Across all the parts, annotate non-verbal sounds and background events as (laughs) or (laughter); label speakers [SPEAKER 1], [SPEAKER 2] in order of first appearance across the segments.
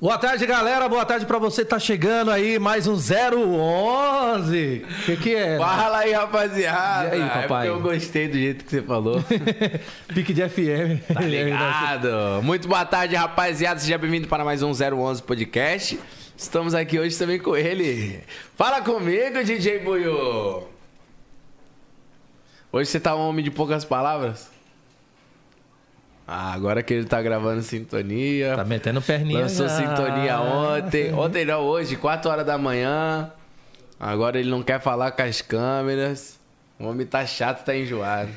[SPEAKER 1] Boa tarde, galera. Boa tarde pra você. Tá chegando aí mais um 011. O que, que é?
[SPEAKER 2] Fala aí, rapaziada.
[SPEAKER 1] E aí, papai?
[SPEAKER 2] É porque eu gostei do jeito que
[SPEAKER 1] (laughs)
[SPEAKER 2] você falou.
[SPEAKER 1] (laughs) Pique de FM.
[SPEAKER 2] Tá
[SPEAKER 1] (laughs)
[SPEAKER 2] ligado? Muito boa tarde, rapaziada. Seja bem-vindo para mais um 011 Podcast. Estamos aqui hoje também com ele. Fala comigo, DJ Buiu. Hoje você tá um homem de poucas palavras? Ah, agora que ele tá gravando sintonia.
[SPEAKER 1] Tá metendo perninha.
[SPEAKER 2] Lançou
[SPEAKER 1] já.
[SPEAKER 2] sintonia ontem. Ontem não, hoje, 4 horas da manhã. Agora ele não quer falar com as câmeras. O homem tá chato, tá enjoado.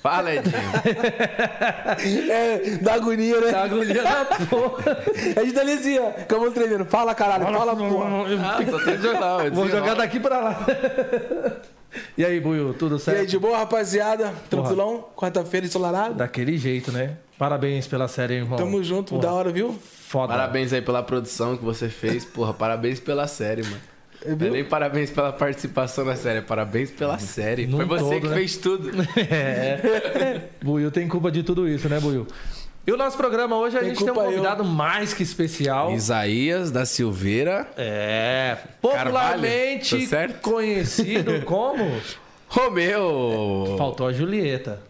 [SPEAKER 2] Fala, Edinho.
[SPEAKER 3] (laughs) É, dá agonia, né?
[SPEAKER 1] Tá agoniando a porra.
[SPEAKER 3] A gente tá ali assim, ó, com a mão tremendo. Fala, caralho, fala, porra.
[SPEAKER 2] Ah, tô sem jornal, eu
[SPEAKER 1] Vou
[SPEAKER 2] desenrolo.
[SPEAKER 1] jogar daqui pra lá. (laughs) E aí, Buiu, tudo
[SPEAKER 3] E aí,
[SPEAKER 1] certo?
[SPEAKER 3] de boa, rapaziada? Tranquilão? Quarta-feira ensolarado?
[SPEAKER 1] Daquele jeito, né? Parabéns pela série, irmão.
[SPEAKER 3] Tamo junto,
[SPEAKER 1] Porra,
[SPEAKER 3] da hora, viu?
[SPEAKER 1] Foda.
[SPEAKER 2] Parabéns aí pela produção que você fez. Porra, parabéns pela série, mano.
[SPEAKER 3] É,
[SPEAKER 2] Não é
[SPEAKER 3] viu?
[SPEAKER 2] nem parabéns pela participação na série, é parabéns pela série.
[SPEAKER 1] Num
[SPEAKER 2] Foi você
[SPEAKER 1] todo,
[SPEAKER 2] que
[SPEAKER 1] né?
[SPEAKER 2] fez tudo.
[SPEAKER 1] É. (laughs) Buiu tem culpa de tudo isso, né, Buiu? E o nosso programa hoje, a
[SPEAKER 3] Tem
[SPEAKER 1] gente tem um
[SPEAKER 3] culpa eu.
[SPEAKER 1] convidado mais que especial.
[SPEAKER 2] Isaías da Silveira.
[SPEAKER 1] É,
[SPEAKER 2] Carvalho,
[SPEAKER 1] popularmente
[SPEAKER 2] tô certo?
[SPEAKER 1] conhecido (laughs) como...
[SPEAKER 2] Romeu!
[SPEAKER 1] Faltou a Julieta.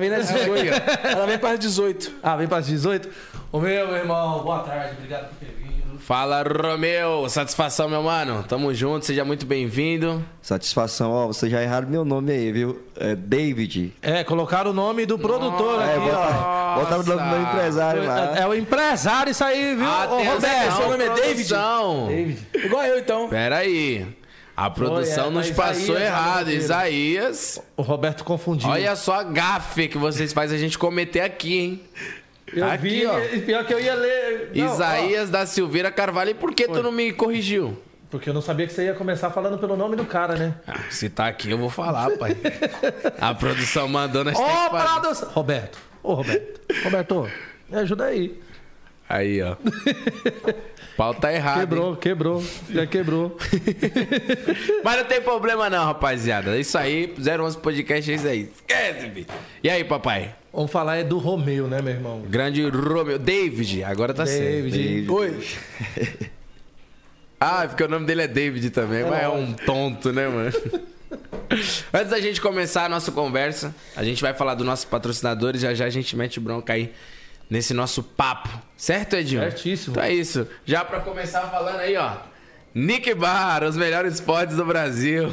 [SPEAKER 1] (laughs)
[SPEAKER 3] vem nas 18. Ela vem para as 18.
[SPEAKER 1] Ah, vem para as 18? Ô meu irmão, boa tarde, obrigado por ter vindo.
[SPEAKER 2] Fala, Romeu! Satisfação, meu mano. Tamo junto, seja muito bem-vindo.
[SPEAKER 4] Satisfação, ó, vocês já erraram meu nome aí, viu? É David.
[SPEAKER 1] É, colocaram o nome do produtor
[SPEAKER 4] É,
[SPEAKER 1] aqui, ó.
[SPEAKER 4] botaram botaram o nome do meu empresário lá.
[SPEAKER 1] É o empresário isso aí, viu? Ô, Roberto,
[SPEAKER 3] seu nome é David?
[SPEAKER 2] David?
[SPEAKER 1] David.
[SPEAKER 3] Igual eu, então.
[SPEAKER 2] Pera aí. A produção
[SPEAKER 1] é,
[SPEAKER 2] nos
[SPEAKER 1] tá
[SPEAKER 2] passou
[SPEAKER 1] Isaías,
[SPEAKER 2] errado.
[SPEAKER 1] né,
[SPEAKER 2] Isaías,
[SPEAKER 1] O Roberto confundiu.
[SPEAKER 2] olha só a gafe que vocês fazem a gente cometer aqui, hein?
[SPEAKER 1] eu
[SPEAKER 2] aqui,
[SPEAKER 1] vi,
[SPEAKER 2] ó.
[SPEAKER 1] e pior que eu ia ler. Não,
[SPEAKER 2] Isaías da Silveira Carvalho. E por que tu não me corrigiu?
[SPEAKER 1] ó, porque eu não sabia que você ia começar falando pelo nome do cara, né?
[SPEAKER 2] Ah, se tá aqui, eu vou falar, (laughs) pai. A produção mandou nós
[SPEAKER 1] Ô,
[SPEAKER 2] tem que fazer.
[SPEAKER 1] produção! Roberto. Ô, Roberto. Roberto, me ajuda aí.
[SPEAKER 2] Aí, (laughs) ó. Pau tá errado. hein?
[SPEAKER 1] Quebrou, quebrou. Já quebrou.
[SPEAKER 2] Mas não tem problema não, rapaziada. É Isso aí, 011 Podcast é isso aí. Esquece, bicho. E aí, papai?
[SPEAKER 1] Vamos falar é do Romeu, né, meu irmão?
[SPEAKER 2] Grande Romeu. David, agora tá certo.
[SPEAKER 1] David.
[SPEAKER 3] Oi.
[SPEAKER 2] Ah, porque o nome dele é David também, mas é um tonto, né, mano? (laughs) Antes da gente começar a nossa conversa, a gente vai falar dos nossos patrocinadores, já já a gente mete bronca aí nesse nosso papo. Certo, Edinho?
[SPEAKER 1] Certíssimo.
[SPEAKER 2] Então é isso. Já pra começar falando aí, ó. Nick Bar, os melhores pods do Brasil.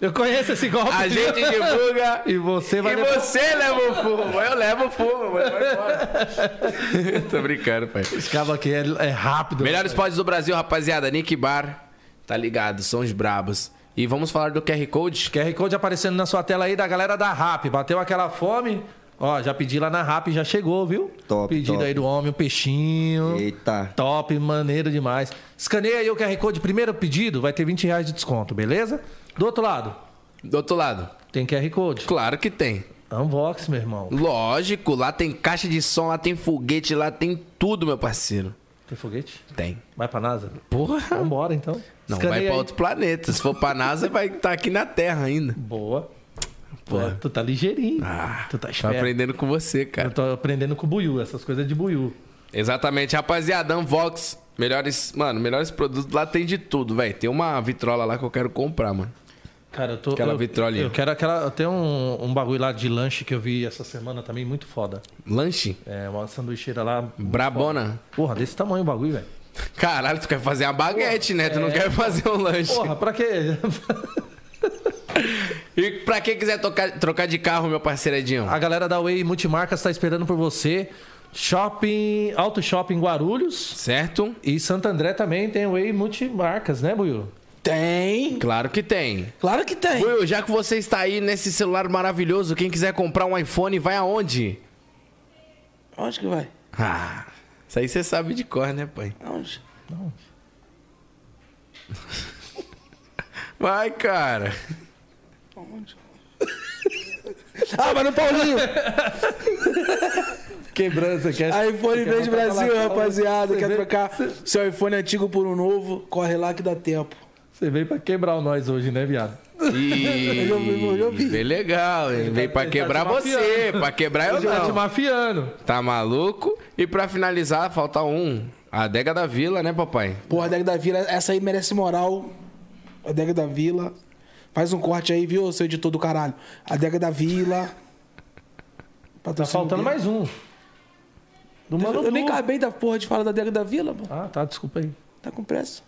[SPEAKER 1] Eu conheço esse golpe.
[SPEAKER 2] A (laughs) gente divulga
[SPEAKER 1] E você vai
[SPEAKER 2] e
[SPEAKER 1] levar-
[SPEAKER 2] você leva o fumo. Eu levo o fumo, mas vai embora. (laughs) Tô brincando, pai.
[SPEAKER 1] Esse cabo aqui é, é rápido.
[SPEAKER 2] Melhores pods do Brasil, rapaziada. Nick Bar, tá ligado? São os brabos. E vamos falar do QR Code.
[SPEAKER 1] QR Code aparecendo na sua tela aí da galera da RAP. Bateu aquela fome? Ó, já pedi lá na RAP, já chegou, viu?
[SPEAKER 4] Top,
[SPEAKER 1] Pedido
[SPEAKER 4] top.
[SPEAKER 1] aí do homem, um
[SPEAKER 2] é.
[SPEAKER 1] peixinho.
[SPEAKER 4] Eita.
[SPEAKER 1] Top, maneiro demais. Escaneia aí o QR Code, primeiro pedido, vai ter 20 reais de desconto, beleza? Do outro lado,
[SPEAKER 2] Do outro lado,
[SPEAKER 1] tem QR Code.
[SPEAKER 2] claro que tem.
[SPEAKER 1] Unbox, meu irmão.
[SPEAKER 2] Lógico, lá tem caixa de som, lá tem foguete, lá tem tudo, meu parceiro.
[SPEAKER 1] Tem foguete?
[SPEAKER 2] Tem.
[SPEAKER 1] Vai pra NASA?
[SPEAKER 2] Porra.
[SPEAKER 1] Vambora, então.
[SPEAKER 2] Não,
[SPEAKER 1] Escaneia
[SPEAKER 2] vai pra
[SPEAKER 1] aí.
[SPEAKER 2] outro planeta. Se for pra NASA, vai estar aqui na Terra ainda.
[SPEAKER 1] Boa.
[SPEAKER 2] Porra.
[SPEAKER 1] Tu tá ligeirinho.
[SPEAKER 2] Ah,
[SPEAKER 1] tu tá
[SPEAKER 2] Tô
[SPEAKER 1] esperto.
[SPEAKER 2] aprendendo com você, cara.
[SPEAKER 1] Eu tô aprendendo com o Buiu, essas coisas de Buiu.
[SPEAKER 2] Exatamente, rapaziada, Vox, melhores, mano, melhores produtos, lá tem de tudo, velho. Tem uma vitrola lá que eu quero comprar, mano.
[SPEAKER 1] Cara, eu tô.
[SPEAKER 2] Aquela
[SPEAKER 1] eu,
[SPEAKER 2] vitrolinha.
[SPEAKER 1] Eu quero aquela. Eu tenho um, um bagulho lá de lanche que eu vi essa semana também, muito foda.
[SPEAKER 2] Lanche?
[SPEAKER 1] É, uma sanduicheira lá.
[SPEAKER 2] Brabona.
[SPEAKER 1] Porra, desse tamanho o bagulho, velho.
[SPEAKER 2] Caralho, tu quer fazer uma baguete, né? Tu não quer fazer um lanche.
[SPEAKER 1] Porra, pra quê? (laughs)
[SPEAKER 2] E pra quem quiser tocar- trocar de carro, meu parceiro Edinho?
[SPEAKER 1] A galera da Way Multimarcas tá esperando por você. Shopping. Auto Shopping Guarulhos.
[SPEAKER 2] Certo?
[SPEAKER 1] E Santo André também tem Way Multimarcas, né, Buiu?
[SPEAKER 3] Tem.
[SPEAKER 2] Claro que tem.
[SPEAKER 3] Claro que tem.
[SPEAKER 2] Will, já que você está aí nesse celular maravilhoso, quem quiser comprar um iPhone, vai aonde?
[SPEAKER 3] Onde que vai?
[SPEAKER 2] Ah, isso aí você sabe de cor, né, pai?
[SPEAKER 3] Onde?
[SPEAKER 2] Vai, cara.
[SPEAKER 3] Onde? Ah, mas
[SPEAKER 1] (laughs)
[SPEAKER 3] no Paulinho.
[SPEAKER 1] Quebrança, quer.
[SPEAKER 3] iPhone Verde Brasil, rapaziada.
[SPEAKER 1] Você
[SPEAKER 3] Quer
[SPEAKER 1] vê-
[SPEAKER 3] trocar seu iPhone antigo por um novo? Corre lá que dá tempo.
[SPEAKER 1] Você veio pra quebrar o nós hoje, né, viado?
[SPEAKER 2] E...
[SPEAKER 3] Eu vi, eu vi.
[SPEAKER 2] Bem legal, hein? Vem pra
[SPEAKER 1] tá
[SPEAKER 2] quebrar
[SPEAKER 1] te
[SPEAKER 2] você,
[SPEAKER 1] mafiando.
[SPEAKER 2] pra quebrar eu
[SPEAKER 1] Hoje eu tô Tá te
[SPEAKER 2] não.
[SPEAKER 1] mafiando.
[SPEAKER 2] Tá maluco? E pra finalizar, falta um. A adega da vila, né, papai?
[SPEAKER 3] Porra, a Adega da Vila, essa aí merece moral. A Adega da Vila. Faz um corte aí, viu, seu editor do caralho? A Adega da Vila.
[SPEAKER 1] Tá faltando mais um. Do Mano
[SPEAKER 3] Eu nem
[SPEAKER 1] Blue.
[SPEAKER 3] acabei da porra de falar da Adega da Vila, pô.
[SPEAKER 1] Ah, tá, desculpa aí.
[SPEAKER 3] Tá com pressa?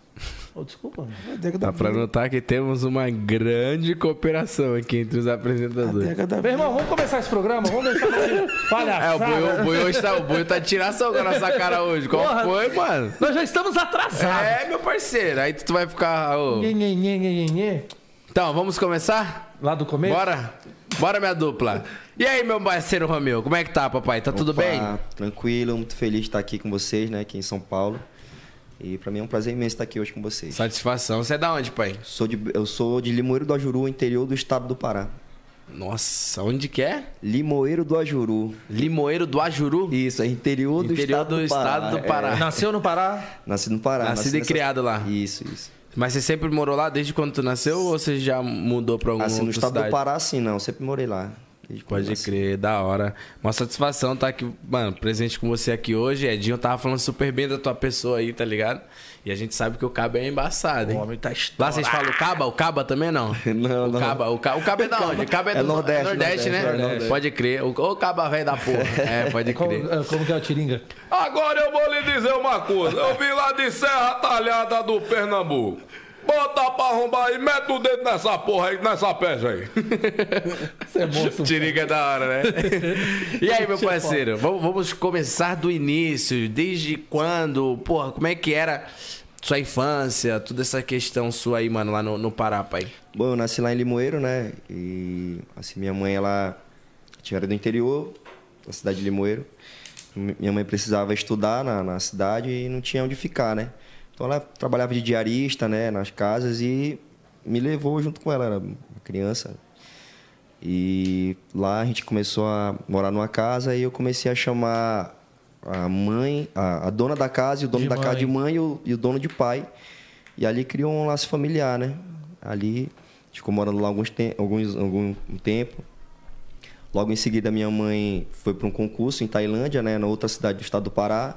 [SPEAKER 1] Ô, desculpa. mano.
[SPEAKER 3] Adega da
[SPEAKER 2] Dá pra
[SPEAKER 4] Uhum.
[SPEAKER 3] Vila.
[SPEAKER 2] notar que temos uma grande cooperação aqui entre os apresentadores.
[SPEAKER 3] Adega da
[SPEAKER 1] Meu
[SPEAKER 3] Vila.
[SPEAKER 1] irmão, vamos começar esse programa? Vamos deixar de
[SPEAKER 2] É, o
[SPEAKER 1] (laughs) palhaçada.
[SPEAKER 2] Boi, o Boi hoje tá, o Boi tá de tiração com a nossa cara hoje. Qual
[SPEAKER 1] Porra.
[SPEAKER 2] foi, mano?
[SPEAKER 1] Nós já estamos
[SPEAKER 4] Ah.
[SPEAKER 1] atrasados.
[SPEAKER 2] É, meu parceiro. Aí tu vai ficar. ô.
[SPEAKER 1] Nhe, nhe, nhe, nhe, nhe, nhe.
[SPEAKER 2] Então, vamos começar?
[SPEAKER 1] Lá do começo?
[SPEAKER 2] Bora? Bora, minha dupla. E aí, meu parceiro Romeu, como é que tá, papai? Tá tudo
[SPEAKER 4] Opa,
[SPEAKER 2] bem?
[SPEAKER 4] Tranquilo, muito feliz de estar aqui com vocês, né? Aqui em São Paulo. E pra mim é um prazer imenso estar aqui hoje com vocês.
[SPEAKER 2] Satisfação. Você é da onde, pai?
[SPEAKER 4] Sou de, eu sou de Limoeiro do Ajuru, interior do estado do Pará.
[SPEAKER 2] Nossa, onde que é?
[SPEAKER 4] Limoeiro do Ajuru.
[SPEAKER 2] Limoeiro do Ajuru?
[SPEAKER 4] Isso, é interior do
[SPEAKER 2] Interior
[SPEAKER 4] estado
[SPEAKER 2] do
[SPEAKER 4] do Pará.
[SPEAKER 2] estado do
[SPEAKER 4] É,
[SPEAKER 2] Pará.
[SPEAKER 1] Nasceu no Pará?
[SPEAKER 4] nascido no Pará.
[SPEAKER 2] Nascido
[SPEAKER 4] nasci
[SPEAKER 2] e criado lá.
[SPEAKER 4] Isso, isso.
[SPEAKER 2] Mas você sempre morou lá desde quando tu nasceu ou você já mudou pra algum
[SPEAKER 4] Assim, no
[SPEAKER 2] outra
[SPEAKER 4] estado
[SPEAKER 2] cidade?
[SPEAKER 4] do Pará, sim, não. Sempre morei lá. Desde quando
[SPEAKER 2] Pode
[SPEAKER 4] nasci.
[SPEAKER 2] crer, da hora. Uma satisfação estar aqui, mano, presente com você aqui hoje. Edinho tava falando super bem da tua pessoa aí, tá ligado? E a gente sabe que o cabo é embaçado, hein?
[SPEAKER 1] O homem tá
[SPEAKER 2] Lá vocês falam o caba? O caba também não?
[SPEAKER 5] (laughs)
[SPEAKER 4] (laughs) Não,
[SPEAKER 2] o
[SPEAKER 4] não.
[SPEAKER 2] Caba, o, ca... o caba é da onde? O caba é,
[SPEAKER 4] É
[SPEAKER 2] do
[SPEAKER 4] Nordeste, Nordeste,
[SPEAKER 2] né?
[SPEAKER 4] é Nordeste.
[SPEAKER 2] Pode crer. O, o caba velho da porra.
[SPEAKER 5] (laughs)
[SPEAKER 2] É, pode
[SPEAKER 1] Como,
[SPEAKER 2] crer.
[SPEAKER 1] eh, como que é o Tiringa?
[SPEAKER 5] Agora eu vou lhe dizer uma coisa. Eu vim lá de Serra Talhada do Pernambuco. Bota pra arrombar aí, mete o dedo nessa porra aí, nessa peça aí.
[SPEAKER 1] Você é moço.
[SPEAKER 2] Tirica é da hora, né? e aí, meu parceiro, vamos, vamos começar do início. Desde quando? Porra, como é que era sua infância? Toda essa questão sua aí, mano, lá no, no Pará, pai.
[SPEAKER 4] Bom, eu nasci lá em Limoeiro, né? E assim, minha mãe, ela tinha era do interior, da cidade de Limoeiro. Mi- Minha mãe precisava estudar na, na cidade e não tinha onde ficar, né? Então ela trabalhava de diarista, né, nas casas e me levou junto com ela, era uma criança. E lá a gente começou a morar numa casa e eu comecei a chamar a mãe, a, a dona da casa e o dono
[SPEAKER 1] De
[SPEAKER 4] da casa
[SPEAKER 1] mãe.
[SPEAKER 4] de mãe e o, e o dono de pai. E ali criou um laço familiar, né? Ali a gente ficou morando lá alguns tem, alguns, algum tempo. Logo em seguida, minha mãe foi para um concurso em Tailândia, né? Na outra cidade do estado do Pará.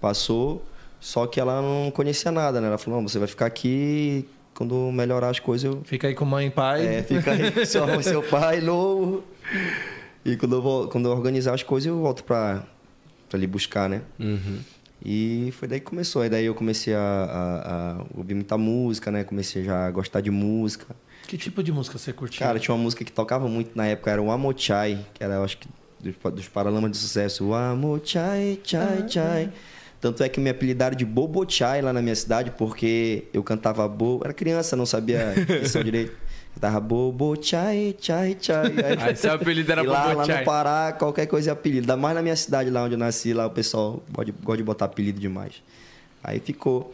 [SPEAKER 4] Passou, só que ela não conhecia nada, né? Ela falou, não, você vai ficar aqui, quando melhorar as coisas eu
[SPEAKER 1] Fica aí com mãe e pai.
[SPEAKER 4] é, fica aí com seu, com seu pai novo. E quando eu, vou, quando eu organizar as coisas, eu volto pra, pra lhe buscar, né? E foi daí que começou. Aí daí eu comecei a, a- a ouvir muita música, né? Comecei já a gostar de música.
[SPEAKER 1] (laughs) Que tipo de música você curtiu?
[SPEAKER 4] Cara, tinha uma música que tocava muito na época, era o Amochai, que era, eu acho que, dos, dos Paralamas de Sucesso. O Amochai,
[SPEAKER 2] Ah,
[SPEAKER 4] chai,
[SPEAKER 2] tá.
[SPEAKER 4] chai. Tanto é que me apelidaram de Bobochai lá na minha cidade, porque eu cantava Bo... Era criança, não
[SPEAKER 2] (laughs)
[SPEAKER 4] sabia isso direito. Cantava Bobochai, chai, chai.
[SPEAKER 2] Aí seu apelido era
[SPEAKER 4] e lá, lá
[SPEAKER 2] Bobochai.
[SPEAKER 4] no Pará, qualquer coisa é apelido. Ainda mais na minha cidade, lá onde eu nasci, lá o pessoal gosta de, gosta de botar apelido demais. Aí ficou.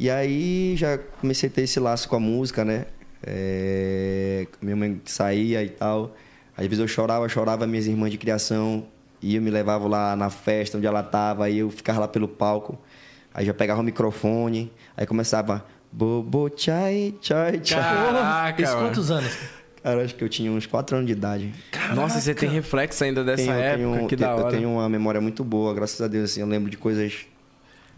[SPEAKER 4] E aí já comecei a ter esse laço com a música, né? É, minha mãe saía e tal. Às vezes eu chorava, chorava, minhas irmãs de criação iam, me levavam lá na festa onde ela tava, aí eu ficava lá pelo palco. Aí já pegava o microfone, aí começava. Bobo, tchai, tchai, tchai.
[SPEAKER 2] Caraca,
[SPEAKER 1] Isso
[SPEAKER 2] mano.
[SPEAKER 1] quantos anos?
[SPEAKER 4] Cara, acho que eu tinha uns 4 anos de idade.
[SPEAKER 2] Nossa, você tem reflexo ainda dessa
[SPEAKER 4] Tenho-
[SPEAKER 2] época,
[SPEAKER 4] tenho- um
[SPEAKER 2] que
[SPEAKER 4] te-
[SPEAKER 2] da
[SPEAKER 4] Eu
[SPEAKER 2] hora.
[SPEAKER 4] tenho uma memória muito boa, graças a Deus, assim, eu lembro de coisas...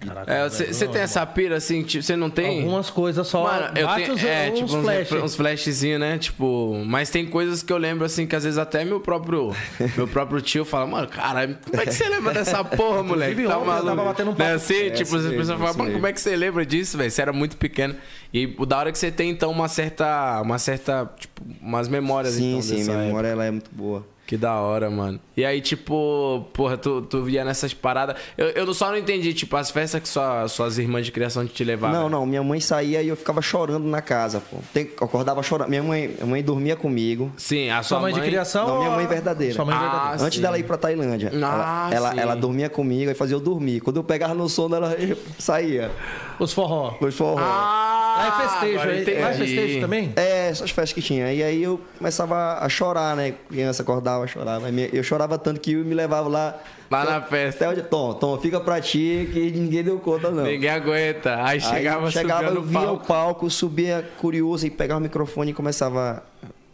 [SPEAKER 1] Caraca,
[SPEAKER 2] É,
[SPEAKER 1] velho,
[SPEAKER 2] você
[SPEAKER 1] não,
[SPEAKER 2] você tem
[SPEAKER 1] mano.
[SPEAKER 2] essa pira assim, tipo, você não tem?
[SPEAKER 1] Algumas coisas só.
[SPEAKER 2] Mano, eu
[SPEAKER 1] bate
[SPEAKER 2] tenho,
[SPEAKER 1] os,
[SPEAKER 2] é,
[SPEAKER 1] uns
[SPEAKER 2] tipo, uns,
[SPEAKER 1] flash.
[SPEAKER 2] refre- uns flashzinhos, né? Tipo, mas tem coisas que eu lembro, assim, que às vezes até meu próprio, meu próprio tio fala, mano, caralho, como é que você
[SPEAKER 1] (laughs)
[SPEAKER 2] lembra dessa porra, moleque?
[SPEAKER 1] Inclusive,
[SPEAKER 2] Tá
[SPEAKER 1] ontem eu tava
[SPEAKER 2] maluco?
[SPEAKER 1] batendo um papo.
[SPEAKER 2] Né, assim, tipo, as
[SPEAKER 4] mesmo,
[SPEAKER 2] pessoas falam,
[SPEAKER 4] isso
[SPEAKER 2] mano,
[SPEAKER 4] mesmo.
[SPEAKER 2] como é que você lembra disso, velho? Você era muito pequeno. E o da hora que você tem, então, uma certa, uma certa, tipo, umas memórias,
[SPEAKER 4] sim,
[SPEAKER 2] então,
[SPEAKER 4] sim,
[SPEAKER 2] dessa
[SPEAKER 4] minha
[SPEAKER 2] época.
[SPEAKER 4] memória ela é muito boa.
[SPEAKER 2] Que da hora, mano. E aí, tipo, porra, tu, tu via nessas paradas. Eu, eu só não entendi, tipo, as festas que sua, suas irmãs de criação te levavam.
[SPEAKER 4] Não, não, minha mãe saía e eu ficava chorando na casa, pô. Tem- eu acordava chorando. Minha mãe, minha mãe dormia comigo.
[SPEAKER 2] Sim, a
[SPEAKER 1] Sua mãe de criação?
[SPEAKER 4] Não, minha
[SPEAKER 1] ou a-
[SPEAKER 4] mãe verdadeira.
[SPEAKER 1] Sua mãe
[SPEAKER 2] Ah,
[SPEAKER 1] verdadeira.
[SPEAKER 4] Antes
[SPEAKER 2] sim.
[SPEAKER 4] dela ir pra Tailândia.
[SPEAKER 2] Ah,
[SPEAKER 4] ela,
[SPEAKER 2] sim.
[SPEAKER 4] ela, ela dormia comigo e fazia eu dormir. Quando eu pegava no sono, ela (laughs) saía.
[SPEAKER 1] Os forró.
[SPEAKER 4] Pois forró.
[SPEAKER 2] Ah,
[SPEAKER 1] Lá é festejo.
[SPEAKER 2] agora
[SPEAKER 1] aí-
[SPEAKER 2] entendi.
[SPEAKER 1] Lá é festejo também?
[SPEAKER 4] É, essas festas que tinha. E aí eu começava a chorar, né? Criança acordava, chorava. Eu chorava tanto que eu me levava lá.
[SPEAKER 2] Lá na festa.
[SPEAKER 4] Até onde... Tom, Tom, fica pra ti que ninguém deu conta, não.
[SPEAKER 2] Ninguém aguenta. Aí
[SPEAKER 4] Aí
[SPEAKER 2] chegava,
[SPEAKER 4] eu chegava
[SPEAKER 2] subindo
[SPEAKER 4] eu
[SPEAKER 2] no
[SPEAKER 4] via o
[SPEAKER 2] palco.
[SPEAKER 4] palco, subia curioso e pegava o microfone e começava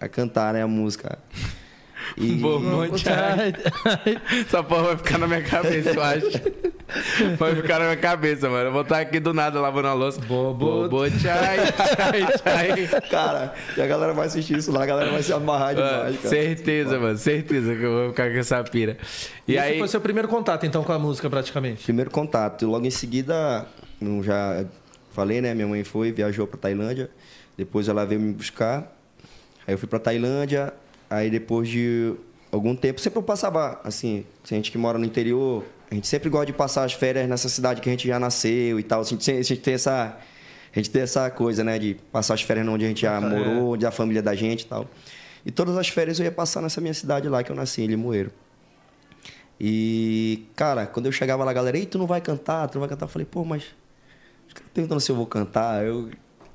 [SPEAKER 4] a cantar, né, a música. E
[SPEAKER 1] (laughs)
[SPEAKER 2] (laughs) Bom, monte, ai. Essa porra vai ficar na minha cabeça, eu acho. Mas ficaram na minha cabeça, mano. Eu vou estar aqui do nada lavando a louça.
[SPEAKER 1] Bobo.
[SPEAKER 2] Bobo, tchai, tchai, tchai.
[SPEAKER 4] Cara, e a galera vai assistir isso lá, a galera vai se
[SPEAKER 2] É,
[SPEAKER 4] amarrar demais, cara.
[SPEAKER 2] Ah, certeza, mano. Certeza que eu vou ficar com essa pira. E
[SPEAKER 1] Esse
[SPEAKER 2] aí.
[SPEAKER 1] foi seu primeiro contato, então, com a música, praticamente.
[SPEAKER 4] Primeiro contato. Logo em seguida, eu já falei, né? Minha mãe foi, viajou pra Tailândia. Depois ela veio me buscar. Aí eu fui pra Tailândia. Aí depois de algum tempo, sempre eu passava, assim, tem gente que mora no interior, a gente sempre gosta de passar as férias nessa cidade que a gente já nasceu e tal. Assim, a gente tem essa. A gente tem essa coisa, né? De passar as férias onde a gente já morou, onde a família da gente e tal. E todas as férias eu ia passar nessa minha cidade lá que eu nasci, em Limoeiro. E, cara, quando eu chegava lá, a galera, ei, tu não vai cantar, tu não vai cantar. Eu falei, pô, mas. Os caras perguntando se eu vou cantar. Eu.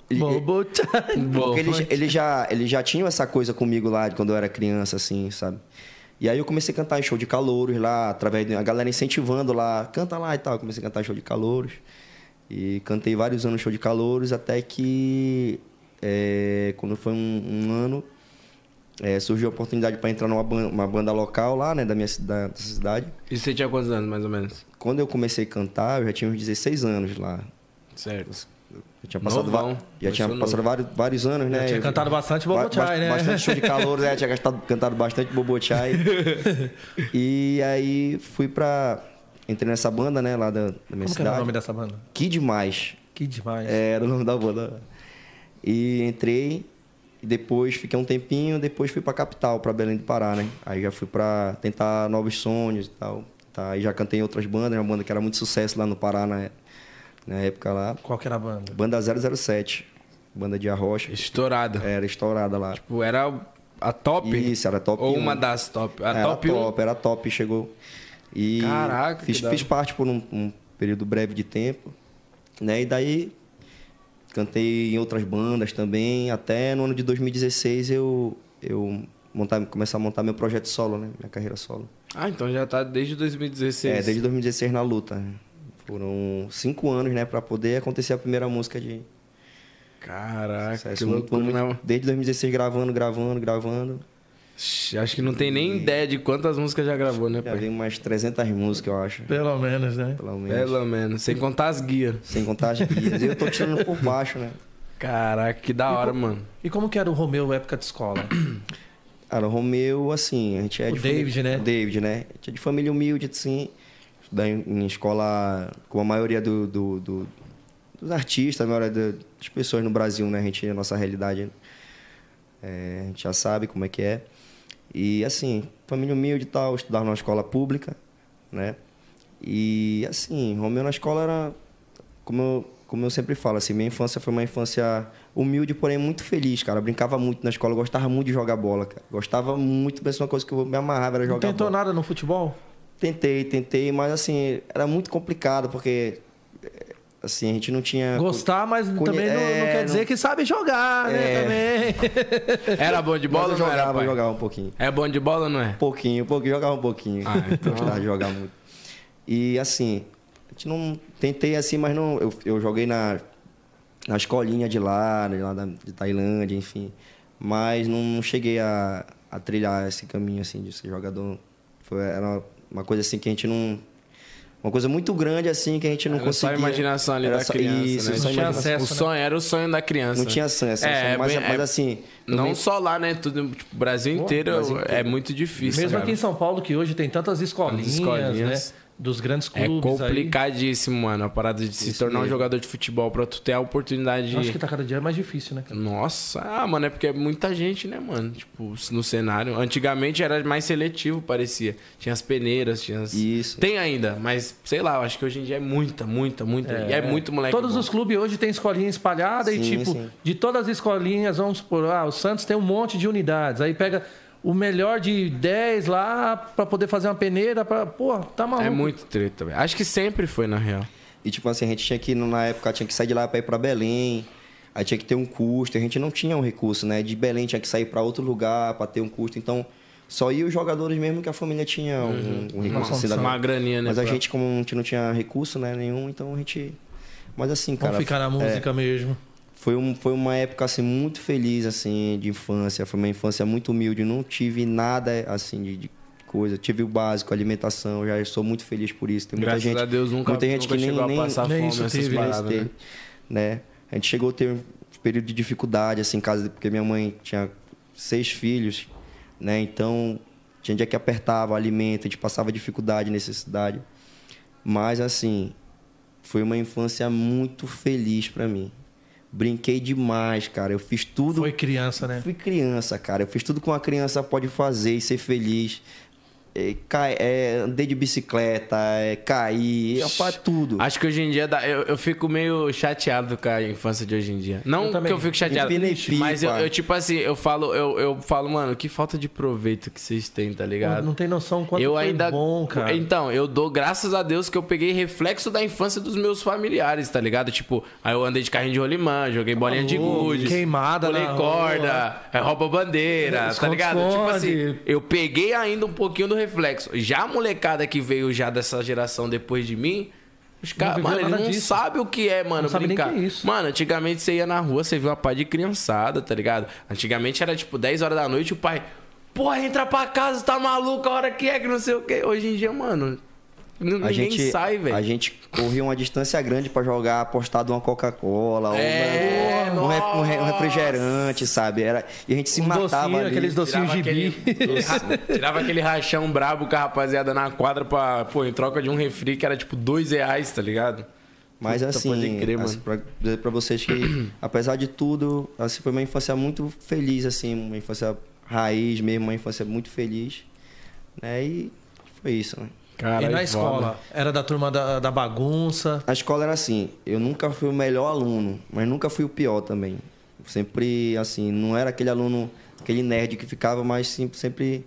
[SPEAKER 4] é,
[SPEAKER 1] Bobo, tchai.
[SPEAKER 4] Porque
[SPEAKER 2] é
[SPEAKER 4] ele, ele já, ele já tinha essa coisa comigo lá de quando eu era criança, assim, sabe? E aí eu comecei a cantar em show de calouros lá, através de a galera incentivando lá, canta lá e tal. Eu comecei a cantar em show de calouros. E cantei vários anos em show de calouros, até que é, quando foi um, um ano, é, surgiu a oportunidade para entrar numa ban- uma banda local lá, né, da minha cida- da cidade.
[SPEAKER 2] E você tinha quantos anos, mais ou menos?
[SPEAKER 4] Quando eu comecei a cantar, eu já tinha uns 16 anos lá.
[SPEAKER 2] Certo.
[SPEAKER 4] Eu tinha passado, va-
[SPEAKER 2] Novão.
[SPEAKER 4] já tinha
[SPEAKER 2] Começou
[SPEAKER 4] passado
[SPEAKER 2] novo.
[SPEAKER 4] vários, vários anos, né?
[SPEAKER 1] tinha
[SPEAKER 4] Eu-
[SPEAKER 1] cantado bastante Bobochai,
[SPEAKER 4] ba- ba-
[SPEAKER 1] né?
[SPEAKER 4] Bastante show de calor,
[SPEAKER 1] (laughs)
[SPEAKER 4] né? Tinha gastado- cantado bastante Bobochai. e aí fui pra... Entrei nessa banda, né? Lá da, da minha
[SPEAKER 1] Como que
[SPEAKER 4] cidade.
[SPEAKER 1] era o nome dessa banda?
[SPEAKER 4] Que demais.
[SPEAKER 1] Que demais.
[SPEAKER 4] É, era o nome da banda. E entrei, e depois fiquei um tempinho, depois fui pra capital, pra Belém do Pará, né? Aí já fui pra tentar novos sonhos e tal. Tá, aí já cantei em outras bandas, uma banda que era muito sucesso lá no Pará na, na época lá.
[SPEAKER 1] Qual que era a banda?
[SPEAKER 4] Banda 007, banda de arrocha.
[SPEAKER 2] Estourado.
[SPEAKER 4] Era estourada lá.
[SPEAKER 2] Tipo, era a top?
[SPEAKER 4] Isso, era top
[SPEAKER 2] Ou
[SPEAKER 4] um.
[SPEAKER 2] uma das top. A
[SPEAKER 4] era
[SPEAKER 2] top 1.
[SPEAKER 4] top, era top, chegou. E
[SPEAKER 2] Caraca, que
[SPEAKER 4] fiz,
[SPEAKER 2] da
[SPEAKER 4] fiz
[SPEAKER 2] hora.
[SPEAKER 4] parte por um, um período breve de tempo, né? E daí cantei em outras bandas também, até no ano de 2016 eu eu montar, começar a montar meu projeto solo, né? Minha carreira solo.
[SPEAKER 2] Ah, então já tá desde 2016.
[SPEAKER 4] É, desde 2016 na luta. Foram cinco anos, né, Pra poder acontecer a primeira música de
[SPEAKER 2] Caraca, que
[SPEAKER 4] sucesso. Um
[SPEAKER 2] loucura, né? mano?
[SPEAKER 4] Desde 2016 gravando, gravando, gravando.
[SPEAKER 2] Shhh, Acho que não tem nem ideia de quantas músicas já gravou, né,
[SPEAKER 4] Já
[SPEAKER 2] pai?
[SPEAKER 4] veio umas 300 músicas, eu acho.
[SPEAKER 2] É
[SPEAKER 1] Pelo menos, né?
[SPEAKER 4] Pelo menos.
[SPEAKER 2] Pelo menos. Sem contar as guias.
[SPEAKER 4] Sem contar as guias. Eu tô tirando por baixo, né?
[SPEAKER 2] Caraca, que da hora, mano.
[SPEAKER 1] E como que era o Romeu época de escola?
[SPEAKER 4] Cara, o Romeu, assim, a gente é
[SPEAKER 1] O
[SPEAKER 4] família-
[SPEAKER 1] David, né?
[SPEAKER 4] O David, né? A gente é de família humilde, assim. Estudar em, em escola com a maioria do, do- do- dos artistas, a maioria da- das pessoas no Brasil, né? A gente, a nossa realidade, é, a gente já sabe como é que é. E, assim, família humilde e tal, estudar numa escola pública, né? E, assim, Romeu na escola era, como eu, como eu sempre falo, assim, minha infância foi uma infância humilde, porém muito feliz, cara. Eu brincava muito na escola, eu gostava muito de jogar bola, cara. Gostava muito, pensando uma coisa que eu me amarrava era
[SPEAKER 1] Não
[SPEAKER 4] jogar
[SPEAKER 1] tentou
[SPEAKER 4] bola.
[SPEAKER 1] nada no futebol?
[SPEAKER 4] Tentei, tentei, mas, assim, era muito complicado, porque, eh, assim, a gente não tinha...
[SPEAKER 1] Gostar, mas
[SPEAKER 4] Conhe-
[SPEAKER 1] também não, não
[SPEAKER 4] é,
[SPEAKER 1] quer dizer
[SPEAKER 4] não- É.
[SPEAKER 1] que sabe jogar, né? Também.
[SPEAKER 2] Era bom de
[SPEAKER 4] Mas
[SPEAKER 2] bola
[SPEAKER 4] eu
[SPEAKER 2] ou não era,
[SPEAKER 4] jogava,
[SPEAKER 2] pai?
[SPEAKER 4] jogava um pouquinho.
[SPEAKER 2] É bom de bola ou não é?
[SPEAKER 4] pouquinho, pouquinho, jogava um pouquinho.
[SPEAKER 2] Ah, então.
[SPEAKER 4] (laughs) Gostava de jogar muito. E assim, a gente não tentei assim, mas não. Eu, eu joguei na, na escolinha de lá, de lá da, de Tailândia, enfim. Mas não, não cheguei a, a trilhar esse caminho assim de ser jogador. Foi, era uma coisa assim que a gente não. Uma coisa muito grande assim que a gente não
[SPEAKER 2] Era só
[SPEAKER 4] conseguia.
[SPEAKER 2] a imaginação ali
[SPEAKER 4] Era
[SPEAKER 2] da
[SPEAKER 4] só-
[SPEAKER 2] criança,
[SPEAKER 4] Isso,
[SPEAKER 2] né?
[SPEAKER 4] só
[SPEAKER 1] Não tinha
[SPEAKER 4] imaginação.
[SPEAKER 1] acesso,
[SPEAKER 2] o
[SPEAKER 1] né?
[SPEAKER 2] sonho era o sonho da criança. É,
[SPEAKER 4] Não tinha acesso, assim, mas-
[SPEAKER 2] né? bem-
[SPEAKER 4] mas assim, eu
[SPEAKER 2] Não
[SPEAKER 4] bem-
[SPEAKER 2] só lá, né? Tudo, tipo, Brasil inteiro é muito difícil.
[SPEAKER 1] Mesmo
[SPEAKER 2] cara.
[SPEAKER 1] aqui em São Paulo, que hoje tem tantas escolinhas,
[SPEAKER 2] Tantas escolinhas.
[SPEAKER 1] né? Dos grandes
[SPEAKER 2] É
[SPEAKER 1] clubes. Aí.
[SPEAKER 2] complicadíssimo, mano, a parada de se tornar um jogador de futebol pra tu ter a oportunidade
[SPEAKER 1] Eu Acho que
[SPEAKER 2] de.
[SPEAKER 1] tá cada dia mais difícil, né? cara?
[SPEAKER 2] Nossa, ah, mano, é porque é muita gente, né, mano? Tipo, no cenário. Antigamente era mais seletivo, parecia. Tinha as peneiras, tinha as.
[SPEAKER 4] Isso.
[SPEAKER 2] Tem ainda, mas sei lá, eu acho que hoje em dia é muita, muita, muita. E é muito moleque.
[SPEAKER 1] Todos
[SPEAKER 2] bom.
[SPEAKER 1] os clubes hoje tem escolinha espalhada e,
[SPEAKER 4] Sim,
[SPEAKER 1] tipo,
[SPEAKER 4] sim.
[SPEAKER 1] de todas as escolinhas, vamos supor, ah, o Santos tem um monte de unidades. Aí pega o melhor de 10 lá pra poder fazer uma peneira. Pra... Pô, tá maluco.
[SPEAKER 2] É muito treta, velho. Acho que sempre foi, na real.
[SPEAKER 4] E tipo assim, a gente tinha que, na época, tinha que sair de lá pra ir pra Belém. Aí tinha que ter um custo, a gente não tinha um recurso, né? De Belém tinha que sair pra outro lugar pra ter um custo. Então, só ia os jogadores mesmo que a família tinha um, um recurso. assim, da-
[SPEAKER 2] Uhum. uma graninha, né?
[SPEAKER 4] Mas a
[SPEAKER 2] pra-
[SPEAKER 4] gente, como a gente não tinha recurso né, nenhum, então a gente... Mas assim,
[SPEAKER 1] Vamos
[SPEAKER 4] cara...
[SPEAKER 1] ficar na
[SPEAKER 4] é,
[SPEAKER 1] música mesmo.
[SPEAKER 4] foi, um, foi uma época, assim, muito feliz, assim, de infância. Foi uma infância muito humilde. Não tive nada, assim, de, de coisa. Tive o básico, alimentação, já sou muito feliz por isso. Tem muita
[SPEAKER 2] Graças
[SPEAKER 4] gente,
[SPEAKER 2] a Deus nunca,
[SPEAKER 4] muita gente
[SPEAKER 2] nunca
[SPEAKER 4] que nem,
[SPEAKER 2] chegou
[SPEAKER 4] nem,
[SPEAKER 2] a passar
[SPEAKER 1] nem
[SPEAKER 2] fome
[SPEAKER 1] isso
[SPEAKER 2] essas
[SPEAKER 1] teve, né?
[SPEAKER 2] paradas, né?
[SPEAKER 4] né? A gente chegou a ter um período de dificuldade, assim, em casa, porque minha mãe tinha seis filhos, né? Então, tinha dia que apertava alimento, a gente passava dificuldade, necessidade. Mas, assim, foi uma infância muito feliz pra mim. Brinquei demais, cara. Eu fiz tudo
[SPEAKER 1] Foi criança, né?
[SPEAKER 4] Fui criança, cara. Eu fiz tudo que uma criança pode fazer e ser feliz. É, cai- é, andei de bicicleta, é, caí, rapaz, tudo.
[SPEAKER 2] Acho que hoje em dia dá- eu, eu fico meio chateado com a infância de hoje em dia. Não
[SPEAKER 1] Eu também.
[SPEAKER 2] que eu fico chateado,
[SPEAKER 4] Empinei pipa.
[SPEAKER 2] mas eu, eu, tipo assim, eu falo, eu, eu falo, mano, que falta de proveito que vocês têm, tá ligado?
[SPEAKER 1] Não tem noção Então, quanto
[SPEAKER 2] eu
[SPEAKER 1] foi
[SPEAKER 2] ainda
[SPEAKER 1] bom, cara.
[SPEAKER 2] Então, eu dou graças a Deus que eu peguei reflexo da infância dos meus familiares, tá ligado? Tipo, aí eu andei de carrinho de rolimã, joguei bolinha de
[SPEAKER 1] louco,
[SPEAKER 2] gude,
[SPEAKER 1] queimada
[SPEAKER 2] pulei
[SPEAKER 1] na
[SPEAKER 2] corda, é, rouba bandeira, tá
[SPEAKER 1] Esconde,
[SPEAKER 2] ligado? Tipo assim,
[SPEAKER 1] esconde.
[SPEAKER 2] eu peguei ainda um pouquinho do reflexo. Já a molecada que veio já dessa geração depois de mim, os caras,
[SPEAKER 1] viveu
[SPEAKER 2] mano, eles
[SPEAKER 1] nada
[SPEAKER 2] não
[SPEAKER 1] disso.
[SPEAKER 2] sabem o que é, mano,
[SPEAKER 1] Não sabe nem
[SPEAKER 2] brincar.
[SPEAKER 1] que é isso.
[SPEAKER 2] Mano, antigamente você ia na rua, você viu uma pá de criançada, tá ligado? Antigamente era tipo 10 horas da noite, o pai, porra, entra pra casa, tá maluco, a hora que é, que não sei o quê. Hoje em dia, mano, n- (laughs) ninguém
[SPEAKER 4] a gente,
[SPEAKER 2] sai,
[SPEAKER 4] a
[SPEAKER 2] velho.
[SPEAKER 4] gente corria uma distância grande pra jogar apostado uma Coca-Cola, ou
[SPEAKER 2] É,
[SPEAKER 4] uma- um, re- um re- um
[SPEAKER 2] nossa.
[SPEAKER 4] refrigerante, sabe? Era, e a gente se
[SPEAKER 1] Um
[SPEAKER 4] matava
[SPEAKER 1] docinho,
[SPEAKER 4] ali.
[SPEAKER 1] aqueles docinhos gibi.
[SPEAKER 2] tirava aquele rachão brabo com a rapaziada na quadra pra, pô, em troca de um refri que era tipo 2 reais, tá ligado?
[SPEAKER 4] Mas
[SPEAKER 2] Puta,
[SPEAKER 4] assim,
[SPEAKER 2] pode crer,
[SPEAKER 4] assim,
[SPEAKER 2] mano.
[SPEAKER 4] pra dizer pra
[SPEAKER 2] (clears throat)
[SPEAKER 4] vocês que, apesar de tudo, assim, foi uma infância muito feliz, assim, uma infância raiz mesmo, uma infância muito feliz. Né? E foi isso, né?
[SPEAKER 2] Cara,
[SPEAKER 1] e na
[SPEAKER 2] aí foda.
[SPEAKER 1] escola? Era da turma da, da bagunça.
[SPEAKER 4] A escola era assim, eu nunca fui o melhor aluno, mas nunca fui o pior também. Sempre, assim, não era aquele aluno, aquele nerd que ficava, mas sim- sempre.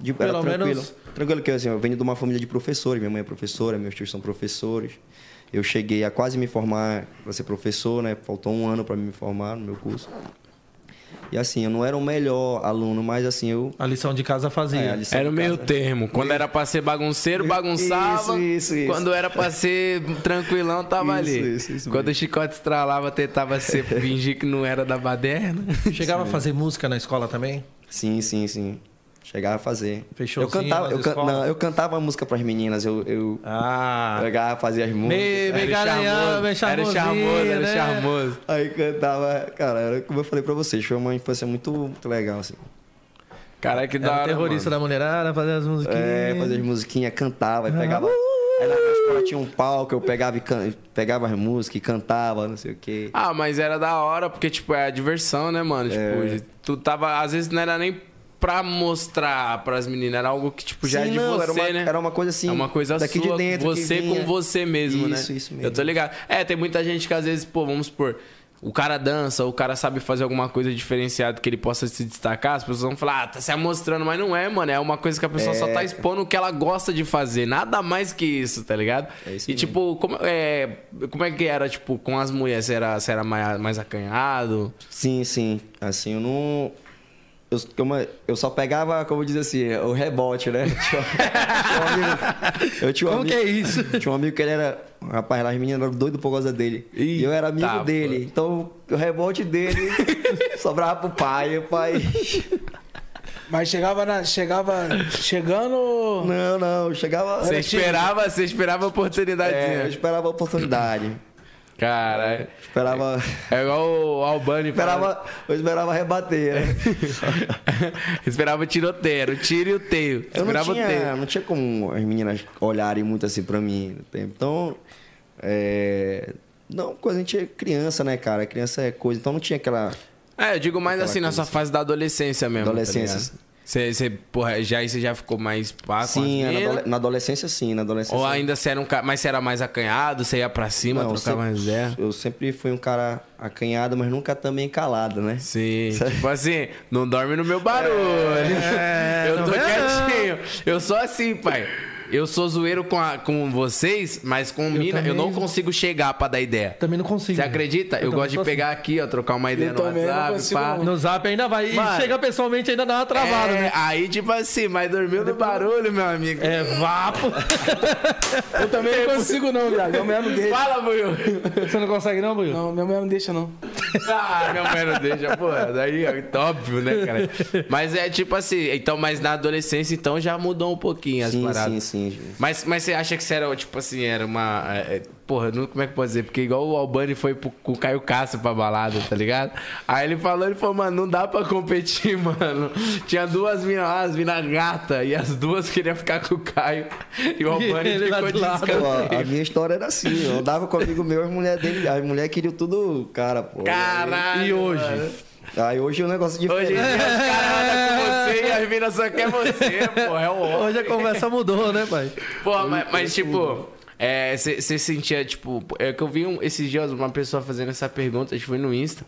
[SPEAKER 4] De, era
[SPEAKER 1] Pelo
[SPEAKER 4] tranquilo.
[SPEAKER 1] menos-
[SPEAKER 4] Tranquilo que assim, eu venho de uma família de professores, minha mãe é professora, meus tios são professores. Eu cheguei a quase me formar para ser professor, né? Faltou um ano para me formar no meu curso. E assim, eu não era o melhor aluno, mas assim, eu.
[SPEAKER 1] A lição de casa fazia.
[SPEAKER 4] É, a lição
[SPEAKER 2] Era o
[SPEAKER 4] de
[SPEAKER 2] meio
[SPEAKER 4] casa.
[SPEAKER 2] termo. Quando era pra ser bagunceiro, bagunçava.
[SPEAKER 4] Isso, isso, isso.
[SPEAKER 2] Quando era pra ser tranquilão, tava
[SPEAKER 4] Isso,
[SPEAKER 2] ali.
[SPEAKER 4] isso, isso
[SPEAKER 2] Quando o chicote estralava, tentava
[SPEAKER 4] (laughs)
[SPEAKER 2] ser, fingir que não era da baderna.
[SPEAKER 1] Chegava a fazer música na escola também?
[SPEAKER 4] Sim, sim, sim. Chegava a fazer.
[SPEAKER 1] Fechouzinho
[SPEAKER 4] eu cantava,
[SPEAKER 1] nas
[SPEAKER 4] eu, can-
[SPEAKER 1] escolas?
[SPEAKER 4] não, eu cantava a música pras meninas, eu, eu
[SPEAKER 1] Ah.
[SPEAKER 4] pegava, fazia as
[SPEAKER 1] Me,
[SPEAKER 4] músicas.
[SPEAKER 1] me garanhão, me
[SPEAKER 2] era
[SPEAKER 1] charmosinho,
[SPEAKER 2] charmoso, era
[SPEAKER 1] né?
[SPEAKER 2] charmoso.
[SPEAKER 4] Aí cantava, cara, era como eu falei pra vocês, foi uma infância muito, muito legal, assim.
[SPEAKER 2] Caralho,
[SPEAKER 4] um
[SPEAKER 2] que da
[SPEAKER 1] Era
[SPEAKER 2] hora.
[SPEAKER 1] terrorista
[SPEAKER 2] mano.
[SPEAKER 1] da mulherada, fazia as musiquinhas.
[SPEAKER 4] É, fazia as musiquinhas, cantava, e pegava. Aí na minha escola tinha um palco, eu pegava, e can- pegava as músicas e cantava, não sei o quê.
[SPEAKER 2] Ah, mas era da hora, porque, tipo, é a diversão, né, mano?
[SPEAKER 4] É.
[SPEAKER 2] Tipo, tu tava. Às vezes não era nem pra mostrar pras meninas, era algo que, tipo, já é
[SPEAKER 4] Sim,
[SPEAKER 2] de
[SPEAKER 4] não,
[SPEAKER 2] você,
[SPEAKER 4] era uma-
[SPEAKER 2] né?
[SPEAKER 4] era uma coisa assim,
[SPEAKER 2] É uma coisa
[SPEAKER 4] daqui de
[SPEAKER 2] sua,
[SPEAKER 4] dentro que
[SPEAKER 2] você
[SPEAKER 4] vinha.
[SPEAKER 2] com você mesmo, né?
[SPEAKER 4] Isso, isso mesmo.
[SPEAKER 2] Eu tô ligado. É, tem muita gente que às vezes, pô, vamos supor. O cara dança, o cara sabe fazer alguma coisa diferenciada que ele possa se destacar, as pessoas vão falar, ah, tá se amostrando, mas não é, mano. É uma coisa que a pessoa só tá expondo o que ela gosta de fazer. Nada mais que isso, tá ligado?
[SPEAKER 4] É isso
[SPEAKER 2] e
[SPEAKER 4] mesmo.
[SPEAKER 2] tipo, como é, como é que era, tipo, com as mulheres? Você era, você era mais, mais acanhado?
[SPEAKER 4] Sim, sim. Assim, eu não. Eu, como eu- eu só pegava, como diz assim, o rebote, né? (laughs) Tinha- tinha um amigo- Eu tinha um
[SPEAKER 1] Como
[SPEAKER 4] amigo,
[SPEAKER 1] que é isso?
[SPEAKER 4] (laughs) Tinha um amigo que ele era. Rapaz, lá as meninas eram doidas por causa dele. e
[SPEAKER 2] Ih,
[SPEAKER 4] eu era amigo
[SPEAKER 2] tá,
[SPEAKER 4] dele. Então o rebote dele (laughs) sobrava pro pai. O pai. (laughs)
[SPEAKER 3] Mas chegava na. Chegava. Chegando.
[SPEAKER 4] Não, não, chegava.
[SPEAKER 2] Você esperava, você esperava a oportunidade.
[SPEAKER 4] É, eu esperava a oportunidade.
[SPEAKER 2] Caralho.
[SPEAKER 4] Esperava.
[SPEAKER 2] É igual o Albani falando. (laughs)
[SPEAKER 4] Esperava, eu esperava rebater,
[SPEAKER 1] (laughs)
[SPEAKER 4] né?
[SPEAKER 2] Esperava tiroteiro, tiro e o teio.
[SPEAKER 4] Eu não
[SPEAKER 2] Esperava o
[SPEAKER 4] tinha,
[SPEAKER 2] teio.
[SPEAKER 4] não tinha como as meninas olharem muito assim pra mim no tempo. Então, é... Não, coisa, a gente é criança, né, cara? Criança é coisa. Então não tinha aquela...
[SPEAKER 2] É, eu digo mais
[SPEAKER 4] Aquela
[SPEAKER 2] assim, na sua fase da adolescência mesmo. tá
[SPEAKER 4] Adolescência.
[SPEAKER 2] Você, você, porra, já, aí você já ficou mais pá com
[SPEAKER 4] sim,
[SPEAKER 2] as
[SPEAKER 4] na,
[SPEAKER 2] meninas?
[SPEAKER 4] adole- na adolescência sim, na adolescência.
[SPEAKER 2] Ou ainda você era um cara. Mas você era mais acanhado, você ia pra cima,
[SPEAKER 4] Não, eu
[SPEAKER 2] trocava mais ideia.
[SPEAKER 4] Eu sempre fui um cara acanhado, mas nunca também calado, né?
[SPEAKER 2] Sim, tipo assim, não dorme no meu barulho. eu tô quietinho. Eu sou assim, pai. Eu sou zoeiro com, a- com vocês, mas com mina, eu
[SPEAKER 1] também
[SPEAKER 2] não
[SPEAKER 1] sou.
[SPEAKER 2] consigo chegar pra dar ideia.
[SPEAKER 1] Também não consigo.
[SPEAKER 2] Você acredita?
[SPEAKER 1] Eu
[SPEAKER 2] Eu,
[SPEAKER 1] também
[SPEAKER 2] gosto de
[SPEAKER 1] sou
[SPEAKER 2] pegar aqui, ó, trocar uma ideia no
[SPEAKER 3] também não
[SPEAKER 2] WhatsApp,
[SPEAKER 3] consigo,
[SPEAKER 2] pá.
[SPEAKER 3] não.
[SPEAKER 1] No zap ainda vai.
[SPEAKER 2] Mano.
[SPEAKER 1] e chega pessoalmente ainda dá uma travada,
[SPEAKER 2] É,
[SPEAKER 1] né?
[SPEAKER 2] Aí, tipo assim, mas dormiu no barulho, meu amigo.
[SPEAKER 1] É vapo.
[SPEAKER 3] Eu também não consigo, não, viado. Minha mulher não deixa.
[SPEAKER 2] Fala, Buiu.
[SPEAKER 1] (laughs) Você não consegue não, Buiu?
[SPEAKER 3] Não, minha mulher não deixa, não.
[SPEAKER 2] Ah, não, mas não deixa, pô. Daí é óbvio, né, cara? Mas é tipo assim, então, mas na adolescência, então, já mudou um pouquinho as
[SPEAKER 4] Sim,
[SPEAKER 2] paradas.
[SPEAKER 4] sim, sim, sim.
[SPEAKER 2] Mas, mas você acha que você era, tipo assim, era uma. é, é, porra, não, como é que eu posso dizer? Porque igual o Albani foi pro, com o Caio Castro pra balada, tá ligado? Aí ele falou, ele falou, mano, não dá pra competir, (laughs) mano. Tinha duas minas lá, as minas gata, e as duas queriam ficar com o Caio. E o Albani
[SPEAKER 1] (laughs) ele lá
[SPEAKER 2] ficou
[SPEAKER 1] do
[SPEAKER 2] de
[SPEAKER 1] lado.
[SPEAKER 2] escanteio.
[SPEAKER 4] Pô, a minha história era assim, eu andava com um amigo meu, as mulheres dele, as mulheres queriam tudo, cara, pô.
[SPEAKER 2] Caralho.
[SPEAKER 1] E hoje?
[SPEAKER 2] mano.
[SPEAKER 4] Aí hoje é um negócio
[SPEAKER 2] Hoje em dia
[SPEAKER 4] diferente.
[SPEAKER 2] os caras
[SPEAKER 4] (laughs)
[SPEAKER 2] andam com você e as minas só querem você, pô. É o homem.
[SPEAKER 1] Hoje a conversa mudou, né, pai?
[SPEAKER 2] Pô, mas, mas, tipo, você sentia, tipo, é que eu vi um- esses dias uma pessoa fazendo essa pergunta, acho que foi no Insta.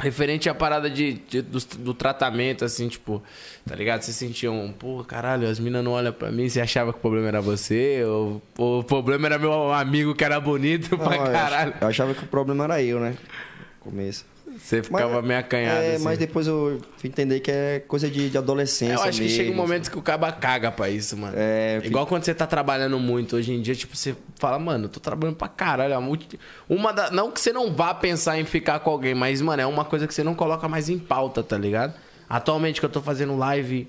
[SPEAKER 2] Referente à parada de, de- do, do tratamento, assim, tipo, tá ligado? Você sentia um, pô, caralho, as minas não olham pra mim, você achava que o problema era você, ou, ou o problema era meu amigo que era bonito (laughs)
[SPEAKER 4] Não,
[SPEAKER 2] pra
[SPEAKER 4] eu ach-
[SPEAKER 2] caralho.
[SPEAKER 4] Eu achava que o problema era eu, né? No começo.
[SPEAKER 2] Você ficava meio acanhado.
[SPEAKER 4] É,
[SPEAKER 2] assim.
[SPEAKER 4] mas depois eu fui entender que é coisa de, de adolescência.
[SPEAKER 2] Eu acho que
[SPEAKER 4] mesmo,
[SPEAKER 2] chega um momento
[SPEAKER 4] assim.
[SPEAKER 2] que o caba caga pra isso, mano.
[SPEAKER 4] É, eu fico-
[SPEAKER 2] Igual quando você tá trabalhando muito hoje em dia, tipo, você fala, mano, eu tô trabalhando pra caralho. a multi- Uma da... Não que você não vá pensar em ficar com alguém, mas, mano, é uma coisa que você não coloca mais em pauta, tá ligado? Atualmente que eu tô fazendo live,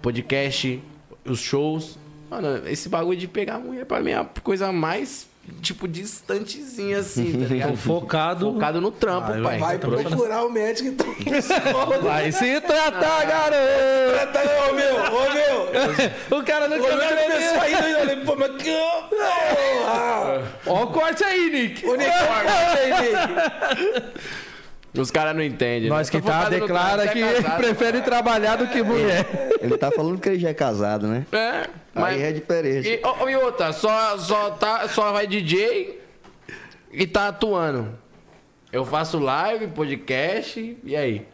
[SPEAKER 2] podcast, os shows. Mano, esse bagulho de pegar a mulher pra mim é a coisa mais, tipo, distantezinha, assim, tá ligado?
[SPEAKER 1] Focado.
[SPEAKER 2] Focado no trampo,
[SPEAKER 1] Ah, eu-
[SPEAKER 2] pai.
[SPEAKER 3] Vai procurar o médico então.
[SPEAKER 1] Vai se tratar, garoto!
[SPEAKER 3] Ô meu, ô meu!
[SPEAKER 1] O cara não quer
[SPEAKER 3] Olha a pessoa
[SPEAKER 1] ver.
[SPEAKER 3] ainda, eu olhei, pô, mas que. Porra!
[SPEAKER 1] Ó, o corte aí, Nick! (laughs)
[SPEAKER 3] Unicórnio,
[SPEAKER 2] Os caras não entendem.
[SPEAKER 1] Nós
[SPEAKER 2] né?
[SPEAKER 1] que
[SPEAKER 2] Tô
[SPEAKER 1] tá, É.
[SPEAKER 2] focado no
[SPEAKER 1] declara
[SPEAKER 2] trampo,
[SPEAKER 1] que
[SPEAKER 2] é
[SPEAKER 1] (laughs)
[SPEAKER 2] casado.
[SPEAKER 1] prefere trabalhar do que mulher.
[SPEAKER 4] Ele tá falando que ele já é casado, né?
[SPEAKER 2] É,
[SPEAKER 4] Aí é diferente.
[SPEAKER 2] E, ô, ô, e outra, só, só, tá, só vai DJ e tá atuando. Eu faço live, podcast, e aí?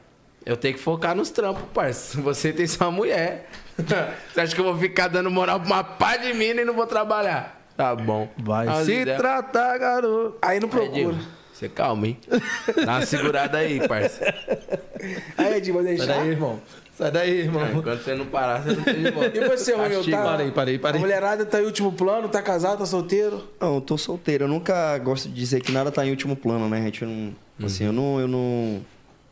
[SPEAKER 2] Eu tenho que focar nos trampos, parça. (laughs) Você tem sua mulher. (laughs) Você acha que eu vou ficar dando moral pra uma pá de mina e não vou trabalhar? Tá bom.
[SPEAKER 1] Vai
[SPEAKER 2] As
[SPEAKER 1] se
[SPEAKER 2] ideias.
[SPEAKER 1] tratar, garoto!
[SPEAKER 3] Aí não
[SPEAKER 2] Aí, Diego,
[SPEAKER 3] procura.
[SPEAKER 2] Você calma, hein? Dá uma segurada aí, parça.
[SPEAKER 3] Aí, Edinho, vou
[SPEAKER 1] Sai
[SPEAKER 3] deixar.
[SPEAKER 1] daí, irmão. Sai daí, irmão.
[SPEAKER 2] Enquanto você não parar, você não tem de volta.
[SPEAKER 3] (laughs) E você, Romeu,
[SPEAKER 1] Castigo.
[SPEAKER 3] tá?
[SPEAKER 1] Parei, parei, parei.
[SPEAKER 3] A mulherada tá em último plano, tá casado, tá solteiro.
[SPEAKER 4] Não, eu tô solteiro. Eu nunca gosto de dizer que nada tá em último plano, né? A gente não.
[SPEAKER 2] Uhum.
[SPEAKER 4] Assim, eu não. Eu não...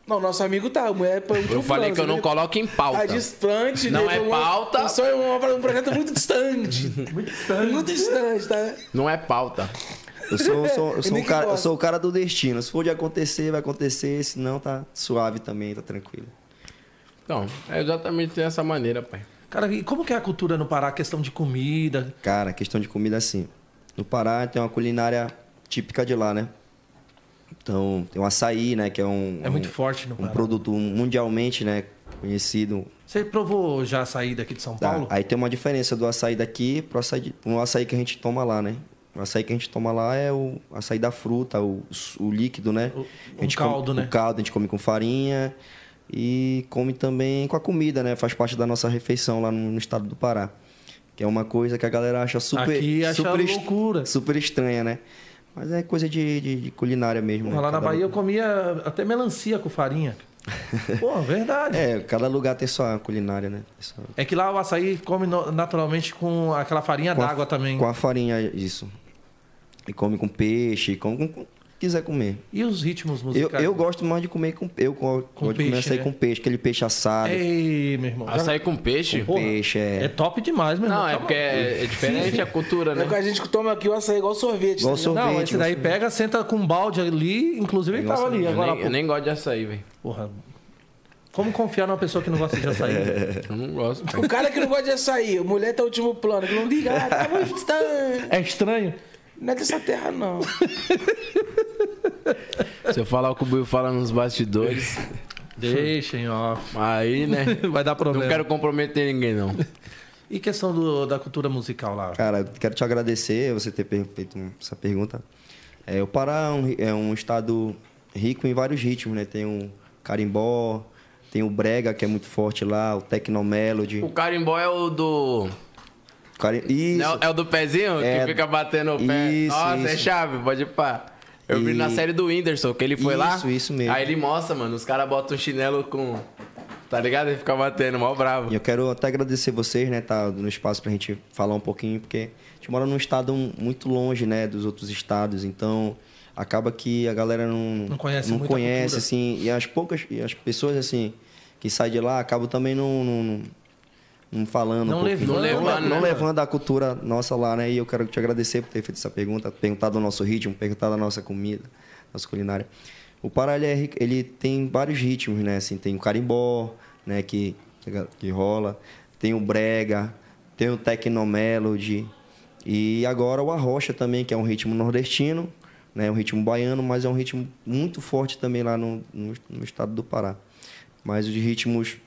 [SPEAKER 3] Não, nosso amigo tá, a mulher é pra último
[SPEAKER 2] Eu falei
[SPEAKER 3] plano,
[SPEAKER 2] que eu não
[SPEAKER 3] sabe?
[SPEAKER 2] coloco em pauta.
[SPEAKER 3] Tá distante,
[SPEAKER 2] Não
[SPEAKER 3] né?
[SPEAKER 2] é
[SPEAKER 3] Um-
[SPEAKER 2] pauta.
[SPEAKER 3] Um sonho, um, um projeto muito distante. muito distante. Muito distante, tá?
[SPEAKER 2] Não é pauta.
[SPEAKER 4] Eu sou, eu sou, eu sou
[SPEAKER 3] Ele
[SPEAKER 4] o
[SPEAKER 3] que
[SPEAKER 4] cara, eu
[SPEAKER 3] gosta.
[SPEAKER 4] sou o cara do destino. Se for de acontecer, vai acontecer. Se não, tá suave também, tá tranquilo.
[SPEAKER 2] Então, é exatamente dessa maneira, pai.
[SPEAKER 1] Cara, e como que é a cultura no Pará? A questão de comida.
[SPEAKER 4] Cara, questão de comida assim. No Pará tem uma culinária típica de lá, né? Então, tem o açaí, né? Que é um.
[SPEAKER 1] É
[SPEAKER 4] um-
[SPEAKER 1] muito forte no
[SPEAKER 4] Um
[SPEAKER 1] Pará.
[SPEAKER 4] produto mundialmente, né? Conhecido.
[SPEAKER 1] Você provou já a saída aqui de São
[SPEAKER 4] Tá,
[SPEAKER 1] Paulo?
[SPEAKER 4] Aí tem uma diferença do açaí daqui pro açaí, de- pro açaí que a gente toma lá, né? O açaí que a gente toma lá é o açaí da fruta, o, o líquido, né?
[SPEAKER 1] O-
[SPEAKER 4] A gente
[SPEAKER 1] um caldo,
[SPEAKER 4] come,
[SPEAKER 1] né?
[SPEAKER 4] O caldo a gente come com farinha e come também com a comida, né? Faz parte da nossa refeição lá no, no estado do Pará. Que é uma coisa que a galera acha super,
[SPEAKER 1] Aqui acha
[SPEAKER 4] super est-
[SPEAKER 1] loucura.
[SPEAKER 4] super estranha, né? Mas é coisa de, de- de culinária mesmo. né?
[SPEAKER 1] Lá na
[SPEAKER 4] Cada
[SPEAKER 1] Bahia eu comia até melancia com farinha. Pô, verdade.
[SPEAKER 4] É, cada lugar tem sua culinária, né? Tem sua-
[SPEAKER 1] É que lá o açaí come no- naturalmente com aquela farinha
[SPEAKER 4] Com a-
[SPEAKER 1] d'água também.
[SPEAKER 4] Com a farinha, isso. E come com peixe, come com, com quiser comer.
[SPEAKER 1] E os ritmos
[SPEAKER 4] Eu,
[SPEAKER 1] musicais?
[SPEAKER 4] eu gosto mais de comer com eu go- gosto de
[SPEAKER 1] peixe,
[SPEAKER 4] comer açaí
[SPEAKER 1] né?
[SPEAKER 4] com peixe, aquele peixe assado,
[SPEAKER 1] Ei, meu irmão.
[SPEAKER 2] Açaí com peixe?
[SPEAKER 1] Porra,
[SPEAKER 4] peixe é,
[SPEAKER 1] É top demais, meu irmão.
[SPEAKER 2] Não, é
[SPEAKER 1] Tá
[SPEAKER 2] porque é, é diferente a cultura, né?
[SPEAKER 3] É que a gente toma aqui o açaí igual sorvete.
[SPEAKER 4] Igual
[SPEAKER 3] tá ligado?
[SPEAKER 4] sorvete.
[SPEAKER 1] Não, esse daí pega, senta com um balde ali, inclusive ele tava ali.
[SPEAKER 2] Eu
[SPEAKER 1] Agora,
[SPEAKER 2] nem, eu nem gosto de açaí, velho.
[SPEAKER 1] porra. Como confiar numa pessoa que não gosta de
[SPEAKER 4] (laughs)
[SPEAKER 1] açaí?
[SPEAKER 2] Eu não gosto.
[SPEAKER 3] (laughs)
[SPEAKER 2] pai.
[SPEAKER 3] O cara que não gosta de açaí, a mulher tá último plano, que não liga, ah, tá muito distante.
[SPEAKER 1] é estranho?
[SPEAKER 3] Não é dessa terra, não.
[SPEAKER 2] Se eu falar o que o Buiu fala nos bastidores,
[SPEAKER 1] Deixem, ó.
[SPEAKER 2] aí, né?
[SPEAKER 1] (laughs) Vai dar problema.
[SPEAKER 2] Não quero comprometer ninguém, não.
[SPEAKER 1] E questão do- da cultura musical lá?
[SPEAKER 4] Cara, eu quero te agradecer você ter per- feito um- essa pergunta. É, o Pará é um, ri- é um estado rico em vários ritmos, né? Tem o carimbó, tem o brega que é muito forte lá, o tecnomelody.
[SPEAKER 2] O carimbó é o do.
[SPEAKER 4] Cari... Isso.
[SPEAKER 2] É, o- é o do pezinho
[SPEAKER 4] É.
[SPEAKER 2] que fica batendo o pé.
[SPEAKER 4] Isso,
[SPEAKER 2] Nossa, é
[SPEAKER 4] isso.
[SPEAKER 2] chave, pode ir pá. Eu vi
[SPEAKER 4] E-
[SPEAKER 2] na série do Whindersson, que ele foi lá.
[SPEAKER 4] Isso, isso mesmo.
[SPEAKER 2] Aí ele mostra, mano, os caras botam um chinelo com. Tá ligado? Ele fica batendo, mó bravo.
[SPEAKER 4] E eu quero até agradecer vocês, né, tá no espaço pra gente um, falar um pouquinho, porque a gente mora num estado muito longe, né, dos outros estados, então acaba que a galera não,
[SPEAKER 1] Não conhece muita
[SPEAKER 4] conhece
[SPEAKER 1] cultura.
[SPEAKER 4] assim, e as poucas e as pessoas assim que saem de lá acabam também não, não, não- não falando,
[SPEAKER 1] Não
[SPEAKER 4] um
[SPEAKER 1] levando,
[SPEAKER 4] pouquinho. não,
[SPEAKER 2] né,
[SPEAKER 4] le- não
[SPEAKER 2] mano?
[SPEAKER 4] levando a cultura nossa lá, né? E eu quero te agradecer por ter feito essa pergunta, perguntado o nosso ritmo, perguntado a nossa comida, nossa culinária. O Pará ele, é rico- ele tem vários ritmos, né? Assim, tem o carimbó, né? Que que rola, tem o brega, tem o tecnomelody e agora o arrocha também, que é um ritmo nordestino, né? Um ritmo baiano, mas é um ritmo muito forte também lá no, no, no estado do Pará. Mas os ritmos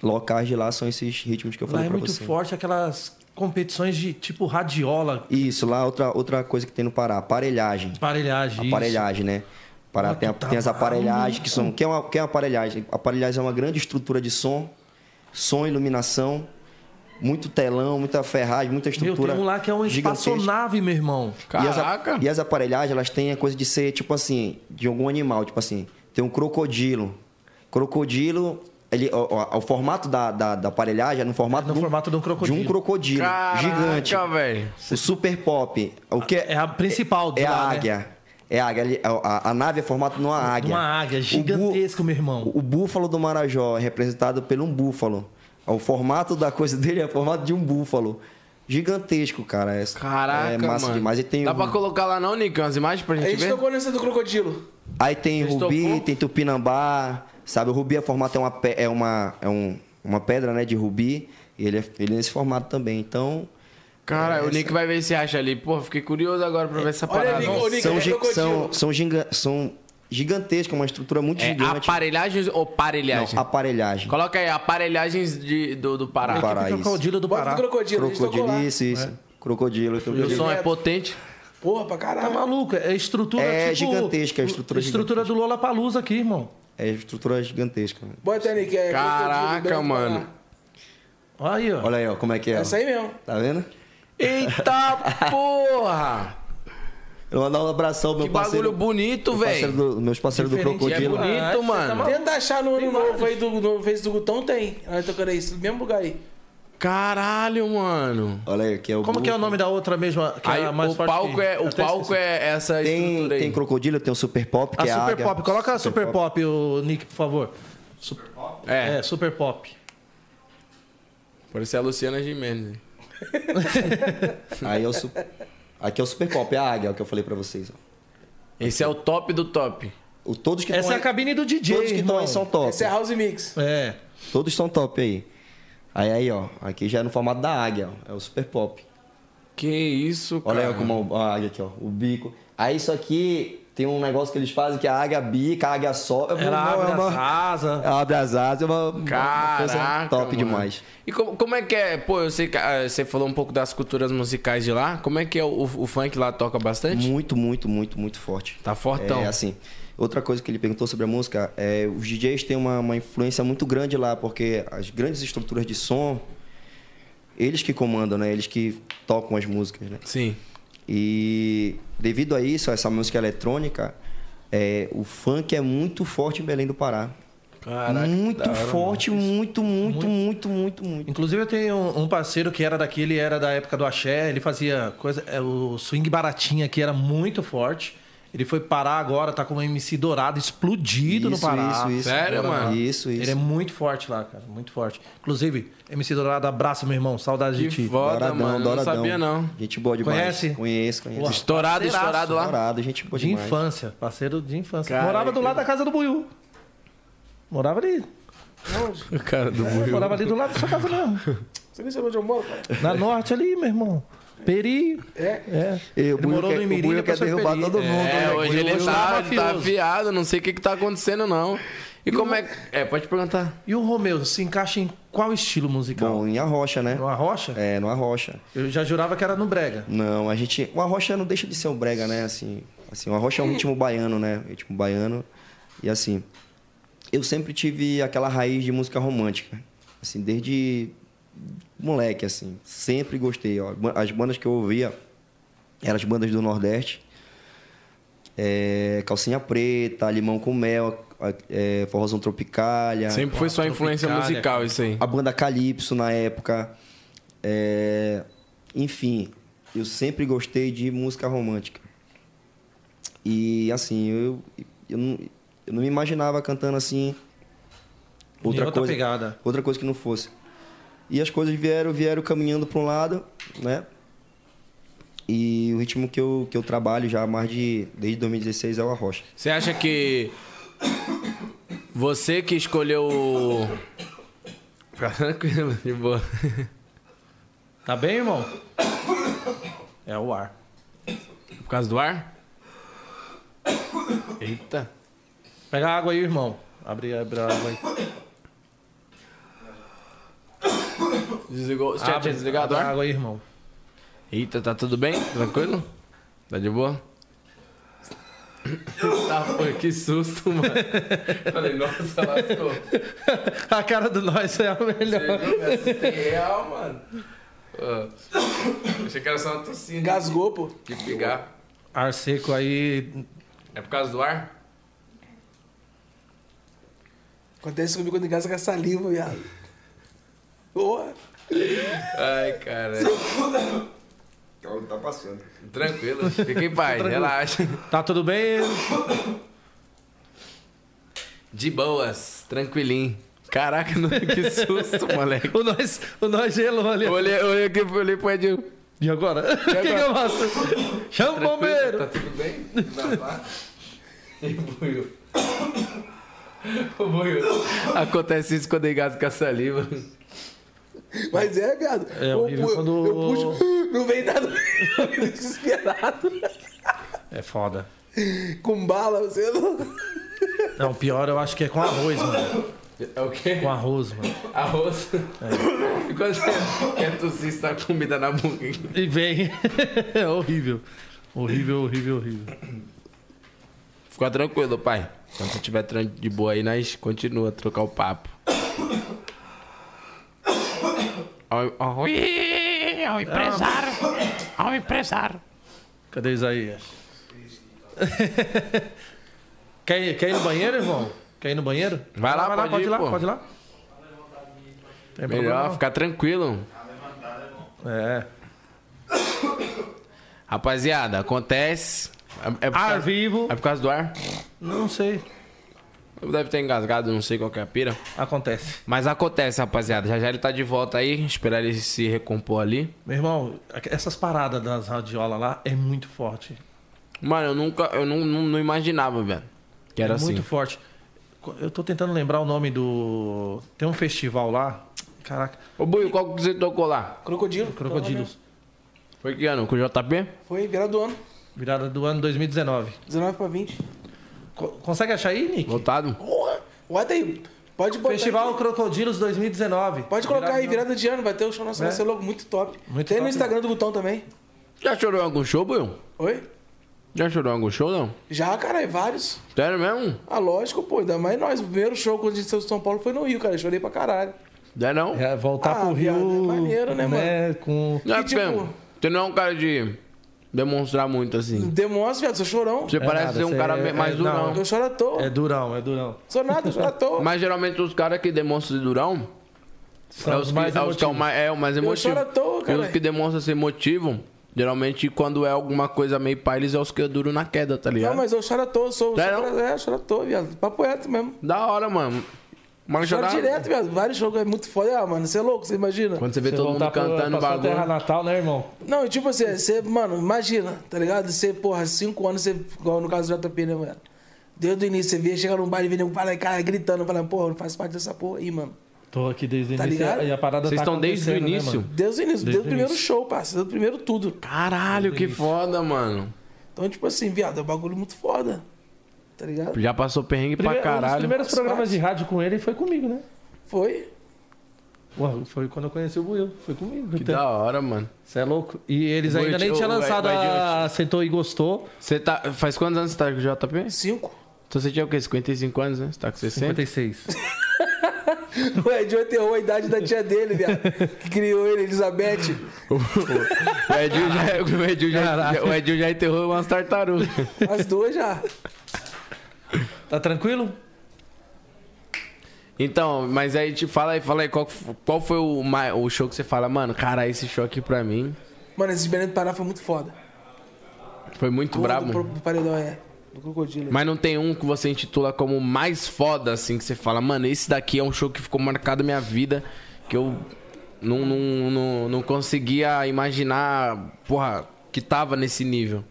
[SPEAKER 4] locais de lá são esses ritmos que eu
[SPEAKER 1] Lá
[SPEAKER 4] falei
[SPEAKER 1] é
[SPEAKER 4] pra
[SPEAKER 1] muito
[SPEAKER 4] você.
[SPEAKER 1] forte aquelas competições de tipo radiola,
[SPEAKER 4] Isso, lá outra, outra coisa que tem no Pará, aparelhagem.
[SPEAKER 1] aparelhagem. isso.
[SPEAKER 4] Aparelhagem, né? O Pará
[SPEAKER 1] Ah,
[SPEAKER 4] tem, a-
[SPEAKER 1] que tá
[SPEAKER 4] tem as
[SPEAKER 1] bravo,
[SPEAKER 4] aparelhagens que são. O que é, uma, o que é uma aparelhagem? Aparelhagem é uma grande estrutura de som, som, iluminação, muito telão, muita ferragem, muita
[SPEAKER 1] Meu,
[SPEAKER 4] estrutura.
[SPEAKER 1] tem um lá que é uma
[SPEAKER 4] gigantesca.
[SPEAKER 1] espaçonave, meu irmão.
[SPEAKER 4] E
[SPEAKER 2] Caraca.
[SPEAKER 4] as, a- e as aparelhagens, elas têm a coisa de ser, tipo assim, de algum animal. Tipo assim, tem um crocodilo. Crocodilo, ele, ó, ó, o, formato da, da, da aparelhagem é no formato,
[SPEAKER 1] No
[SPEAKER 4] de um-
[SPEAKER 1] formato de um crocodilo.
[SPEAKER 4] De um crocodilo
[SPEAKER 2] Caraca,
[SPEAKER 4] gigante.
[SPEAKER 2] velho.
[SPEAKER 4] O super pop. O que
[SPEAKER 1] É a principal de
[SPEAKER 4] É, é a
[SPEAKER 1] lá, né?
[SPEAKER 4] águia. É a águia. ali- a- A, a nave é formada numa águia.
[SPEAKER 1] Uma águia
[SPEAKER 4] O bu-
[SPEAKER 1] gigantesco, meu irmão.
[SPEAKER 4] o búfalo do Marajó é representado pelo um búfalo. O formato da coisa dele é o formato de um búfalo. Gigantesco, cara. É,
[SPEAKER 2] Caraca,
[SPEAKER 4] é massa
[SPEAKER 2] mano.
[SPEAKER 4] demais. E tem
[SPEAKER 2] Dá
[SPEAKER 4] o-
[SPEAKER 2] pra colocar lá não, Nicão, as imagens pra
[SPEAKER 3] A
[SPEAKER 2] gente,
[SPEAKER 3] gente
[SPEAKER 2] ver?
[SPEAKER 3] tocou nessa do crocodilo.
[SPEAKER 4] Aí tem
[SPEAKER 2] Vocês
[SPEAKER 4] rubi,
[SPEAKER 2] tocou?
[SPEAKER 4] tem tupinambá, sabe? O rubi é formato é uma pe- é uma é um, uma pedra, né, de rubi, e ele é, ele é nesse formato também. Então,
[SPEAKER 2] Cara, o Nick vai ver se acha ali. Porra, fiquei curioso agora pra ver essa
[SPEAKER 3] Olha
[SPEAKER 2] parada.
[SPEAKER 3] ali, ô, Nick,
[SPEAKER 4] são
[SPEAKER 3] é
[SPEAKER 4] gi-
[SPEAKER 3] crocodilo.
[SPEAKER 4] são são, giga- são gigantescas, uma estrutura muito
[SPEAKER 2] é
[SPEAKER 1] né?
[SPEAKER 4] gigante.
[SPEAKER 2] aparelhagens ou parelhagem?
[SPEAKER 4] Não, aparelhagem.
[SPEAKER 2] Coloca aí, aparelhagens de- do, do Pará.
[SPEAKER 4] Do Pará. Para
[SPEAKER 1] O
[SPEAKER 4] isso.
[SPEAKER 1] crocodilo do
[SPEAKER 3] Bota
[SPEAKER 1] Pará.
[SPEAKER 3] do crocodilo, a gente tocou lá.
[SPEAKER 4] Crocodilo, isso, isso. Crocodilo, então,
[SPEAKER 2] E o
[SPEAKER 4] crocodilo.
[SPEAKER 2] som é potente.
[SPEAKER 3] Porra, pra caralho.
[SPEAKER 1] Tá maluco? É estrutura
[SPEAKER 4] É
[SPEAKER 1] tipo,
[SPEAKER 4] gigantesca, a estrutura
[SPEAKER 1] Estrutura do Lola Palusa aqui, irmão.
[SPEAKER 4] É estrutura gigantesca.
[SPEAKER 3] Bota aí, Nick. É
[SPEAKER 2] Caraca,
[SPEAKER 3] crocodilo, bem
[SPEAKER 2] mano.
[SPEAKER 3] pra lá.
[SPEAKER 1] Olha aí, ó.
[SPEAKER 4] Olha aí, ó, como é que é.
[SPEAKER 3] É
[SPEAKER 4] ó.
[SPEAKER 3] isso aí mesmo.
[SPEAKER 4] Tá vendo?
[SPEAKER 2] Eita
[SPEAKER 4] (laughs)
[SPEAKER 2] porra!
[SPEAKER 4] Eu vou mandar um abração ao meu
[SPEAKER 2] Que
[SPEAKER 4] parceiro.
[SPEAKER 2] bagulho bonito,
[SPEAKER 4] meu parceiro
[SPEAKER 2] velho.
[SPEAKER 4] do- meus parceiros do
[SPEAKER 1] Diferente,
[SPEAKER 4] crocodilo.
[SPEAKER 2] É bonito,
[SPEAKER 1] Ah,
[SPEAKER 2] mano.
[SPEAKER 1] você tá
[SPEAKER 3] Tenta achar no ano novo aí do, do Face do Gutão, tem. Nós tocando aí, no mesmo lugar aí.
[SPEAKER 2] Caralho, mano.
[SPEAKER 4] Olha aí, que é o
[SPEAKER 1] Como que é o
[SPEAKER 4] búfalo.
[SPEAKER 1] nome da outra mesmo? que é
[SPEAKER 2] Aí,
[SPEAKER 1] a mais
[SPEAKER 2] o
[SPEAKER 1] forte
[SPEAKER 2] palco
[SPEAKER 1] que-
[SPEAKER 2] é, o
[SPEAKER 1] Até
[SPEAKER 2] palco
[SPEAKER 1] esqueci.
[SPEAKER 2] é essa
[SPEAKER 4] Tem,
[SPEAKER 2] estrutura aí.
[SPEAKER 4] tem crocodilo, tem o super pop, que
[SPEAKER 1] A
[SPEAKER 4] é
[SPEAKER 1] Super
[SPEAKER 4] águia.
[SPEAKER 1] Pop. Coloca a Super Pop, o Nick, por favor. Su-
[SPEAKER 2] É,
[SPEAKER 1] É, Super Pop.
[SPEAKER 2] parecia a Luciana Gimenez.
[SPEAKER 4] Aí é o su- Aqui é o super pop, é a águia, é o que eu falei pra vocês. ó.
[SPEAKER 2] Esse é o top do top.
[SPEAKER 4] O, todos que
[SPEAKER 1] Essa é
[SPEAKER 4] tão
[SPEAKER 1] a cabine do
[SPEAKER 4] aí,
[SPEAKER 1] DJ,
[SPEAKER 4] Todos que estão
[SPEAKER 1] irmão.
[SPEAKER 4] aí são top.
[SPEAKER 3] Esse é House Mix.
[SPEAKER 1] É.
[SPEAKER 4] Todos são top aí. Aí, aí, ó. Aqui já é no formato da águia, ó. É o super pop.
[SPEAKER 2] Que isso, cara.
[SPEAKER 4] Olha aí ó, como a águia aqui, ó. O bico. Aí isso aqui tem um negócio que eles fazem que a águia bica, a águia sobe.
[SPEAKER 1] Ela
[SPEAKER 4] Não,
[SPEAKER 1] abre
[SPEAKER 4] é
[SPEAKER 1] as
[SPEAKER 4] uma-
[SPEAKER 1] asas.
[SPEAKER 4] Ela abre as asas. É uma, uma
[SPEAKER 2] Caraca,
[SPEAKER 4] coisa top
[SPEAKER 2] mano.
[SPEAKER 4] demais.
[SPEAKER 2] E como, como é que é? Pô, eu sei que ah, você falou um pouco das culturas musicais de lá. Como é que é o, o funk lá toca bastante?
[SPEAKER 4] Muito, muito, muito, muito forte.
[SPEAKER 2] Tá fortão.
[SPEAKER 4] É, assim, outra coisa que ele perguntou sobre a música, é, os DJs têm uma, uma influência muito grande lá, porque as grandes estruturas de som, eles que comandam, né? Eles que tocam as músicas, né?
[SPEAKER 2] Sim.
[SPEAKER 4] E devido a isso, a essa música eletrônica, é, o funk é muito forte em Belém do Pará.
[SPEAKER 2] Caraca.
[SPEAKER 4] muito forte, muito, muito, muito, muito, muito.
[SPEAKER 1] Inclusive, eu tenho um um parceiro que era daqui, ele era da época do axé, ele fazia coisa. é, O swing baratinha aqui era muito forte. Ele foi parar agora, tá com um MC dourado explodido no Pará.
[SPEAKER 4] Isso, isso.
[SPEAKER 2] Sério,
[SPEAKER 4] Pará.
[SPEAKER 2] mano?
[SPEAKER 4] Isso, isso.
[SPEAKER 1] Ele é muito forte lá, cara, muito forte. Inclusive, MC Dourado, abraço, meu irmão, saudade de
[SPEAKER 2] Que
[SPEAKER 1] ti.
[SPEAKER 2] foda, mano. Não sabia, não.
[SPEAKER 4] Gente boa demais.
[SPEAKER 1] Conhece?
[SPEAKER 4] Conheço, conheço.
[SPEAKER 1] Uau.
[SPEAKER 2] Estourado,
[SPEAKER 1] Parceiraço,
[SPEAKER 2] estourado lá.
[SPEAKER 4] Estourado, gente boa
[SPEAKER 1] De
[SPEAKER 4] demais.
[SPEAKER 1] infância, parceiro de infância.
[SPEAKER 2] Cara,
[SPEAKER 1] Morava do lado da casa do Buiu. Morava ali.
[SPEAKER 2] O cara do
[SPEAKER 1] Morava ali do lado da sua casa (laughs) mesmo.
[SPEAKER 3] Você nem sabe onde eu moro, cara.
[SPEAKER 1] Na norte ali, meu irmão. Peri.
[SPEAKER 3] É.
[SPEAKER 1] É.
[SPEAKER 4] E o
[SPEAKER 1] Ele
[SPEAKER 4] Buio
[SPEAKER 1] morou
[SPEAKER 4] quer,
[SPEAKER 1] no
[SPEAKER 4] o
[SPEAKER 1] Imirim,
[SPEAKER 4] Buio
[SPEAKER 1] depois
[SPEAKER 4] quer
[SPEAKER 1] foi
[SPEAKER 4] derrubar
[SPEAKER 1] Peri.
[SPEAKER 4] todo mundo.
[SPEAKER 2] É,
[SPEAKER 4] né?
[SPEAKER 2] hoje ele
[SPEAKER 1] Hoje
[SPEAKER 2] tá,
[SPEAKER 1] tá
[SPEAKER 2] ele tá
[SPEAKER 1] mafioso.
[SPEAKER 2] afiado, não sei o que que tá acontecendo, não. E como é que... É, pode perguntar.
[SPEAKER 1] E o Romeu se encaixa em qual estilo musical?
[SPEAKER 4] Bom, em Arrocha, né?
[SPEAKER 1] No Arrocha?
[SPEAKER 4] É, no Arrocha.
[SPEAKER 1] Eu já jurava que era no Brega.
[SPEAKER 4] Não, a gente. O Arrocha não deixa de ser um brega, né? Assim, assim, o Arrocha é um ritmo baiano, né? Ritmo baiano. E assim, eu sempre tive aquela raiz de música romântica. Assim, desde moleque, assim. Sempre gostei. ó. As bandas que eu ouvia eram as bandas do Nordeste. É, calcinha preta, limão com mel, é, forrozão tropicália.
[SPEAKER 2] Sempre foi sua influência
[SPEAKER 1] Tropicália,
[SPEAKER 2] musical isso aí.
[SPEAKER 4] A banda Calypso na época. É, Enfim, eu sempre gostei de música romântica. E assim, eu, eu, não, eu não me imaginava cantando assim. Outra,
[SPEAKER 1] outra
[SPEAKER 4] coisa,
[SPEAKER 1] pegada.
[SPEAKER 4] outra coisa que não fosse. E as coisas vieram, vieram caminhando para um lado, né? E o ritmo que eu, que eu trabalho já há mais de. desde 2016 é o Arrocha.
[SPEAKER 2] Você acha que você que escolheu. Fica tranquilo, de boa.
[SPEAKER 1] Tá bem, irmão? É o ar.
[SPEAKER 2] Por causa do ar? Eita.
[SPEAKER 1] Pega a água aí, irmão. Abre, abre a água aí.
[SPEAKER 2] Desligou. Você já
[SPEAKER 1] Abre-
[SPEAKER 2] tinha desligado né? o
[SPEAKER 1] abre a
[SPEAKER 2] ar?
[SPEAKER 1] água aí, irmão.
[SPEAKER 2] Eita, tá tudo bem? Tranquilo? Tá de boa? Tá, pô, que susto, mano. Falei, nossa, lascou.
[SPEAKER 1] a cara do nós é a melhor.
[SPEAKER 2] É real, mano. Ó, achei que era só uma tocinha de-
[SPEAKER 3] Engasgou, pô.
[SPEAKER 2] de pegar.
[SPEAKER 1] Ar seco aí.
[SPEAKER 2] É por causa do ar?
[SPEAKER 3] Acontece comigo quando engasga com a saliva, viado. Boa.
[SPEAKER 2] Ai, cara.
[SPEAKER 4] Tá passando.
[SPEAKER 2] Tranquilo. Fica em paz, relaxa.
[SPEAKER 1] Tá tudo bem?
[SPEAKER 2] De boas, tranquilinho. Caraca, (laughs) não- que susto, moleque.
[SPEAKER 1] O nós, o nós gelou ali.
[SPEAKER 2] Eu olhei, eu olhei aqui, eu olhei pro Edil.
[SPEAKER 1] E agora? (laughs) O que, que eu faço? Chama o bombeiro!
[SPEAKER 2] Tá tudo bem? Na paz? E buio. Ô, buio. Acontece isso quando engasga com a saliva.
[SPEAKER 3] Mas é, viado.
[SPEAKER 1] É horrível quando-
[SPEAKER 3] eu puxo, (laughs) não vem nada. Eu fico Desesperado.
[SPEAKER 1] É foda.
[SPEAKER 3] Com bala, você é não.
[SPEAKER 1] Não, o pior eu acho que é com arroz, mano.
[SPEAKER 2] É o quê?
[SPEAKER 1] Com arroz, mano.
[SPEAKER 2] Arroz. E quando você quer tossir, você tá com comida na boca.
[SPEAKER 1] E vem. (laughs) É horrível. Horrível, horrível, horrível.
[SPEAKER 2] Fica tranquilo, pai. Quando você tiver tran- de boa aí, nós continua a trocar o papo. Ao, ao, Ih, ao empresário. Ao empresário.
[SPEAKER 1] Cadê Isaías? (laughs) quer, ir, quer ir no banheiro, irmão? Quer ir no banheiro?
[SPEAKER 2] Vai lá, pode ir,
[SPEAKER 1] lá,
[SPEAKER 2] pô.
[SPEAKER 1] pode ir lá. Tem
[SPEAKER 2] Melhor
[SPEAKER 1] problema,
[SPEAKER 2] ficar tranquilo.
[SPEAKER 1] não. É.
[SPEAKER 2] Rapaziada, acontece. É, é por
[SPEAKER 1] Ar
[SPEAKER 2] causa,
[SPEAKER 1] vivo.
[SPEAKER 2] é por causa do ar?
[SPEAKER 1] Não sei.
[SPEAKER 2] Deve ter engasgado, não sei qual que é a pira.
[SPEAKER 1] Acontece.
[SPEAKER 2] Mas acontece, rapaziada. Já já ele tá de volta aí. Esperar ele se recompor ali.
[SPEAKER 1] Meu irmão, essas paradas das radiolas lá é muito forte.
[SPEAKER 2] Mano, eu nunca. Eu não, não, não imaginava, velho. Que era
[SPEAKER 1] é
[SPEAKER 2] assim.
[SPEAKER 1] muito forte. Eu tô tentando lembrar o nome do. Tem um festival lá. Caraca,
[SPEAKER 2] Ô, Buio, qual que você tocou lá?
[SPEAKER 3] Crocodilo.
[SPEAKER 1] Crocodilos.
[SPEAKER 2] Foi que ano? Com o JP?
[SPEAKER 3] Foi virada do ano.
[SPEAKER 1] Virada do ano 2019.
[SPEAKER 3] 19 pra 20.
[SPEAKER 1] Co- consegue achar aí, Nick?
[SPEAKER 2] Voltado?
[SPEAKER 3] Porra! Bota aí. Pode botar.
[SPEAKER 1] Festival
[SPEAKER 3] aí.
[SPEAKER 1] Crocodilos 2019.
[SPEAKER 3] tá Pode colocar aí,
[SPEAKER 1] do ano.
[SPEAKER 3] virada de ano. Vai ter o show nosso,
[SPEAKER 1] É.
[SPEAKER 3] vai ser logo muito top.
[SPEAKER 1] Muito
[SPEAKER 3] Tem
[SPEAKER 1] top. né?
[SPEAKER 3] no Instagram do Gutão também.
[SPEAKER 2] Já chorou em algum show, Buio?
[SPEAKER 3] Oi?
[SPEAKER 2] Já chorou em algum show, não?
[SPEAKER 3] Já, caralho, vários.
[SPEAKER 2] Sério mesmo?
[SPEAKER 3] Ah, lógico, pô. Ainda mais nós. O primeiro show quando a gente saiu de São Paulo foi no Rio, cara. Eu chorei pra caralho.
[SPEAKER 2] Já não?
[SPEAKER 1] É, voltar
[SPEAKER 3] Ah,
[SPEAKER 1] pro Rio.
[SPEAKER 3] viado, é maneiro, né,
[SPEAKER 1] Com...
[SPEAKER 2] Não é
[SPEAKER 3] E, tipo-
[SPEAKER 2] porque Você não é um cara de demonstrar muito assim.
[SPEAKER 3] Demonstra, viado. Sou chorão.
[SPEAKER 2] Você parece
[SPEAKER 1] nada,
[SPEAKER 2] ser um
[SPEAKER 1] você
[SPEAKER 2] cara
[SPEAKER 1] é-
[SPEAKER 2] mais
[SPEAKER 1] é-
[SPEAKER 2] durão.
[SPEAKER 1] não.
[SPEAKER 3] Eu choro à toa.
[SPEAKER 1] É durão, é durão.
[SPEAKER 3] Sou nada, eu choro
[SPEAKER 1] (laughs)
[SPEAKER 3] à toa.
[SPEAKER 2] Mas geralmente os caras que demonstram ser durão
[SPEAKER 1] São
[SPEAKER 2] é
[SPEAKER 1] os
[SPEAKER 2] os que,
[SPEAKER 1] mais
[SPEAKER 2] é os que é o
[SPEAKER 1] emotivos.
[SPEAKER 2] mais, é o mais emotivo.
[SPEAKER 3] choro um à toa,
[SPEAKER 2] E os
[SPEAKER 3] caralho.
[SPEAKER 2] que demonstram ser motivo, geralmente quando é alguma coisa meio pá, eles é os que é duro na queda, tá ligado?
[SPEAKER 3] Não, mas eu choro à toa. Sou,
[SPEAKER 2] Já
[SPEAKER 3] sou
[SPEAKER 2] não?
[SPEAKER 3] é, eu choro à toa, viado. Papo reto mesmo.
[SPEAKER 2] Da hora, mano. Mano,
[SPEAKER 3] Choro
[SPEAKER 2] chorar.
[SPEAKER 3] direto, viado. Vários shows. É muito foda. Ah, mano, você é louco, você imagina?
[SPEAKER 2] Quando você vê
[SPEAKER 1] Você
[SPEAKER 2] todo
[SPEAKER 1] voltar
[SPEAKER 2] mundo
[SPEAKER 1] pro-
[SPEAKER 2] cantando o
[SPEAKER 1] pra sua terra
[SPEAKER 2] bagulho.
[SPEAKER 1] natal, né, irmão?
[SPEAKER 3] Não, e tipo assim, você, mano, imagina, tá ligado? Você, porra, cinco anos, você, igual no caso do JP, né, mano? Desde o início, você via, chega num bar e vê nego fala, cara, gritando, falando, porra, eu não faço parte dessa porra aí, mano.
[SPEAKER 1] Tô aqui desde o
[SPEAKER 3] Tá
[SPEAKER 1] início
[SPEAKER 3] ligado?
[SPEAKER 1] e a parada
[SPEAKER 2] Vocês
[SPEAKER 1] tá
[SPEAKER 2] estão desde o
[SPEAKER 1] acontecendo, né,
[SPEAKER 2] início?
[SPEAKER 1] mano?
[SPEAKER 3] Desde o início, desde,
[SPEAKER 1] Desde
[SPEAKER 3] o
[SPEAKER 1] o
[SPEAKER 3] primeiro
[SPEAKER 1] início.
[SPEAKER 3] show, parceiro, desde o primeiro tudo.
[SPEAKER 2] Caralho, que foda, mano.
[SPEAKER 3] Então, tipo assim, viado, é um bagulho muito foda, tá ligado?
[SPEAKER 2] Já passou perrengue pra
[SPEAKER 1] Primeiro- Um dos
[SPEAKER 2] caralho.
[SPEAKER 1] primeiros programas de rádio com ele foi comigo, né?
[SPEAKER 3] Foi.
[SPEAKER 1] Ué, Foi quando eu conheci o Buiu, foi comigo.
[SPEAKER 2] Que da hora, mano.
[SPEAKER 1] Você é louco? E eles ainda
[SPEAKER 2] Buiu,
[SPEAKER 1] nem tinham
[SPEAKER 2] o-
[SPEAKER 1] lançado
[SPEAKER 2] vai- vai
[SPEAKER 1] a Sentou e Gostou.
[SPEAKER 2] Você tá. Faz quantos anos você tá com o JP?
[SPEAKER 3] Cinco. (laughs)
[SPEAKER 2] Então você tinha o quê? 55 anos, né? Você tá com 60?
[SPEAKER 1] 56.
[SPEAKER 3] Ué, É de oito errou a idade da tia dele, viado. Que criou ele, Elizabeth.
[SPEAKER 2] o Edil já, é- o Edil já,
[SPEAKER 1] Caralho.
[SPEAKER 2] o Edil já enterrou umas tartarugas.
[SPEAKER 3] As duas já.
[SPEAKER 1] Tá tranquilo?
[SPEAKER 2] Então, mas aí te fala aí, fala aí, qual, que f- qual foi o, mai- o show que você fala, mano, cara, esse show aqui pra mim
[SPEAKER 3] Mano, esse de Belém do Pará foi muito foda.
[SPEAKER 2] foi muito
[SPEAKER 3] Porra, do
[SPEAKER 2] brabo.
[SPEAKER 3] pro- do paredão, é. do Crocodilo.
[SPEAKER 2] Mas não tem um que você intitula como o mais foda, assim, que você fala, mano, esse daqui é um show que ficou marcado na minha vida, que eu não, não, não, não conseguia imaginar, porra, que tava nesse nível.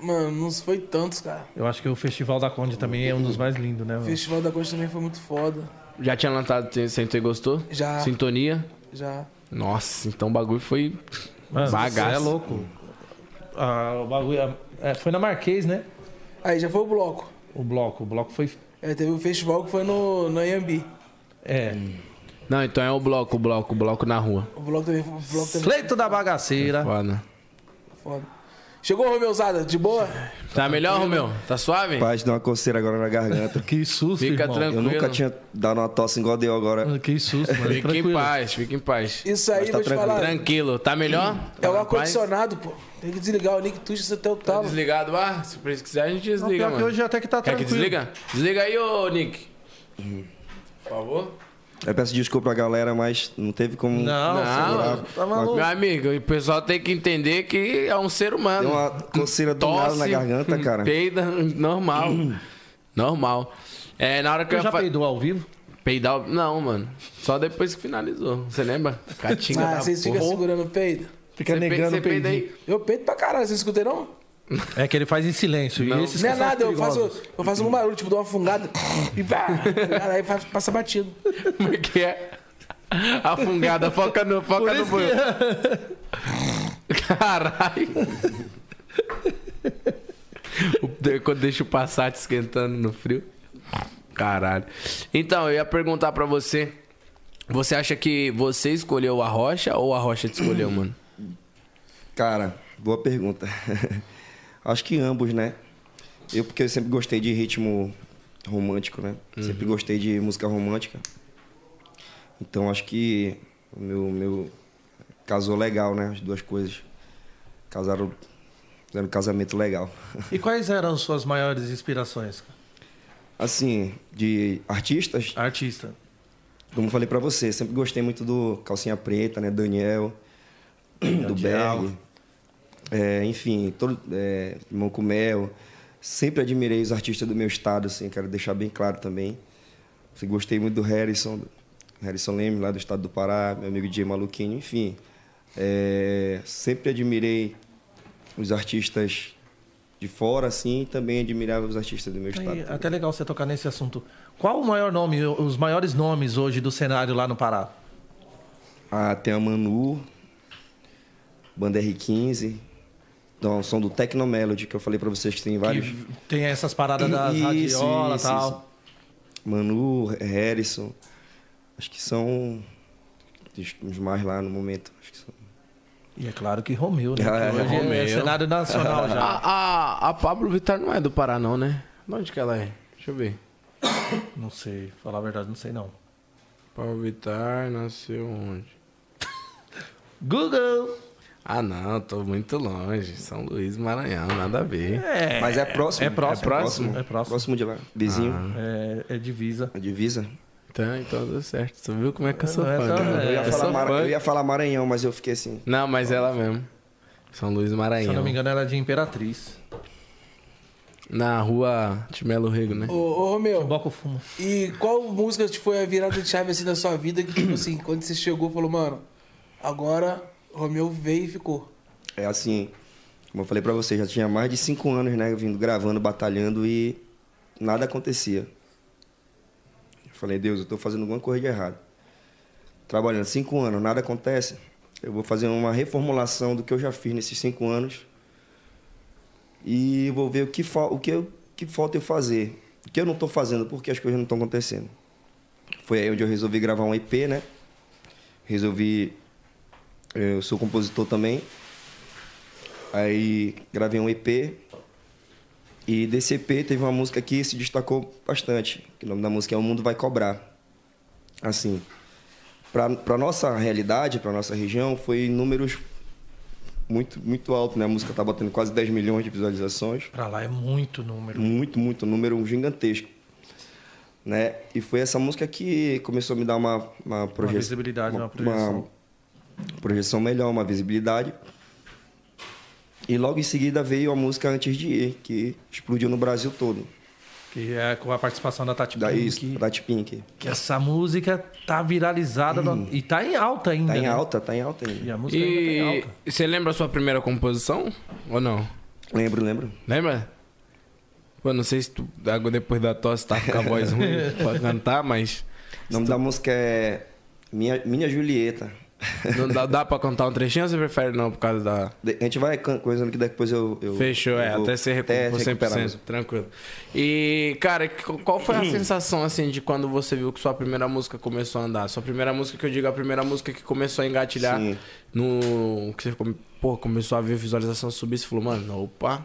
[SPEAKER 3] Mano, não foi tantos, cara.
[SPEAKER 1] Eu acho que o Festival da Conde também é um dos mais lindos, né?
[SPEAKER 3] O
[SPEAKER 1] mano?
[SPEAKER 3] Festival da Costa também foi muito foda.
[SPEAKER 2] Já tinha lançado Te- Sentou e Gostou?
[SPEAKER 3] Já.
[SPEAKER 2] Sintonia?
[SPEAKER 3] Já.
[SPEAKER 2] Nossa, então o bagulho foi
[SPEAKER 1] Mano,
[SPEAKER 2] bagaço.
[SPEAKER 1] você é louco. Ah, o bagulho. é, foi na Marquês, né?
[SPEAKER 3] Aí já foi o bloco.
[SPEAKER 1] O bloco. O bloco foi.
[SPEAKER 3] É, teve o festival que foi no, no Anhembi.
[SPEAKER 1] É.
[SPEAKER 2] Não, então é o bloco, o bloco, o bloco na rua.
[SPEAKER 3] O bloco também, o bloco também
[SPEAKER 1] Leito da bagaceira.
[SPEAKER 2] Foda.
[SPEAKER 3] foi foda. Chegou, Romeuzada, de boa?
[SPEAKER 2] Tá melhor, Romeu? Tá suave?
[SPEAKER 4] Paz, deu uma coceira agora na
[SPEAKER 1] (laughs)
[SPEAKER 4] garganta.
[SPEAKER 1] Que susto,
[SPEAKER 2] Fica
[SPEAKER 1] irmão.
[SPEAKER 2] tranquilo.
[SPEAKER 4] Eu nunca tinha dado uma tosse igual deu agora.
[SPEAKER 1] Que susto, mano.
[SPEAKER 2] Fica em
[SPEAKER 1] Tranquilo.
[SPEAKER 2] paz, fica em paz.
[SPEAKER 3] Isso aí,
[SPEAKER 4] Mas tá
[SPEAKER 3] vou te
[SPEAKER 4] tranquilo.
[SPEAKER 3] falar.
[SPEAKER 2] Tranquilo, tá melhor?
[SPEAKER 3] É o
[SPEAKER 2] Tá na paz?
[SPEAKER 3] ar-condicionado, pô. Tem que desligar o Nick Tuxa, você até o
[SPEAKER 2] Tá
[SPEAKER 3] talo.
[SPEAKER 2] desligado, ah, se quiser a gente
[SPEAKER 1] Não,
[SPEAKER 2] desliga,
[SPEAKER 1] pior que
[SPEAKER 2] mano.
[SPEAKER 1] hoje até que tá
[SPEAKER 2] Quer que
[SPEAKER 1] tranquilo.
[SPEAKER 2] desliga? Desliga aí, ô Nick. Por favor.
[SPEAKER 4] Eu peço desculpa à galera, mas não teve como.
[SPEAKER 1] Não,
[SPEAKER 2] Não,
[SPEAKER 1] tá maluco.
[SPEAKER 2] meu amigo, o pessoal tem que entender que é um ser humano.
[SPEAKER 4] Deu uma coceira do nada na garganta, cara.
[SPEAKER 2] Peida, normal. normal. É, na hora que eu,
[SPEAKER 1] Eu já
[SPEAKER 2] ia fa-
[SPEAKER 1] peidou ao vivo?
[SPEAKER 2] peidar. eu- Não, mano. Só depois que finalizou. Você lembra? Catinga
[SPEAKER 3] Ah,
[SPEAKER 2] da
[SPEAKER 3] vocês
[SPEAKER 2] porra.
[SPEAKER 3] ficam segurando o peido.
[SPEAKER 1] Fica
[SPEAKER 2] Você pe-
[SPEAKER 1] negando
[SPEAKER 2] você
[SPEAKER 1] o peidinho.
[SPEAKER 2] peida aí.
[SPEAKER 3] Eu peido pra caralho, vocês escutam não?
[SPEAKER 1] É que ele faz em silêncio. E
[SPEAKER 2] Não.
[SPEAKER 1] esses
[SPEAKER 3] Não é
[SPEAKER 1] que são
[SPEAKER 3] nada, eu faço,
[SPEAKER 1] perigosos.
[SPEAKER 3] eu faço um barulho, tipo, dou uma fungada e pá, cara, aí faz- passa batido.
[SPEAKER 2] Como é que é? (laughs) A fungada, foca no,
[SPEAKER 1] Por
[SPEAKER 2] foca no
[SPEAKER 1] isso
[SPEAKER 2] banho.
[SPEAKER 1] que...
[SPEAKER 2] Caralho. (laughs) O- de- Quando deixa o Passat esquentando no frio. Caralho. Então, eu ia perguntar pra você. Você acha que você escolheu a rocha ou a rocha te escolheu, mano?
[SPEAKER 4] Cara, boa pergunta. (laughs) Acho que ambos, né? Eu, porque eu sempre gostei de ritmo romântico, né? Sempre gostei de música romântica. Então acho que o meu, meu. Casou legal, né? As duas coisas. Casaram. Fizeram um casamento legal.
[SPEAKER 1] (laughs)
[SPEAKER 4] (laughs)
[SPEAKER 1] E quais eram suas maiores inspirações?
[SPEAKER 4] Assim, de artistas,
[SPEAKER 1] Artista.
[SPEAKER 4] como eu falei pra você, sempre gostei muito do Calcinha Preta, né? Daniel, (clears throat) do
[SPEAKER 1] Diabo.
[SPEAKER 4] Berg. É, enfim, todo, é, Irmão com Mel. Sempre admirei os artistas do meu estado, assim, quero deixar bem claro também. Assim, Gostei muito do Harrison, do Harrison Leme, lá do estado do Pará, meu amigo DJ Maluquinho, enfim. É, sempre admirei os artistas de fora, assim, e também admirava os artistas do meu estado.
[SPEAKER 1] Aí, até legal você tocar nesse assunto. Qual o maior nome, os maiores nomes hoje do cenário lá no Pará?
[SPEAKER 4] Ah, tem a Manu, Banda R15, então, o som do Tecno Melody, que eu falei pra vocês que tem vários.
[SPEAKER 1] Que tem essas paradas das
[SPEAKER 4] Isso,
[SPEAKER 1] radiola e
[SPEAKER 4] isso,
[SPEAKER 1] tal.
[SPEAKER 4] isso. Manu, Harrison, acho que são os- os mais lá no momento. Acho que são.
[SPEAKER 1] E é claro que Romeu, né?
[SPEAKER 4] É,
[SPEAKER 1] Que hoje é,
[SPEAKER 2] Romeu.
[SPEAKER 1] cenário nacional
[SPEAKER 2] (laughs)
[SPEAKER 1] já.
[SPEAKER 2] (clears throat) A, a, a Pablo Vittar não é do Pará, não, né? De onde que ela é? Deixa eu ver.
[SPEAKER 1] Não sei, falar a verdade, não sei não.
[SPEAKER 2] Pablo Vittar nasceu onde?
[SPEAKER 1] Google!
[SPEAKER 2] Ah, não, tô muito longe. São Luís, Maranhão, nada a ver.
[SPEAKER 1] É,
[SPEAKER 4] Mas é próximo.
[SPEAKER 1] É próximo.
[SPEAKER 4] É próximo,
[SPEAKER 1] É próximo.
[SPEAKER 4] de lá. Vizinho,
[SPEAKER 1] É, é divisa.
[SPEAKER 4] a divisa.
[SPEAKER 2] Então, então deu certo. Você viu como é que eu sou
[SPEAKER 1] Não, é
[SPEAKER 2] fã?
[SPEAKER 1] tão-
[SPEAKER 2] cara?
[SPEAKER 1] é,
[SPEAKER 4] Eu ia,
[SPEAKER 1] eu
[SPEAKER 4] falar
[SPEAKER 2] sou
[SPEAKER 4] Mara-
[SPEAKER 2] fã.
[SPEAKER 4] eu ia falar Maranhão, mas eu fiquei assim.
[SPEAKER 2] Não, mas ela mesmo. São Luís
[SPEAKER 1] Se eu
[SPEAKER 2] Maranhão.
[SPEAKER 1] não me engano, era de Imperatriz.
[SPEAKER 2] Na rua Timelo Rego, né?
[SPEAKER 3] Ô, ô Romeu,
[SPEAKER 1] Boca o fumo.
[SPEAKER 3] e qual música te foi a virada de chave assim da sua vida que, tipo assim, quando você chegou, falou, mano, agora Romeu veio e ficou.
[SPEAKER 4] É assim, como eu falei pra você, já tinha mais de cinco anos, né? Vindo gravando, batalhando e nada acontecia. Eu falei, Deus, eu tô fazendo alguma coisa de errado. Trabalhando cinco anos, nada acontece. Eu vou fazer uma reformulação do que eu já fiz nesses cinco anos. E vou ver o que, fal- o que, eu- que falta eu fazer. O que eu não tô fazendo, por que as coisas não estão acontecendo. Foi aí onde eu resolvi gravar um EP, né? Resolvi. Eu sou compositor também. Aí gravei um EP. E desse EP teve uma música que se destacou bastante. que O nome da música é O Mundo Vai Cobrar. Assim, pra, pra nossa realidade, pra nossa região, foi números muito, muito alto, né? A música tá batendo quase 10 milhões de visualizações
[SPEAKER 1] Pra lá é muito número.
[SPEAKER 4] muito, muito, um número gigantesco. Né? E foi essa música que começou a me dar uma, uma projeção.
[SPEAKER 1] visibilidade, uma projeção.
[SPEAKER 4] projeção melhor, uma visibilidade. E logo em seguida veio a música Antes de Ir, que explodiu no Brasil todo.
[SPEAKER 1] Que é com a participação da Tati
[SPEAKER 4] Daí,
[SPEAKER 1] Pink, que-
[SPEAKER 4] Tati Pink. Tá
[SPEAKER 1] Que essa música tá viralizada no- e tá em alta ainda.
[SPEAKER 4] Tá em
[SPEAKER 1] né?
[SPEAKER 4] alta, tá em alta ainda.
[SPEAKER 1] E a música ainda tá em
[SPEAKER 2] E
[SPEAKER 1] alta.
[SPEAKER 2] você lembra a sua primeira composição? Ou não?
[SPEAKER 4] Lembro, lembro.
[SPEAKER 2] Lembra? Pô, não sei se tu, água depois da tosse tá com a voz ruim
[SPEAKER 1] (laughs)
[SPEAKER 2] pra cantar, mas
[SPEAKER 4] O nome da música é Minha, Minha Julieta.
[SPEAKER 2] não dá, dá pra cantar um trechinho ou você prefere não por causa da...
[SPEAKER 4] De- A gente vai can- coisando que depois eu. eu
[SPEAKER 2] Fechou, é,
[SPEAKER 4] eu vou
[SPEAKER 2] até ser recuperar,
[SPEAKER 4] se recuperar
[SPEAKER 2] 100%,
[SPEAKER 4] mesmo. Hum.
[SPEAKER 2] tranquilo. E, cara, qu- qual foi a sensação, assim, de quando você viu que sua primeira música começou a andar? Sua primeira música, que eu digo, a primeira música que começou a engatilhar
[SPEAKER 4] Sim.
[SPEAKER 2] no... Que você, come- pô, começou a ver a visualização subir, você falou, mano, opa,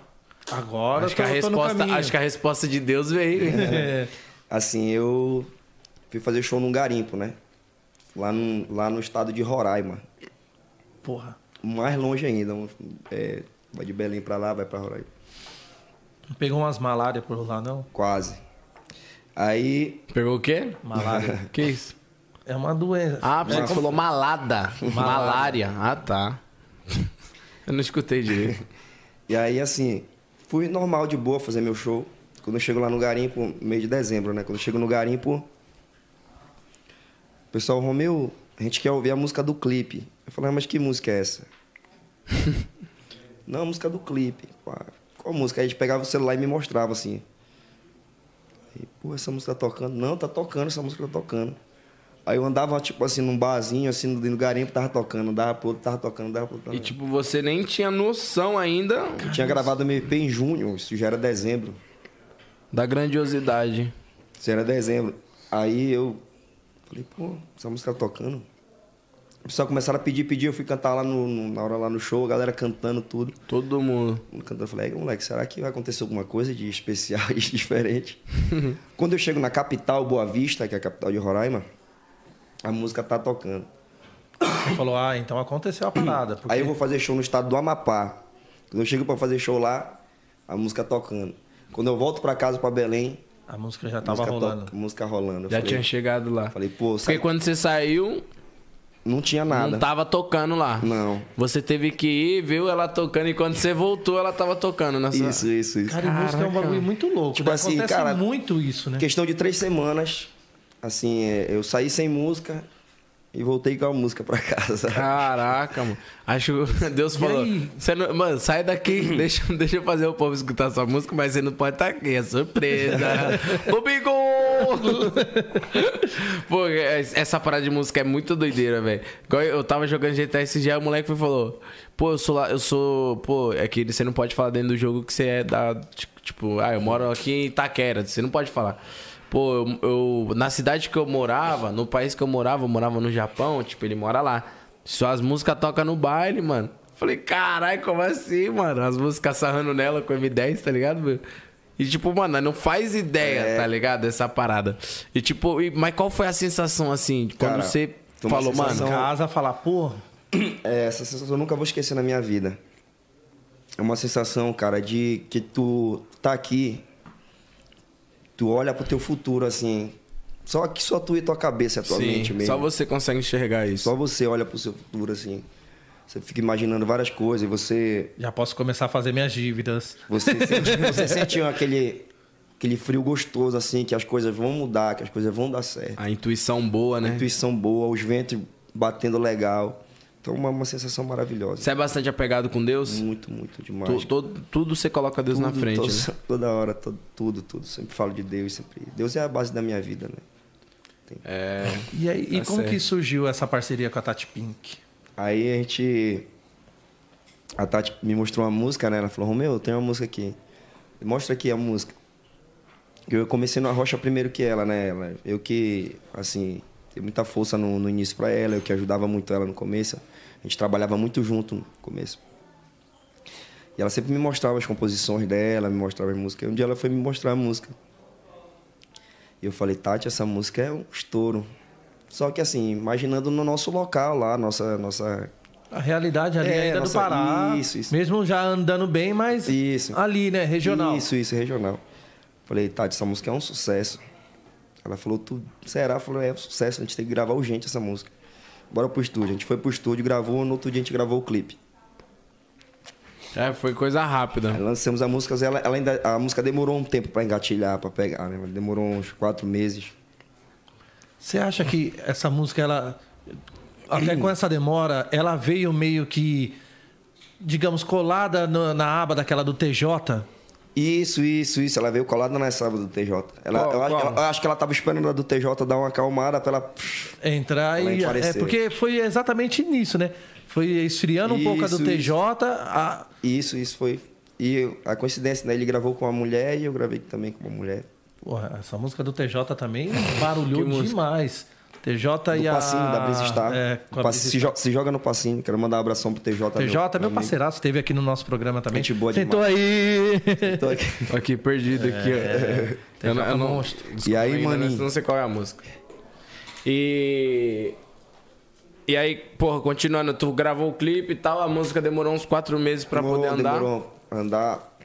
[SPEAKER 1] Agora
[SPEAKER 2] acho que, a
[SPEAKER 1] tô- tô no
[SPEAKER 2] resposta,
[SPEAKER 1] caminho.
[SPEAKER 2] acho que a resposta de Deus veio, hein?
[SPEAKER 1] É.
[SPEAKER 4] Assim, eu fui fazer show num garimpo, né? Lá no, lá no estado de Roraima.
[SPEAKER 1] Porra.
[SPEAKER 4] Mais longe ainda. um- é, vai de Belém pra lá, vai pra Roraima.
[SPEAKER 1] Não pegou umas malárias por lá, não?
[SPEAKER 4] Quase. Aí.
[SPEAKER 2] Pegou o quê?
[SPEAKER 4] (laughs)
[SPEAKER 1] Malária.
[SPEAKER 2] Que isso?
[SPEAKER 1] É uma doença.
[SPEAKER 2] Ah, você falou malada. Malária. Ah, tá. (laughs) Eu não escutei direito.
[SPEAKER 4] E aí, assim, fui normal de boa fazer meu show. Quando eu chego lá no garimpo, mês de dezembro, né? Quando eu chego no garimpo, o pessoal, Romeu, a gente quer ouvir a música do clipe. Eu falei, ah, mas que música é essa? (laughs) Não, a música do clipe. Pá, Qual música? Aí a gente pegava o celular e me mostrava assim. E, pô, essa música tá tocando. Não, tá tocando, essa música tá tocando. Aí eu andava, tipo assim, num barzinho, assim, no no garimpo, tava tocando, dava pro outro, tava tocando, dava pro outro.
[SPEAKER 2] E
[SPEAKER 4] tava-
[SPEAKER 2] tipo, você nem tinha noção ainda
[SPEAKER 4] eu tinha gravado meu EP em junho, isso já era dezembro.
[SPEAKER 2] da grandiosidade.
[SPEAKER 4] Isso era dezembro. Aí eu falei, pô, essa música tá tocando. O pessoal começaram a pedir, pedir, eu fui cantar lá no- no- na hora lá no show, a galera cantando tudo.
[SPEAKER 2] Todo mundo.
[SPEAKER 4] Todo mundo Cantando, eu falei, "Ei, moleque, será que vai acontecer alguma coisa de especial e (laughs) diferente? Quando eu chego na capital, Boa Vista, que é a capital de Roraima, a música tá tocando.
[SPEAKER 1] Você falou, ah, então aconteceu a parada. Porque...
[SPEAKER 4] Aí eu vou fazer show no estado do Amapá. Quando eu chego pra fazer show lá, a música tá tocando. Quando eu volto pra casa, pra Belém,
[SPEAKER 1] A música já
[SPEAKER 4] a
[SPEAKER 1] tava
[SPEAKER 4] música, to-
[SPEAKER 1] rolando.
[SPEAKER 4] música rolando. Eu
[SPEAKER 2] Já
[SPEAKER 4] falei,
[SPEAKER 2] tinha chegado lá.
[SPEAKER 4] Falei, pô,
[SPEAKER 2] Porque
[SPEAKER 4] sabe?
[SPEAKER 2] quando você saiu,
[SPEAKER 4] Não tinha
[SPEAKER 2] não tá-
[SPEAKER 4] nada.
[SPEAKER 2] tava tocando lá.
[SPEAKER 4] Não.
[SPEAKER 2] Você teve que ir, viu ela tocando, e quando você voltou, ela tava tocando. Nessa...
[SPEAKER 4] Isso, isso, isso.
[SPEAKER 1] Cara, e música é um bagulho muito louco.
[SPEAKER 4] Tipo
[SPEAKER 1] né?
[SPEAKER 4] assim,
[SPEAKER 1] Acontece
[SPEAKER 4] cara,
[SPEAKER 1] muito isso, né?
[SPEAKER 4] Questão de três semanas, assim, é, eu saí sem música e voltei com a música pra (laughs) casa.
[SPEAKER 2] Caraca, mano. Acho que Deus falou.
[SPEAKER 1] aí?
[SPEAKER 2] "Você não- mano, sai daqui, deixa, deixa eu fazer o povo escutar sua música, mas você não pode estar aqui, é surpresa. Domingo! Pô, é- essa parada de música é muito doideira, velho. Igual Eu tava jogando GTA esse dia, o moleque foi e falou: Pô, eu sou lá, eu sou. Pô, é que você não pode falar dentro do jogo que você é da. Tipo, ah, eu moro aqui em Itaquera, você não pode falar. Pô, eu, eu- na cidade que eu morava, no país que eu morava, eu morava no Japão, tipo, ele mora lá. Só as músicas tocam no baile, mano. Falei, caralho, como assim, mano? As músicas sarrando nela com M10, tá ligado, meu? E tipo, mano, não faz ideia,
[SPEAKER 4] É.
[SPEAKER 2] tá ligado? Essa parada. E tipo, e- mas qual foi a sensação, assim, de quando
[SPEAKER 4] Cara,
[SPEAKER 2] você
[SPEAKER 4] foi uma
[SPEAKER 2] falou,
[SPEAKER 1] Em
[SPEAKER 4] sensação-
[SPEAKER 2] mano,
[SPEAKER 1] casa, falar, pô,
[SPEAKER 4] É, essa sensação eu nunca vou esquecer na minha vida. É uma sensação, cara, de que tu tá aqui, tu olha pro teu futuro, assim, só que só tu e tua cabeça, e a tua mente
[SPEAKER 2] sim,
[SPEAKER 4] mesmo.
[SPEAKER 2] só você consegue enxergar isso?
[SPEAKER 4] Só você olha pro seu futuro, assim. Você fica imaginando várias coisas e você
[SPEAKER 1] já posso começar a fazer minhas dívidas.
[SPEAKER 4] Você, sente- você sentiu aquele, aquele frio gostoso, assim, que as coisas vão mudar, que as coisas vão dar certo.
[SPEAKER 2] A intuição boa, né?
[SPEAKER 4] Intuição boa, os ventos batendo legal. Então, uma, uma sensação maravilhosa.
[SPEAKER 2] Você é bastante apegado com Deus?
[SPEAKER 4] Muito, muito demais.
[SPEAKER 2] Tu- tu- tudo você coloca Deus na
[SPEAKER 4] Hum, Tudo,
[SPEAKER 2] frente,
[SPEAKER 4] todo-
[SPEAKER 2] né?
[SPEAKER 4] (laughs) Toda hora, todo- tudo, tudo. Sempre falo de Deus, sempre. Deus é a base da minha vida, né?
[SPEAKER 2] É.
[SPEAKER 1] E aí, e
[SPEAKER 2] Tá
[SPEAKER 1] como que
[SPEAKER 2] certo.
[SPEAKER 1] surgiu essa parceria com a Tati Pink?
[SPEAKER 4] Aí a gente. A Tati me mostrou uma música, né? Ela falou, Romeu, tem uma música aqui. Mostra aqui a música. Eu comecei na rocha primeiro que ela, né? Ela- Eu que, assim, dei muita força no, no início pra ela, eu que ajudava muito ela no começo. A gente trabalhava muito junto no começo. E ela sempre me mostrava as composições dela, me mostrava as músicas. E Um dia ela foi me mostrar a música. E eu falei, Tati, essa música é um estouro. Só que assim, imaginando no nosso local lá, nossa, nossa
[SPEAKER 1] A realidade ali
[SPEAKER 4] É,
[SPEAKER 1] ainda
[SPEAKER 4] nossa,
[SPEAKER 1] do Pará.
[SPEAKER 4] isso, isso.
[SPEAKER 1] Mesmo já andando bem, mas
[SPEAKER 4] Isso.
[SPEAKER 1] ali, né? Regional.
[SPEAKER 4] Isso, isso, regional. Falei, Tati, essa música é um sucesso. Ela falou, tu será? Eu Falei, é um sucesso, a gente tem que gravar urgente essa música. Bora pro estúdio. A gente foi pro estúdio, gravou, no outro dia a gente gravou o clipe.
[SPEAKER 2] É, foi coisa rápida.
[SPEAKER 4] Aí lançamos a música, ela, ela ainda, a música demorou um tempo pra engatilhar, pra pegar, né? Demorou uns quatro meses.
[SPEAKER 1] Você acha que essa música, ela. Até com essa demora, ela veio meio que. Digamos, colada na, na aba daquela do TJ?
[SPEAKER 4] Isso, isso, isso. Ela veio colada nessa aba do TJ. Ela,
[SPEAKER 2] Qual-
[SPEAKER 4] eu, acho-
[SPEAKER 2] qual?
[SPEAKER 4] ela- eu acho que ela tava esperando a do TJ dar uma acalmada pra ela. pff,
[SPEAKER 1] Entrar
[SPEAKER 4] Ela
[SPEAKER 1] e. É
[SPEAKER 4] encareceu.
[SPEAKER 1] porque foi exatamente nisso, né? Foi esfriando um pouco a do
[SPEAKER 4] Isso,
[SPEAKER 1] TJ. a-
[SPEAKER 4] Isso, isso foi. E eu- a coincidência, né? Ele gravou com uma mulher e eu gravei também com uma mulher.
[SPEAKER 1] Porra, essa música do TJ
[SPEAKER 4] (laughs)
[SPEAKER 1] também barulhou demais. TJ
[SPEAKER 4] Do
[SPEAKER 1] e a.
[SPEAKER 4] passinho da Brisa Star.
[SPEAKER 1] É, com a
[SPEAKER 4] Pass-
[SPEAKER 1] Brisa
[SPEAKER 4] se, jo- se joga no passinho. Quero mandar um abração pro TJ.
[SPEAKER 1] TJ, meu,
[SPEAKER 4] amigo.
[SPEAKER 1] parceiraço, esteve aqui no nosso programa também.
[SPEAKER 4] Gente boa
[SPEAKER 1] Sentou aí!
[SPEAKER 4] Tô aqui.
[SPEAKER 2] Tô aqui perdido aqui, ó. (laughs) Eu, não- eu não, desculpa
[SPEAKER 4] E aí,
[SPEAKER 2] a ignorância,
[SPEAKER 4] maninho?
[SPEAKER 2] Não sei qual é a música. E. E aí, porra, continuando, tu gravou o clipe e tal, a música demorou uns quatro meses pra
[SPEAKER 4] Demorou,
[SPEAKER 2] poder andar.
[SPEAKER 4] Demorou a andar.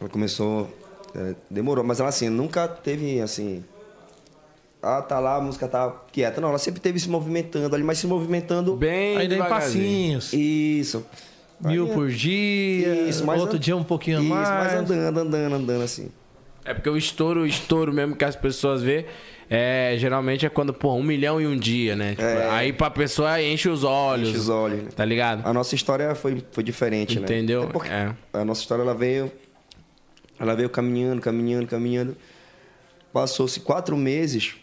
[SPEAKER 4] Ela começou. é, demorou, mas ela assim, nunca teve assim. Ah, tá lá, a música tá quieta. Não, ela sempre teve se movimentando ali, mas se movimentando.
[SPEAKER 2] Bem
[SPEAKER 1] Ainda em
[SPEAKER 2] devagarzinho.
[SPEAKER 1] passinhos.
[SPEAKER 4] Isso.
[SPEAKER 1] Mil por dia,
[SPEAKER 4] é- Isso, mas
[SPEAKER 1] outro
[SPEAKER 4] an-
[SPEAKER 1] dia um pouquinho a
[SPEAKER 4] Isso,
[SPEAKER 1] mais.
[SPEAKER 4] mas é andando, andando, andando assim.
[SPEAKER 2] É porque o estouro, o estouro mesmo que as pessoas vê, é, geralmente é quando, porra, um milhão e um dia, né? Tipo, Aí pra pessoa enche os olhos.
[SPEAKER 4] Enche os olhos, né?
[SPEAKER 2] Tá ligado?
[SPEAKER 4] A nossa história foi, foi diferente, né?
[SPEAKER 2] Entendeu?
[SPEAKER 4] Até porque
[SPEAKER 2] É.
[SPEAKER 4] A nossa história ela veio. Ela veio caminhando, caminhando, caminhando. Passou-se quatro meses.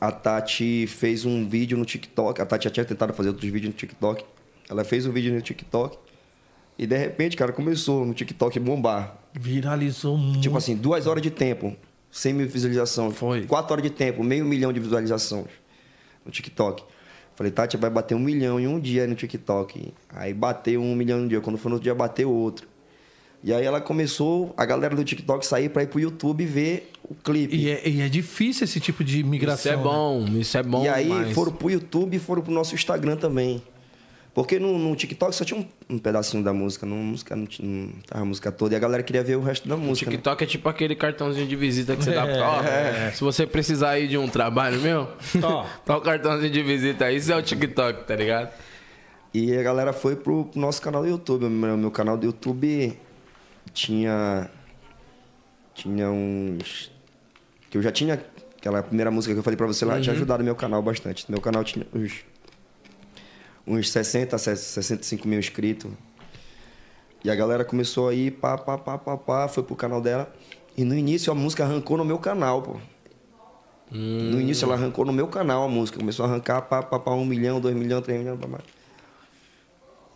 [SPEAKER 4] A Tati fez um vídeo no TikTok. A Tati já tinha tentado fazer outros vídeos no TikTok. Ela fez um vídeo no TikTok. E de repente, cara, começou no TikTok bombar.
[SPEAKER 1] Viralizou muito.
[SPEAKER 4] Tipo assim, duas horas de tempo, 100 mil visualizações.
[SPEAKER 1] Foi.
[SPEAKER 4] Quatro horas de tempo, meio milhão de visualizações no TikTok. Falei, Tati, vai bater um milhão em um dia no TikTok. Aí bateu um milhão em um dia. Quando foi no outro dia, bateu outro. E aí ela começou, a galera do TikTok sair pra ir pro YouTube ver o clipe.
[SPEAKER 1] E é, e é difícil esse tipo de
[SPEAKER 2] Isso
[SPEAKER 1] migração.
[SPEAKER 2] é bom, isso é bom.
[SPEAKER 4] E aí
[SPEAKER 2] demais.
[SPEAKER 4] foram pro YouTube e foram pro nosso Instagram também. Porque no, no TikTok só tinha um, um pedacinho da música, não, música não, tinha- não tava a música toda, e a galera queria ver o resto da música. né?
[SPEAKER 2] TikTok é tipo aquele cartãozinho de visita que você dá
[SPEAKER 1] É.
[SPEAKER 2] pra. Ó, Se você precisar aí de um trabalho meu, (laughs)
[SPEAKER 1] Ó.
[SPEAKER 2] tá o cartãozinho de visita aí, isso é o TikTok, tá ligado?
[SPEAKER 4] E a galera foi pro pro nosso canal do YouTube. O meu, meu canal do YouTube tinha. Tinha uns. Que eu já tinha. Aquela primeira música que eu falei pra você lá
[SPEAKER 1] Uhum.
[SPEAKER 4] tinha ajudado meu canal bastante. Meu canal tinha uns. Uns 60, 65 mil inscritos. E a galera começou aí, pá, pá, pá, pá, pá, foi pro canal dela. E no início a música arrancou no meu canal, pô.
[SPEAKER 1] Hum.
[SPEAKER 4] No início ela arrancou no meu canal a música. Começou a arrancar, pá, pá, pá, um milhão, dois milhão, três milhão, pá, pá.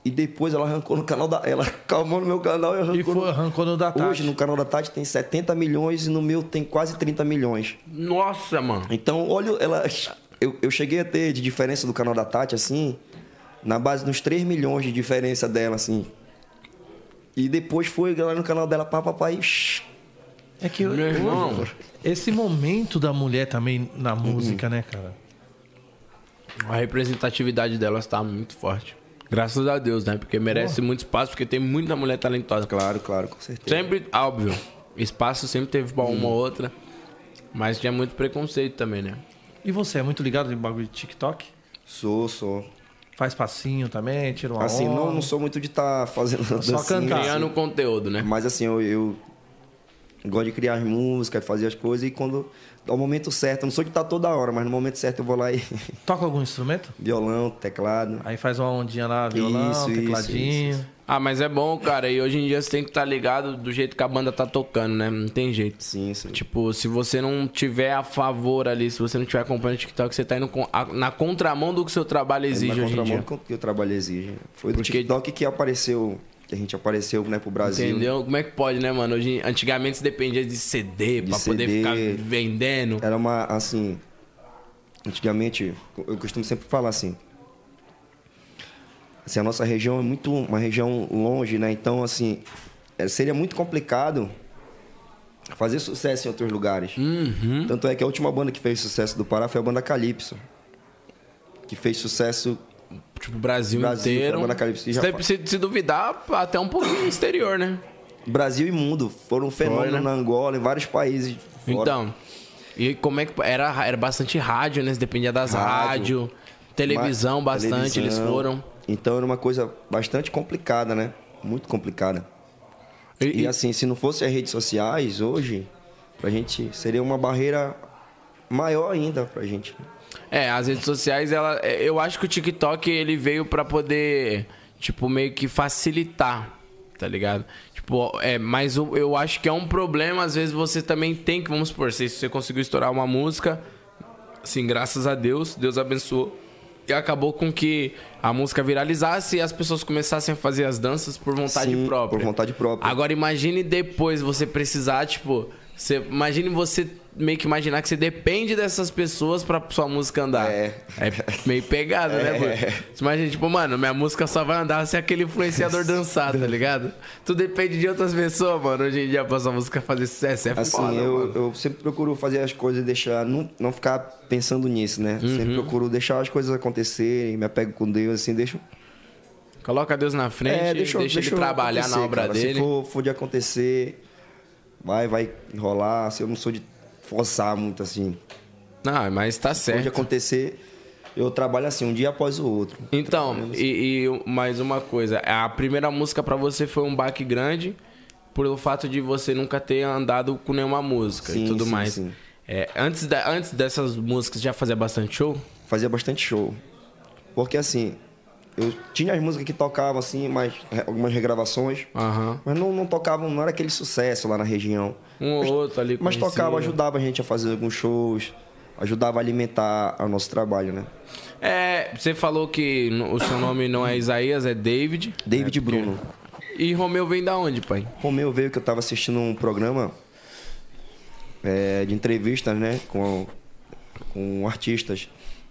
[SPEAKER 4] E depois ela arrancou no canal da. Ela (laughs) calmou no meu canal e arrancou.
[SPEAKER 1] E foi,
[SPEAKER 4] no...
[SPEAKER 1] arrancou no da Tati.
[SPEAKER 4] Hoje no canal da Tati tem 70 milhões e no meu tem quase 30 milhões.
[SPEAKER 2] Nossa, mano.
[SPEAKER 4] Então, olha, ela. Eu, eu cheguei a ter de diferença do canal da Tati, assim, na base dos 3 milhões de diferença dela, assim. E depois foi lá no canal dela, pá, pá, pá, e. shh,
[SPEAKER 1] É que
[SPEAKER 2] Meu irmão.
[SPEAKER 1] esse momento da mulher também na
[SPEAKER 4] Uhum.
[SPEAKER 1] música, né, cara?
[SPEAKER 2] A representatividade delas tá muito forte. Graças a Deus, né? Porque merece muito espaço, porque tem muita mulher talentosa.
[SPEAKER 4] Claro, claro, com certeza.
[SPEAKER 2] Sempre, óbvio, espaço sempre teve pra
[SPEAKER 1] Hum.
[SPEAKER 2] uma ou outra, mas tinha muito preconceito também, né?
[SPEAKER 1] E você, é muito ligado em bagulho de TikTok?
[SPEAKER 4] Sou, sou.
[SPEAKER 1] Faz passinho também, tira uma
[SPEAKER 4] Assim,
[SPEAKER 1] onda.
[SPEAKER 4] não, não sou muito de estar fazendo
[SPEAKER 1] Só
[SPEAKER 4] dancinha,
[SPEAKER 1] cantar.
[SPEAKER 4] assim.
[SPEAKER 2] Criando conteúdo, né?
[SPEAKER 4] Mas assim, eu, eu gosto de criar as músicas, fazer as coisas e quando. Ao momento certo, eu não sou de estar toda hora, mas no momento certo eu vou lá e. (laughs)
[SPEAKER 1] Toca algum instrumento?
[SPEAKER 4] violão, teclado.
[SPEAKER 1] Aí faz uma ondinha lá, violão,
[SPEAKER 4] Isso, isso,
[SPEAKER 1] tecladinho.
[SPEAKER 4] isso, isso.
[SPEAKER 2] Ah, mas é bom, cara. E hoje em dia você tem que estar ligado do jeito que a banda tá tocando, né? Não tem jeito.
[SPEAKER 4] Sim, sim.
[SPEAKER 2] Tipo, se você não tiver a favor ali, se você não tiver acompanhando o TikTok, você tá indo com- a- na contramão do que o seu trabalho exige
[SPEAKER 4] É, na
[SPEAKER 2] hoje em dia.
[SPEAKER 4] contramão que o trabalho exige. Foi do
[SPEAKER 2] Porque-
[SPEAKER 4] TikTok que apareceu, que a gente apareceu né, pro Brasil.
[SPEAKER 2] Entendeu? Como é que pode, né, mano? Hoje, antigamente você dependia de CD pra poder
[SPEAKER 4] CD.
[SPEAKER 2] ficar vendendo.
[SPEAKER 4] Era uma, assim... Antigamente, eu costumo sempre falar assim... Assim, a nossa região é muito uma região longe, né? Então, assim, é, seria muito complicado fazer sucesso em outros lugares.
[SPEAKER 2] Uhum.
[SPEAKER 4] Tanto é que a última banda que fez sucesso do Pará foi a banda Calypso. Que fez sucesso
[SPEAKER 2] Tipo, o Brasil,
[SPEAKER 4] Brasil,
[SPEAKER 2] inteiro.
[SPEAKER 4] Fórmula Calypso, já
[SPEAKER 2] Você
[SPEAKER 4] fa-
[SPEAKER 2] se, se duvidar, até um pouquinho no exterior, né?
[SPEAKER 4] Brasil e mundo. Foram um fenômeno
[SPEAKER 2] né?
[SPEAKER 4] na Angola, em vários países. fora.
[SPEAKER 2] Então. E como é que. Era, era bastante rádio, né? Você dependia das
[SPEAKER 4] Rádio.
[SPEAKER 2] rádios. Televisão,
[SPEAKER 4] Ma-
[SPEAKER 2] bastante, eles
[SPEAKER 4] televisão.
[SPEAKER 2] foram.
[SPEAKER 4] Então era uma coisa bastante complicada, né? muito complicada.
[SPEAKER 2] E-
[SPEAKER 4] E assim, se não fosse as redes sociais hoje, pra gente seria uma barreira maior ainda pra gente.
[SPEAKER 2] É, as redes sociais, ela, é, eu acho que o TikTok ele veio pra poder, tipo, meio que facilitar, tá ligado? Tipo, é, mas o- eu acho que é um problema, às vezes você também tem que, vamos supor, se você conseguiu estourar uma música, assim, graças a Deus, Deus abençoou. E acabou com que a música viralizasse e as pessoas começassem a fazer as danças por vontade
[SPEAKER 4] Sim,
[SPEAKER 2] própria.
[SPEAKER 4] por vontade própria.
[SPEAKER 2] Agora imagine depois você precisar, tipo, você, imagine você meio que imaginar que você depende dessas pessoas pra sua música andar.
[SPEAKER 4] É.
[SPEAKER 2] meio pegado, né, mano? Você imagina, tipo, mano, minha música só vai andar se aquele
[SPEAKER 4] (laughs)
[SPEAKER 2] influenciador dançar, tá ligado? Tu depende de outras pessoas, mano, hoje em dia pra sua música fazer sucesso. É
[SPEAKER 4] Assim,
[SPEAKER 2] foda,
[SPEAKER 4] eu,
[SPEAKER 2] mano.
[SPEAKER 4] eu sempre procuro fazer as coisas e deixar. Não, não ficar pensando nisso, né?
[SPEAKER 2] Uhum.
[SPEAKER 4] Sempre procuro deixar as coisas acontecerem, me apego com Deus, assim, deixo. é,
[SPEAKER 2] Coloca Deus na frente, deixa, ele trabalhar na
[SPEAKER 4] acontecer,
[SPEAKER 2] obra
[SPEAKER 4] cara.
[SPEAKER 2] dele.
[SPEAKER 4] Se for, for de acontecer, vai, vai rolar. Se eu não sou de forçar muito assim.
[SPEAKER 2] Não, mas tá
[SPEAKER 4] Se for de
[SPEAKER 2] certo.
[SPEAKER 4] acontecer, eu trabalho assim, um dia após o outro.
[SPEAKER 2] Então, e, e mais uma coisa, a primeira música pra você foi um baque grande por o fato de você nunca ter andado com nenhuma música e
[SPEAKER 4] Sim,
[SPEAKER 2] tudo
[SPEAKER 4] sim,
[SPEAKER 2] mais.
[SPEAKER 4] sim.
[SPEAKER 2] É, antes, da- antes dessas músicas já fazia bastante show?
[SPEAKER 4] Fazia bastante show. Porque assim, eu tinha as músicas que tocava assim, mas re- algumas regravações.
[SPEAKER 2] Aham.
[SPEAKER 4] Mas não, não tocavam, não era aquele sucesso lá na região.
[SPEAKER 2] Um
[SPEAKER 4] mas,
[SPEAKER 2] ou outro ali
[SPEAKER 4] Mas
[SPEAKER 2] conhecia.
[SPEAKER 4] tocava, ajudava a gente a fazer alguns shows, ajudava a alimentar o nosso trabalho, né?
[SPEAKER 2] É, você falou que n- o seu nome não é Isaías, é David.
[SPEAKER 4] David Bruno.
[SPEAKER 2] E Romeu vem da onde, pai?
[SPEAKER 4] Romeu veio que eu tava assistindo um programa é, de entrevistas, né? Com, com artistas.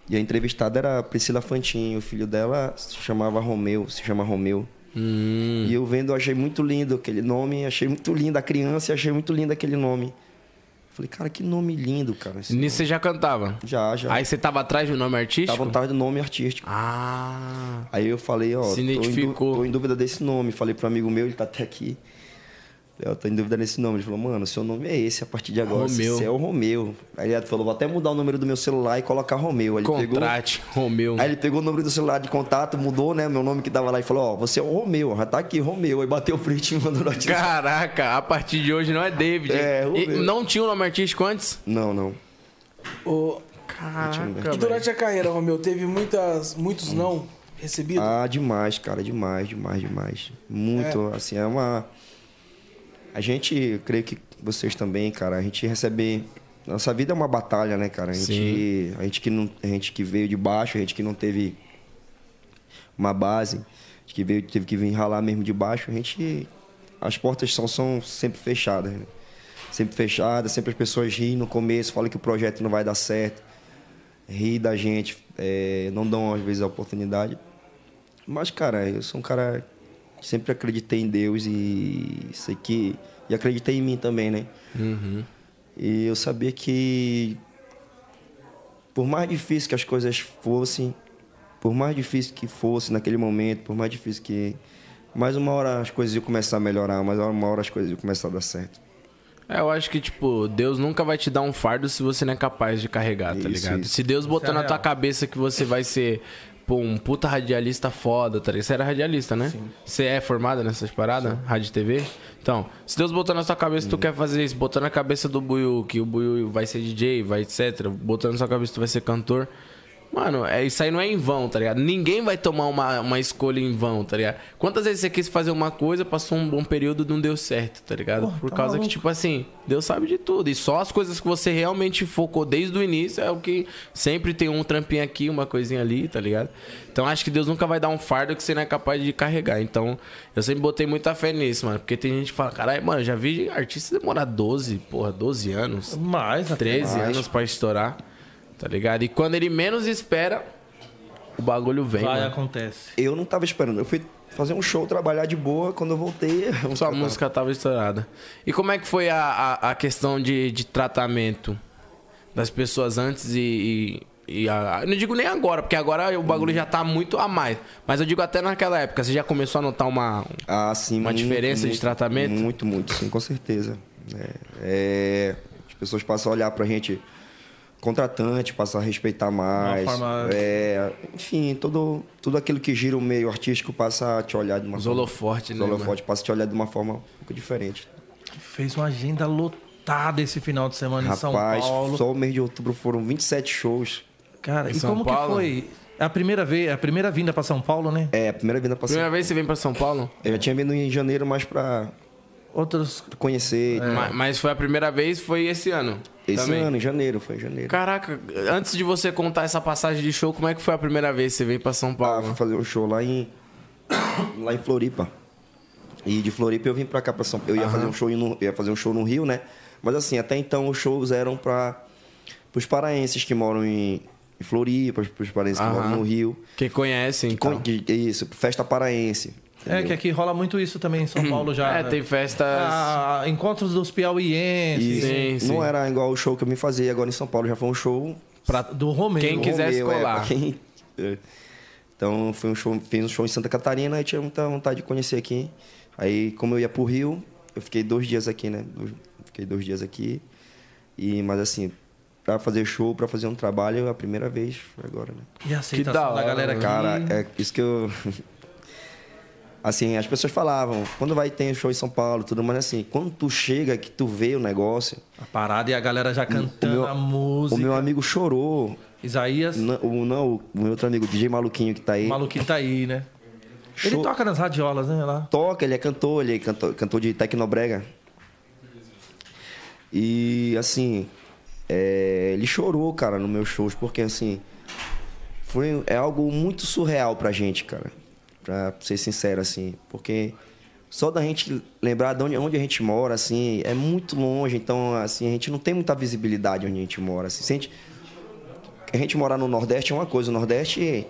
[SPEAKER 4] E a entrevistada era a Priscila Fantin. O filho dela se chamava Romeu, se chama Romeu.
[SPEAKER 2] Hum,
[SPEAKER 4] E eu vendo, eu achei muito lindo aquele nome. Achei muito lindo a criança e achei muito lindo aquele nome. Falei, cara, que nome lindo, cara. Esse
[SPEAKER 2] Nisso você já cantava?
[SPEAKER 4] Já, já.
[SPEAKER 2] Aí você tava atrás do nome artístico?
[SPEAKER 4] Tava um atrás do nome artístico.
[SPEAKER 2] Ah.
[SPEAKER 4] Aí eu falei, ó,
[SPEAKER 2] Se
[SPEAKER 4] tô em, dú-
[SPEAKER 2] identificou.
[SPEAKER 4] tô em dúvida desse nome. Falei pro amigo meu, ele tá até aqui. Eu tô em dúvida nesse nome. Ele falou, mano, seu nome é esse a partir de agora.
[SPEAKER 2] Romeu.
[SPEAKER 4] Esse é o Romeu. Aí ele falou, vou até mudar o número do meu celular e colocar Romeu. Aí ele
[SPEAKER 2] Contrate, Romeu.
[SPEAKER 4] pegou. Aí ele pegou o número do celular de contato, mudou, né? Meu nome que tava lá e falou, ó, você é o Romeu, já tá aqui, Romeu. Aí bateu o print e mandou no WhatsApp.
[SPEAKER 2] Caraca, a partir de hoje não é David.
[SPEAKER 4] É,
[SPEAKER 2] E
[SPEAKER 4] Romeu.
[SPEAKER 2] não tinha o nome artístico antes?
[SPEAKER 4] Não, não.
[SPEAKER 3] Ô,
[SPEAKER 4] um
[SPEAKER 2] Caraca,
[SPEAKER 3] e durante a carreira, Romeu, teve muitas, muitos não recebidos?
[SPEAKER 4] Ah, demais, cara, demais, demais, demais. Muito, assim, é uma. A gente, eu creio que vocês também, cara, a gente recebe. Nossa vida é uma batalha, né, cara? A gente, a gente, que, não, a gente que veio de baixo, a gente que não teve uma base, a gente que veio, teve que vir ralar mesmo de baixo, a gente. As portas são, são sempre fechadas, né? Sempre fechadas, sempre as pessoas riem no começo, falam que o projeto não vai dar certo, ri da gente, é, não dão às vezes a oportunidade. Mas, cara, eu sou um cara que sempre acreditei em Deus e sei que. E acreditei em mim também, né? E eu sabia que. Por mais difícil que as coisas fossem, por mais difícil que fosse naquele momento, por mais difícil que. Mais uma hora as coisas iam começar a melhorar, mais uma hora as coisas iam começar a dar certo.
[SPEAKER 2] É, eu acho que, tipo, Deus nunca vai te dar um fardo se você não é capaz de carregar, tá
[SPEAKER 4] Isso,
[SPEAKER 2] ligado?
[SPEAKER 4] isso.
[SPEAKER 2] Se Deus botou
[SPEAKER 1] é
[SPEAKER 2] na tua
[SPEAKER 1] real.
[SPEAKER 2] cabeça que você vai ser, pô, um puta radialista foda, tá ligado? Você era radialista, né? Você é formada nessas paradas? Rádio e TV? Então, se Deus botou na sua cabeça
[SPEAKER 4] Hum.
[SPEAKER 2] que tu quer fazer isso, botou na cabeça do Buiu que o Buiu vai ser DJ, vai etc, botou na sua cabeça que tu vai ser cantor. Mano, é, isso aí não é em vão, tá ligado? Ninguém vai tomar uma, uma escolha em vão, tá ligado? Quantas vezes você quis fazer uma coisa, passou um bom período não deu certo, tá ligado? Por causa que, tipo assim, Deus sabe de tudo. E só as coisas que você realmente focou desde o início é o que sempre tem um trampinho aqui, uma coisinha ali, tá ligado? Então acho que Deus nunca vai dar um fardo que você não é capaz de carregar. Então eu sempre botei muita fé nisso, mano. Porque tem gente que fala, caralho, mano, eu já vi artista demorar 12, porra, 12 anos,
[SPEAKER 1] Mais, até
[SPEAKER 2] 13
[SPEAKER 1] mais.
[SPEAKER 2] anos pra estourar, tá ligado? E quando ele menos espera, o bagulho vem,
[SPEAKER 4] né?
[SPEAKER 1] Vai,
[SPEAKER 2] mano.
[SPEAKER 1] acontece.
[SPEAKER 4] Eu não tava esperando, eu fui fazer um show, trabalhar de boa, quando eu voltei. (laughs) um
[SPEAKER 2] Sua música tava estourada. E como é que foi a, a, a questão de, de tratamento das pessoas antes e. e, e a- eu não digo nem agora, porque agora o bagulho já tá muito a mais. Mas eu digo até naquela época, você já começou a notar uma.
[SPEAKER 4] Ah, sim.
[SPEAKER 2] Uma diferença de tratamento?
[SPEAKER 4] Muito, muito, sim, com certeza. É, é, as pessoas passam a olhar pra gente contratante, passar a respeitar mais.
[SPEAKER 1] forma-
[SPEAKER 4] É, enfim, todo, tudo aquilo que gira o meio artístico passa a te olhar de uma
[SPEAKER 2] Os
[SPEAKER 4] forma.
[SPEAKER 2] holofortes,
[SPEAKER 4] Os
[SPEAKER 2] um né? mano?
[SPEAKER 4] holofotes passa a te olhar de uma forma um pouco diferente.
[SPEAKER 1] Fez uma agenda lotada esse final de semana em São
[SPEAKER 4] Rapaz,
[SPEAKER 1] Paulo.
[SPEAKER 4] só o mês de outubro foram 27 shows.
[SPEAKER 1] Cara,
[SPEAKER 2] Em
[SPEAKER 1] e
[SPEAKER 2] São
[SPEAKER 1] como
[SPEAKER 2] Paulo?
[SPEAKER 1] que foi? É a primeira vez, é a primeira vinda pra São Paulo, né?
[SPEAKER 4] É, a primeira vinda pra São
[SPEAKER 2] Primeira vez que você vem pra São Paulo?
[SPEAKER 4] Eu já tinha vindo em janeiro mais pra
[SPEAKER 1] Outros
[SPEAKER 4] conhecer.
[SPEAKER 2] Ma- Mas, foi a primeira vez, foi esse ano.
[SPEAKER 4] É. Esse
[SPEAKER 2] É. também.
[SPEAKER 4] ano, em janeiro, foi em janeiro.
[SPEAKER 2] Caraca, antes de você contar essa passagem de show, como é que foi a primeira vez que você veio pra São
[SPEAKER 4] Ah,
[SPEAKER 2] Paulo?
[SPEAKER 4] fui fazer um show lá em (coughs) lá em Floripa. E de Floripa eu vim pra cá pra São Paulo. Eu ia fazer um show no, eu ia fazer um show no Rio, né? Mas assim, até então os shows eram para os paraenses que moram em, em Floripa, os paraenses que
[SPEAKER 2] Aham.
[SPEAKER 4] moram no Rio.
[SPEAKER 2] Que conhece, então.
[SPEAKER 4] Com- que- isso, festa paraense.
[SPEAKER 1] É, que aqui rola muito isso também em
[SPEAKER 4] (clears throat)
[SPEAKER 1] São Paulo já.
[SPEAKER 4] né?
[SPEAKER 2] É, tem festas.
[SPEAKER 1] Ah, encontros dos
[SPEAKER 4] E
[SPEAKER 1] piauienses.
[SPEAKER 2] sim, sim.
[SPEAKER 4] não era igual o show que eu me fazia agora em São Paulo, já foi um show
[SPEAKER 1] Pra- do Romeu.
[SPEAKER 2] Quem quiser- quisesse
[SPEAKER 4] Romeu, é,
[SPEAKER 2] colar.
[SPEAKER 4] pra quem- (laughs) é. Então foi um show, fiz um show em Santa Catarina e tinha muita vontade de conhecer aqui. Aí como eu ia pro Rio, eu fiquei dois dias aqui, né? Dois- Fiquei dois dias aqui. E mas assim, pra fazer show, pra fazer um trabalho, é a primeira vez agora, né?
[SPEAKER 1] E a aceitação
[SPEAKER 2] Que
[SPEAKER 1] da
[SPEAKER 2] da hora,
[SPEAKER 1] galera aqui.
[SPEAKER 4] Cara, é isso que eu (laughs) assim, as pessoas falavam, quando vai ter show em São Paulo, tudo, mas assim, quando tu chega que tu vê o negócio,
[SPEAKER 1] A parada e a galera já cantando
[SPEAKER 4] meu-
[SPEAKER 1] a
[SPEAKER 4] o
[SPEAKER 1] música.
[SPEAKER 4] meu amigo chorou.
[SPEAKER 1] Isaías,
[SPEAKER 4] Não, o, não, o meu outro amigo, DJ Maluquinho que tá aí.
[SPEAKER 1] o maluquinho tá aí, né? Ele
[SPEAKER 4] Show.
[SPEAKER 1] toca nas radiolas, né? Lá.
[SPEAKER 4] toca, ele é cantor, ele é cantor, cantor de tecnobrega. E assim, é, ele chorou, cara, nos meus shows, porque assim, foi, é algo muito surreal pra gente, cara. Pra ser sincero, assim, porque só da gente lembrar de onde, onde a gente mora, assim, é muito longe, então, assim, a gente não tem muita visibilidade onde a gente mora. Assim, se a gente, a gente morar no Nordeste é uma coisa, o Nordeste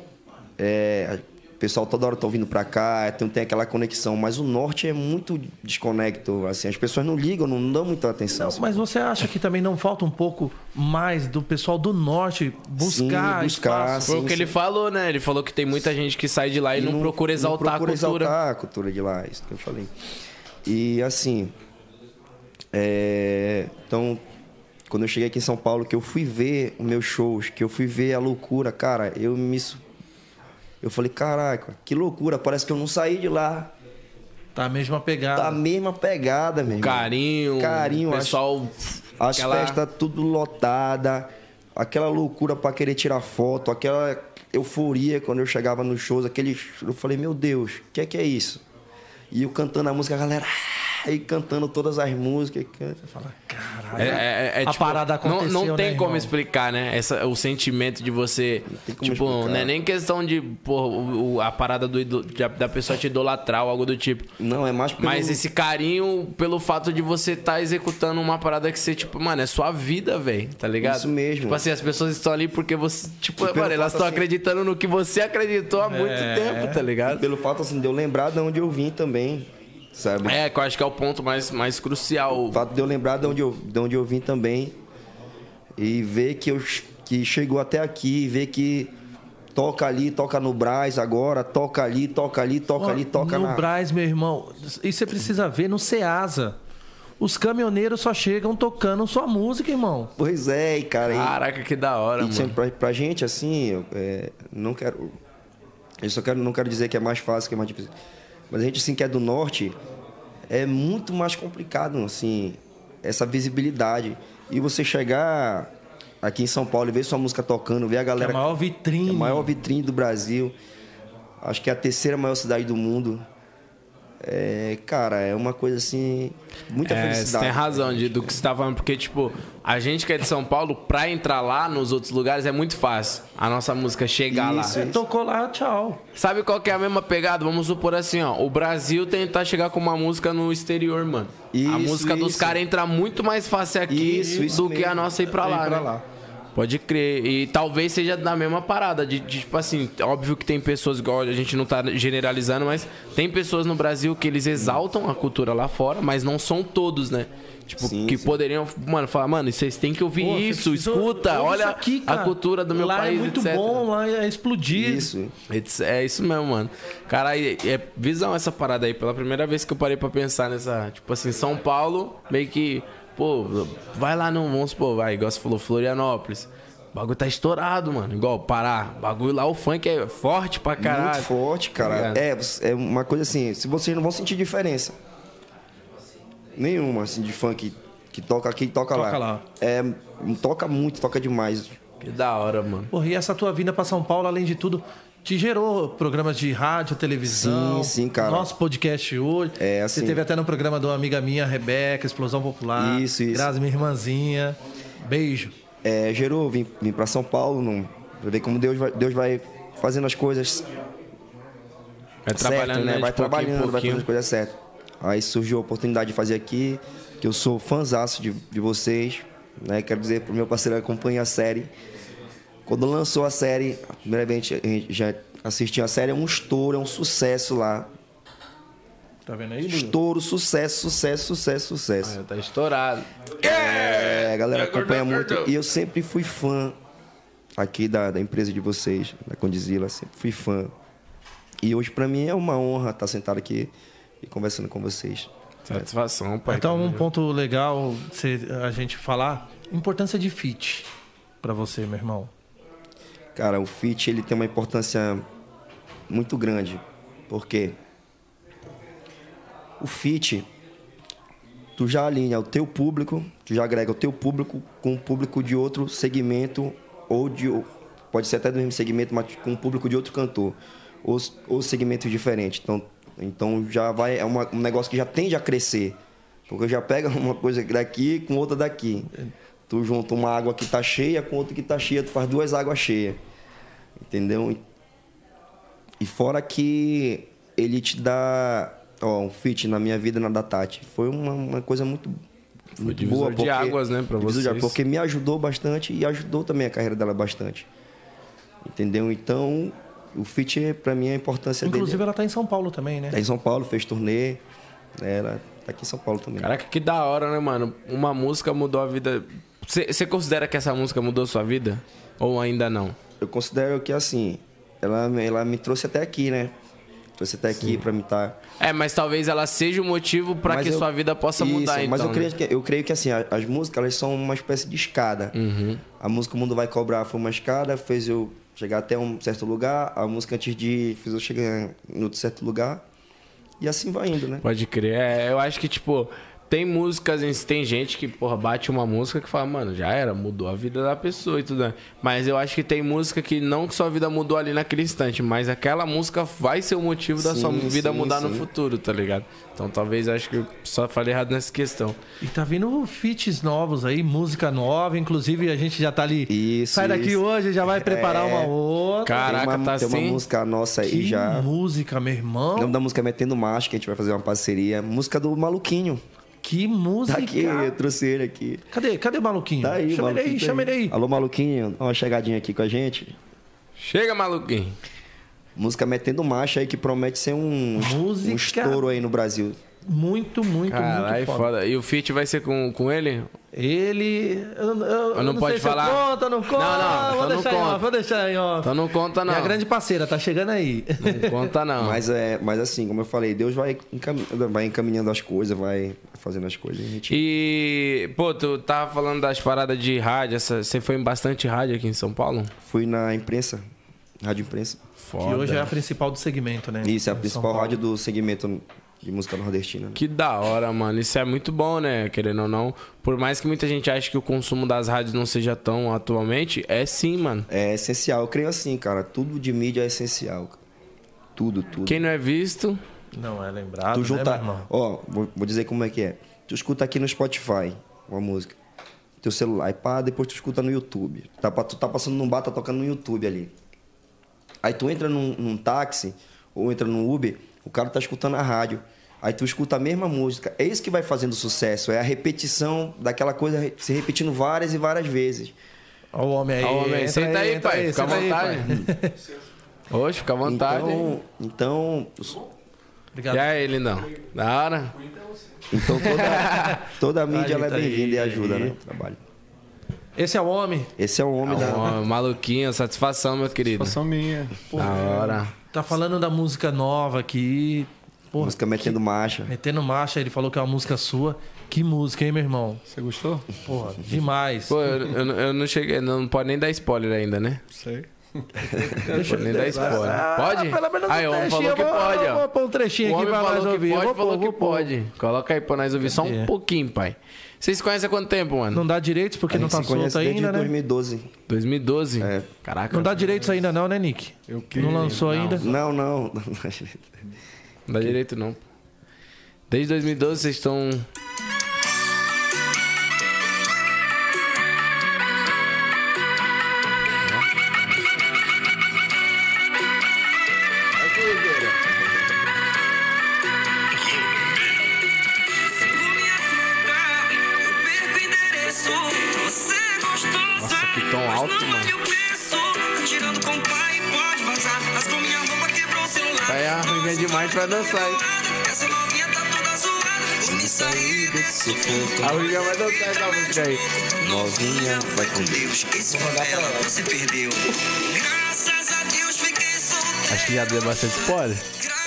[SPEAKER 4] é. O pessoal toda hora tá vindo pra cá, tem, tem aquela conexão, mas o norte é muito desconecto, assim, as pessoas não ligam, não dão muita atenção.
[SPEAKER 1] Não, mas você acha que também não falta um pouco mais do pessoal do norte buscar,
[SPEAKER 4] Sim, buscar,
[SPEAKER 1] espaço?
[SPEAKER 2] assim, Foi o
[SPEAKER 4] sim,
[SPEAKER 2] que
[SPEAKER 4] sim.
[SPEAKER 2] ele falou, né? Ele falou que tem muita gente que sai de lá e, não, procura exaltar
[SPEAKER 4] procura
[SPEAKER 2] a cultura.
[SPEAKER 4] exaltar a cultura de lá, é isso que eu falei. E assim, é, então, quando eu cheguei aqui em São Paulo, que eu fui ver os meus shows, que eu fui ver a loucura, cara, eu me. su- Eu falei, caraca, que loucura, parece que eu não saí de lá.
[SPEAKER 1] Tá a mesma pegada.
[SPEAKER 4] Tá a mesma pegada, meu irmão.
[SPEAKER 2] Carinho,
[SPEAKER 4] né? Carinho,
[SPEAKER 2] o pessoal.
[SPEAKER 4] As
[SPEAKER 2] aquela-
[SPEAKER 4] festas tudo lotada, aquela loucura pra querer tirar foto, aquela euforia quando eu chegava nos shows, aquele eu falei, meu Deus, o que é que é isso? E eu cantando a música, a galera, ah, e cantando todas as músicas. can-
[SPEAKER 1] Fala, caralho.
[SPEAKER 2] É, é- é,
[SPEAKER 1] A parada
[SPEAKER 2] não,
[SPEAKER 1] aconteceu,
[SPEAKER 2] não tem
[SPEAKER 1] né,
[SPEAKER 2] como
[SPEAKER 1] irmão?
[SPEAKER 2] explicar, né? Essa, o sentimento de você.
[SPEAKER 4] tem como
[SPEAKER 2] Tipo,
[SPEAKER 4] explicar.
[SPEAKER 2] não é nem questão de pô, o- o- a parada do ido- de- da pessoa te idolatrar ou algo do tipo.
[SPEAKER 4] Não, é mais pelo...
[SPEAKER 2] Mas esse carinho pelo fato de você estar executando uma parada que você, tipo, mano, é sua vida, velho, tá ligado?
[SPEAKER 4] Isso mesmo.
[SPEAKER 2] Tipo assim, as pessoas estão ali porque você, tipo,
[SPEAKER 4] pelo
[SPEAKER 2] mano, elas
[SPEAKER 4] fato,
[SPEAKER 2] estão
[SPEAKER 4] assim-
[SPEAKER 2] acreditando no que você acreditou há muito tempo, tá ligado?
[SPEAKER 4] Pelo fato, assim, de eu lembrar de onde eu vim também, sabe?
[SPEAKER 2] É, que eu acho que é o ponto mais, mais crucial.
[SPEAKER 4] O fato de eu lembrar de onde eu, de onde eu vim também e ver que, eu, ch- que chegou até aqui, ver que toca ali, toca no Brás agora, toca ali, toca ali, toca ali, toca
[SPEAKER 1] no
[SPEAKER 4] na...
[SPEAKER 1] Brás, meu irmão. Isso você precisa ver no Ceasa. Os caminhoneiros só chegam tocando sua música, irmão.
[SPEAKER 4] Pois é, e, cara. e-
[SPEAKER 2] Caraca, que da hora,
[SPEAKER 4] e
[SPEAKER 2] mano.
[SPEAKER 4] sempre pra, pra gente, assim, eu, é, não quero. Eu só quero, não quero dizer que é mais fácil, que é mais difícil. Mas a gente, assim, que é do norte, é muito mais complicado, assim, essa visibilidade. E você chegar aqui em São Paulo e ver sua música tocando, ver a
[SPEAKER 1] É a
[SPEAKER 4] galera.
[SPEAKER 1] maior vitrine.
[SPEAKER 4] a
[SPEAKER 2] Uhum.
[SPEAKER 4] maior vitrine do Brasil. Acho que é a terceira maior cidade do mundo. É, cara, é uma coisa assim. Muita
[SPEAKER 2] É, você
[SPEAKER 4] felicidade.
[SPEAKER 2] tem razão de, do que você tá falando, porque, tipo, a gente que é de São Paulo, pra entrar lá nos outros lugares é muito fácil. A nossa música chegar
[SPEAKER 4] Isso,
[SPEAKER 2] lá.
[SPEAKER 4] isso.
[SPEAKER 1] Tocou lá, tchau.
[SPEAKER 2] Sabe qual que é a mesma pegada? Vamos supor assim, ó. O Brasil tentar chegar com uma música no exterior, mano. a
[SPEAKER 4] Isso,
[SPEAKER 2] música dos
[SPEAKER 4] isso.
[SPEAKER 2] caras entra muito mais fácil aqui
[SPEAKER 4] Isso, isso
[SPEAKER 2] do que a
[SPEAKER 4] mesmo. É
[SPEAKER 2] nossa ir pra
[SPEAKER 4] Ir
[SPEAKER 2] lá,
[SPEAKER 4] pra
[SPEAKER 2] né?
[SPEAKER 4] lá.
[SPEAKER 2] Pode crer. E talvez seja da mesma parada. De, de, tipo assim, óbvio que tem pessoas igual a gente não tá generalizando, mas tem pessoas no Brasil que eles exaltam a cultura lá fora, mas não são todos, né? Tipo,
[SPEAKER 4] Sim,
[SPEAKER 2] que
[SPEAKER 4] sim.
[SPEAKER 2] poderiam, mano, falar, mano, vocês têm que ouvir
[SPEAKER 1] Pô, você
[SPEAKER 2] isso,
[SPEAKER 1] precisa-
[SPEAKER 2] escuta,
[SPEAKER 1] ouve
[SPEAKER 2] olha
[SPEAKER 1] isso aqui,
[SPEAKER 2] a
[SPEAKER 1] cara.
[SPEAKER 2] cultura do meu
[SPEAKER 1] lá
[SPEAKER 2] país,
[SPEAKER 1] é muito
[SPEAKER 2] etc.
[SPEAKER 1] bom, lá é explodir.
[SPEAKER 4] Isso.
[SPEAKER 2] It's- É isso mesmo, mano. Cara, e- é visão essa parada aí. Pela primeira vez que eu parei pra pensar nessa. Tipo assim, São Paulo, meio que. pô, Pô, vai lá não, vamos supor, vai, igual você falou, Florianópolis. O bagulho tá estourado, mano. Igual Pará. O bagulho lá, o funk é forte pra caralho.
[SPEAKER 4] Muito forte, cara.
[SPEAKER 2] Tá ligado?
[SPEAKER 4] é, você- é uma coisa assim, se vocês não vão sentir diferença. Nenhuma, assim, de funk que toca aqui e toca,
[SPEAKER 1] Toca
[SPEAKER 4] lá.
[SPEAKER 1] lá.
[SPEAKER 4] É, toca muito, toca demais.
[SPEAKER 2] Que da hora, mano.
[SPEAKER 1] Porra, e essa tua vinda pra São Paulo, além de tudo, te gerou programas de rádio, televisão.
[SPEAKER 4] Sim, sim, cara.
[SPEAKER 1] Nosso podcast hoje.
[SPEAKER 4] É,
[SPEAKER 1] Você
[SPEAKER 4] assim-
[SPEAKER 1] teve até no programa de uma amiga minha, Rebeca, Explosão Popular.
[SPEAKER 4] Isso, isso.
[SPEAKER 1] Grazi, minha irmãzinha. Beijo.
[SPEAKER 4] É, gerou, vim, vim pra São Paulo, não, pra ver como Deus vai, Deus vai fazendo as coisas
[SPEAKER 2] Vai
[SPEAKER 4] certo,
[SPEAKER 2] trabalhando, né?
[SPEAKER 4] né?
[SPEAKER 2] de
[SPEAKER 4] Vai
[SPEAKER 2] pouquinho em
[SPEAKER 4] trabalhando,
[SPEAKER 2] pouquinho.
[SPEAKER 4] vai fazendo as coisas certas. Aí surgiu a oportunidade de fazer aqui, que eu sou fãzaço de, de vocês, né? Quero dizer pro meu parceiro que acompanha a série. Quando lançou a série, primeiramente a gente já assistiu a série, é um estouro, é um sucesso lá.
[SPEAKER 1] Tá vendo aí, Dudu?
[SPEAKER 4] Estouro, sucesso, sucesso, sucesso, sucesso.
[SPEAKER 2] Tá estourado.
[SPEAKER 4] É, a galera acompanha muito.
[SPEAKER 5] Gordão.
[SPEAKER 4] E eu sempre fui fã aqui da, da empresa de vocês, da Condizila, sempre fui fã. E hoje pra mim é uma honra estar sentado aqui e conversando com vocês.
[SPEAKER 2] Satisfação, pai.
[SPEAKER 1] Então, um ponto legal cê- a gente falar, importância de fit pra você, meu irmão.
[SPEAKER 4] Cara, o fit ele tem uma importância muito grande, porque o fit tu já alinha o teu público, tu já agrega o teu público com o público de outro segmento ou de o- pode ser até do mesmo segmento, mas com o público de outro cantor ou, s- ou segmento diferente. Então, então já vai é uma- um negócio que já tende a crescer, porque já pega (laughs) uma coisa daqui com outra daqui. Tu junta uma água que tá cheia com outra que tá cheia, tu faz duas águas cheias. Entendeu? E fora que ele te dá. Ó, um fit na minha vida na da Tati. Foi uma, uma coisa muito. muito
[SPEAKER 2] divisor
[SPEAKER 4] boa,
[SPEAKER 2] de
[SPEAKER 4] porque-
[SPEAKER 2] águas, né, pra
[SPEAKER 4] divisor de águas,
[SPEAKER 2] vocês.
[SPEAKER 4] Porque me ajudou bastante e ajudou também a carreira dela bastante. Entendeu? Então, o fit, pra mim, é a importância
[SPEAKER 1] Inclusive,
[SPEAKER 4] dele.
[SPEAKER 1] ela tá em São Paulo também,
[SPEAKER 2] É
[SPEAKER 1] né?
[SPEAKER 4] Tá em São Paulo, fez turnê. né, Ela tá aqui em São Paulo também.
[SPEAKER 2] Caraca, que da hora, né, mano? Uma música mudou a vida. Você considera que essa música mudou sua vida? Ou ainda não?
[SPEAKER 4] eu considero que assim, ela, ela me trouxe até aqui, né? Trouxe até aqui pra me tá estar.
[SPEAKER 2] É, mas talvez ela seja o motivo pra que sua vida possa mudar, então.
[SPEAKER 4] Mas eu
[SPEAKER 2] né?
[SPEAKER 4] creio, que, eu creio que assim, a- as músicas elas são uma espécie de escada.
[SPEAKER 2] Uhum.
[SPEAKER 4] A música O Mundo Vai Cobrar foi uma escada, fez eu chegar até um certo lugar, a música antes de fez eu chegar em outro certo lugar. E assim vai indo, né?
[SPEAKER 2] Pode crer. É, eu acho que, tipo, tem músicas, em si, tem gente que, porra, bate uma música que fala, mano, já era, mudou a vida da pessoa e tudo. né? Mas eu acho que tem música que não que sua vida mudou ali naquele instante, mas aquela música vai ser o motivo da
[SPEAKER 4] Sim,
[SPEAKER 2] sua vida
[SPEAKER 4] sim,
[SPEAKER 2] mudar no
[SPEAKER 4] sim.
[SPEAKER 2] futuro, tá ligado? Então talvez eu acho que eu só falei errado nessa questão.
[SPEAKER 1] E tá vindo feats novos aí, música nova, inclusive a gente já tá ali.
[SPEAKER 4] Isso,
[SPEAKER 1] Sai daqui
[SPEAKER 4] isso.
[SPEAKER 1] hoje, já vai preparar uma outra.
[SPEAKER 2] Caraca,
[SPEAKER 4] tem uma,
[SPEAKER 2] tá
[SPEAKER 4] tem
[SPEAKER 2] assim?
[SPEAKER 4] uma música nossa aí
[SPEAKER 1] que
[SPEAKER 4] já.
[SPEAKER 1] música, meu irmão.
[SPEAKER 4] O nome da música é Metendo Macho, que a gente vai fazer uma parceria. Música do Maluquinho.
[SPEAKER 1] Que
[SPEAKER 4] Tá
[SPEAKER 1] música.
[SPEAKER 4] aqui, eu trouxe ele aqui.
[SPEAKER 1] Cadê? Cadê o maluquinho?
[SPEAKER 4] Tá aí,
[SPEAKER 1] chama ele aí,
[SPEAKER 4] Maluquinho tá
[SPEAKER 1] chama ele aí.
[SPEAKER 4] Alô, maluquinho, dá uma chegadinha aqui com a gente.
[SPEAKER 2] Chega, maluquinho.
[SPEAKER 4] Música Metendo Marcha aí que promete ser um,
[SPEAKER 1] Música.
[SPEAKER 4] um estouro aí no Brasil.
[SPEAKER 1] Muito, muito,
[SPEAKER 2] Caralho,
[SPEAKER 1] muito foda.
[SPEAKER 2] foda. E o feat vai ser com, com ele?
[SPEAKER 1] Ele. Eu, eu- eu
[SPEAKER 2] não
[SPEAKER 1] não,
[SPEAKER 2] pode
[SPEAKER 1] sei se eu
[SPEAKER 2] falar?
[SPEAKER 1] conto, eu não conto.
[SPEAKER 2] Não,
[SPEAKER 1] vou
[SPEAKER 2] não, então não
[SPEAKER 1] deixar em
[SPEAKER 2] conta.
[SPEAKER 1] off, vou deixar em off.
[SPEAKER 2] Então não conta, não.
[SPEAKER 1] Minha grande parceira, tá chegando aí.
[SPEAKER 2] Não conta,
[SPEAKER 1] Ah.
[SPEAKER 2] não.
[SPEAKER 4] Mas, é, mas assim, como eu falei, Deus vai, encami- vai encaminhando as coisas, vai fazendo as coisas. e A gente...
[SPEAKER 2] E, pô, tu tava falando das paradas de rádio, essa- você foi em bastante rádio aqui em São Paulo?
[SPEAKER 4] Fui na imprensa, rádio imprensa.
[SPEAKER 1] (laughs)
[SPEAKER 2] Foda.
[SPEAKER 1] que hoje é a principal do segmento, né?
[SPEAKER 4] Isso, é a
[SPEAKER 1] Em São
[SPEAKER 4] principal
[SPEAKER 1] Paulo.
[SPEAKER 4] rádio do segmento de música nordestina. né?
[SPEAKER 2] Que da hora, mano. Isso é muito bom, né? Querendo ou não. Por mais que muita gente ache que o consumo das rádios não seja tão atualmente, é sim, mano.
[SPEAKER 4] É essencial, eu creio assim, cara. Tudo de mídia é essencial. cara. Tudo, tudo.
[SPEAKER 2] Quem não é visto,
[SPEAKER 1] Não, é lembrado.
[SPEAKER 4] Tu
[SPEAKER 1] né,
[SPEAKER 4] junta.
[SPEAKER 1] meu irmão?
[SPEAKER 4] Ó, vou, vou dizer como é que é. Tu escuta aqui no Spotify uma música. Teu celular, aí pá, depois tu escuta no YouTube. Tá, pa- tu tá passando num bar, tá tocando no YouTube ali. Aí tu entra num, num táxi ou entra num Uber, o cara tá escutando a rádio. Aí tu escuta a mesma música. É isso que vai fazendo sucesso. É a repetição daquela coisa re- se repetindo várias e várias vezes.
[SPEAKER 1] Ó, o homem aí.
[SPEAKER 2] ó, homem,
[SPEAKER 1] entra
[SPEAKER 2] senta aí,
[SPEAKER 1] entra
[SPEAKER 2] pai. fica à
[SPEAKER 1] senta aí,
[SPEAKER 2] vontade.
[SPEAKER 1] pai.
[SPEAKER 2] Hoje, fica à vontade.
[SPEAKER 4] Então, então,
[SPEAKER 1] Obrigado.
[SPEAKER 2] E aí, lindão? Da hora?
[SPEAKER 4] então toda,
[SPEAKER 1] (laughs)
[SPEAKER 4] toda a mídia ela é
[SPEAKER 1] tá aí,
[SPEAKER 4] bem-vinda e
[SPEAKER 1] tá
[SPEAKER 4] ajuda,
[SPEAKER 1] aí.
[SPEAKER 4] né? o Trabalho.
[SPEAKER 1] Esse é o homem.
[SPEAKER 4] Esse é o homem da.
[SPEAKER 2] Ó, maluquinho, satisfação, meu querido.
[SPEAKER 6] Só minha.
[SPEAKER 2] Da hora.
[SPEAKER 1] Tá falando da música nova aqui. Porra, tá
[SPEAKER 4] música metendo marcha.
[SPEAKER 1] metendo marcha, ele falou que é uma música sua. Que música, hein, meu irmão?
[SPEAKER 6] Você gostou?
[SPEAKER 1] Porra, demais.
[SPEAKER 2] Pô, eu, eu não- eu não cheguei, não pode nem dar spoiler ainda, né?
[SPEAKER 6] Sei.
[SPEAKER 1] Deixa
[SPEAKER 2] Pode nem dar spoiler. Pode?
[SPEAKER 1] Pelo menos um
[SPEAKER 2] Aí, o homem falou
[SPEAKER 1] trechinho, eu
[SPEAKER 2] que
[SPEAKER 1] vou-
[SPEAKER 2] pode,
[SPEAKER 1] eu
[SPEAKER 2] ó.
[SPEAKER 1] Vou pôr um trechinho
[SPEAKER 2] O
[SPEAKER 1] aqui
[SPEAKER 2] homem
[SPEAKER 1] pra nós
[SPEAKER 2] falou que
[SPEAKER 1] ouvir. Eu
[SPEAKER 2] pode,
[SPEAKER 1] vou pôr,
[SPEAKER 2] falou que
[SPEAKER 1] vou pôr.
[SPEAKER 2] pode. Coloca aí pra nós ouvir só um
[SPEAKER 1] Cadê?
[SPEAKER 2] pouquinho, pai. Vocês se conhecem há quanto tempo, mano?
[SPEAKER 1] Não dá direitos porque
[SPEAKER 4] A
[SPEAKER 1] não
[SPEAKER 4] gente
[SPEAKER 1] tá
[SPEAKER 4] se conhece
[SPEAKER 1] solto
[SPEAKER 4] desde
[SPEAKER 1] ainda, né?
[SPEAKER 4] 2012.
[SPEAKER 2] 2012?
[SPEAKER 4] É.
[SPEAKER 2] Caraca.
[SPEAKER 1] Não dá direitos ainda não, né, Nick?
[SPEAKER 6] Eu queria.
[SPEAKER 1] Não lançou ainda.
[SPEAKER 4] Não, não.
[SPEAKER 2] Não dá direito, não. Desde 2012 vocês estão.
[SPEAKER 7] Nossa, que tom alto, mano. Tirando com o pai, pode vazar. Mas com minha roupa quebrou o celular.
[SPEAKER 2] Tá aí a ruivinha demais pra dançar, hein?
[SPEAKER 7] Essa novinha tá toda zoada. Vou me sair desse sufoco.
[SPEAKER 2] A ruivinha vai dançar essa música aí.
[SPEAKER 7] (laughs) Novinha, vai com Deus. um Esse favela você perdeu. Graças a Deus fiquei solteiro.
[SPEAKER 2] Acho que já deu bastante spoiler.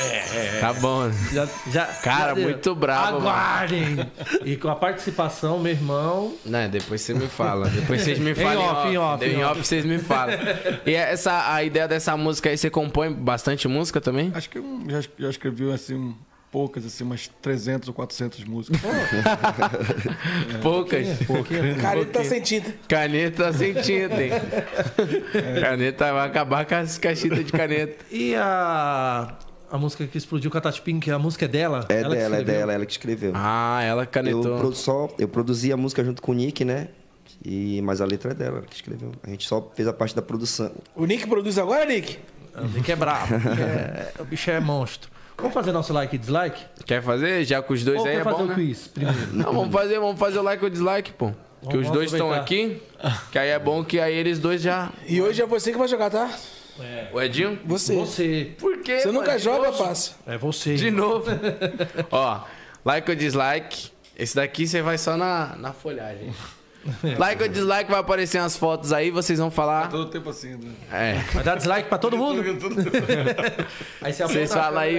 [SPEAKER 2] É, é. Tá bom, né?
[SPEAKER 1] Já, já-
[SPEAKER 2] Cara,
[SPEAKER 1] já deu.
[SPEAKER 2] muito brabo, mano.
[SPEAKER 1] Aguardem! e com a participação, meu irmão.
[SPEAKER 2] Não, depois você me fala. Depois vocês me falam.
[SPEAKER 1] off, em off,
[SPEAKER 2] Em
[SPEAKER 1] em
[SPEAKER 2] off vocês me falam. E essa, a ideia dessa música aí, você compõe bastante música também?
[SPEAKER 6] Acho que eu já, já escrevi assim, um- poucas, assim, umas 300 ou 400 (laughs) músicas.
[SPEAKER 2] Poucas.
[SPEAKER 3] Cara, ele tá sem tinta.
[SPEAKER 2] Caneta sem tinta, hein? Caneta vai acabar com as caixinhas de caneta.
[SPEAKER 1] E a, a música que explodiu com a Tati Pink, a música é dela?
[SPEAKER 4] É
[SPEAKER 1] Ela que
[SPEAKER 4] dela, é
[SPEAKER 1] escreveu?
[SPEAKER 4] dela, ela que escreveu.
[SPEAKER 2] Ah, ela
[SPEAKER 4] eu,
[SPEAKER 2] canetou.
[SPEAKER 4] produ só, eu produzi a música junto com o Nick, né? E, mas a letra é dela, ela que escreveu. A gente só fez a parte da produção.
[SPEAKER 3] O Nick produz agora, Nick?
[SPEAKER 1] Ah, Tem que é brabo. É, o bicho é monstro. Vamos fazer nosso like e dislike?
[SPEAKER 2] Quer fazer? Já com os dois
[SPEAKER 1] Ou
[SPEAKER 2] aí
[SPEAKER 1] quer
[SPEAKER 2] é
[SPEAKER 1] fazer
[SPEAKER 2] bom,
[SPEAKER 1] o
[SPEAKER 2] né?
[SPEAKER 1] quiz
[SPEAKER 2] (laughs)
[SPEAKER 1] primeiro?
[SPEAKER 2] Não, vamos fazer, vamos fazer o like ou dislike, pô. Que os
[SPEAKER 1] vamos
[SPEAKER 2] dois estão aqui.
[SPEAKER 1] aproveitar.
[SPEAKER 2] Que aí é bom que aí eles dois já.
[SPEAKER 3] E hoje é você que vai jogar, tá?
[SPEAKER 2] O Edinho?
[SPEAKER 3] Você. Você,
[SPEAKER 1] Você.
[SPEAKER 2] Por quê? mano?
[SPEAKER 3] nunca joga, passa.
[SPEAKER 1] É você.
[SPEAKER 2] De novo. (laughs) Ó, like ou dislike. Esse daqui você vai só na, na
[SPEAKER 1] (laughs)
[SPEAKER 2] folhagem.
[SPEAKER 1] É.
[SPEAKER 2] Like ou dislike, vai aparecer umas fotos aí, vocês vão falar.
[SPEAKER 6] Todo tempo assim, né?
[SPEAKER 2] É.
[SPEAKER 1] Vai dar dislike pra todo mundo? (laughs) aí você aponta a câmera, Tá, é, essa
[SPEAKER 2] Vocês falam aí o.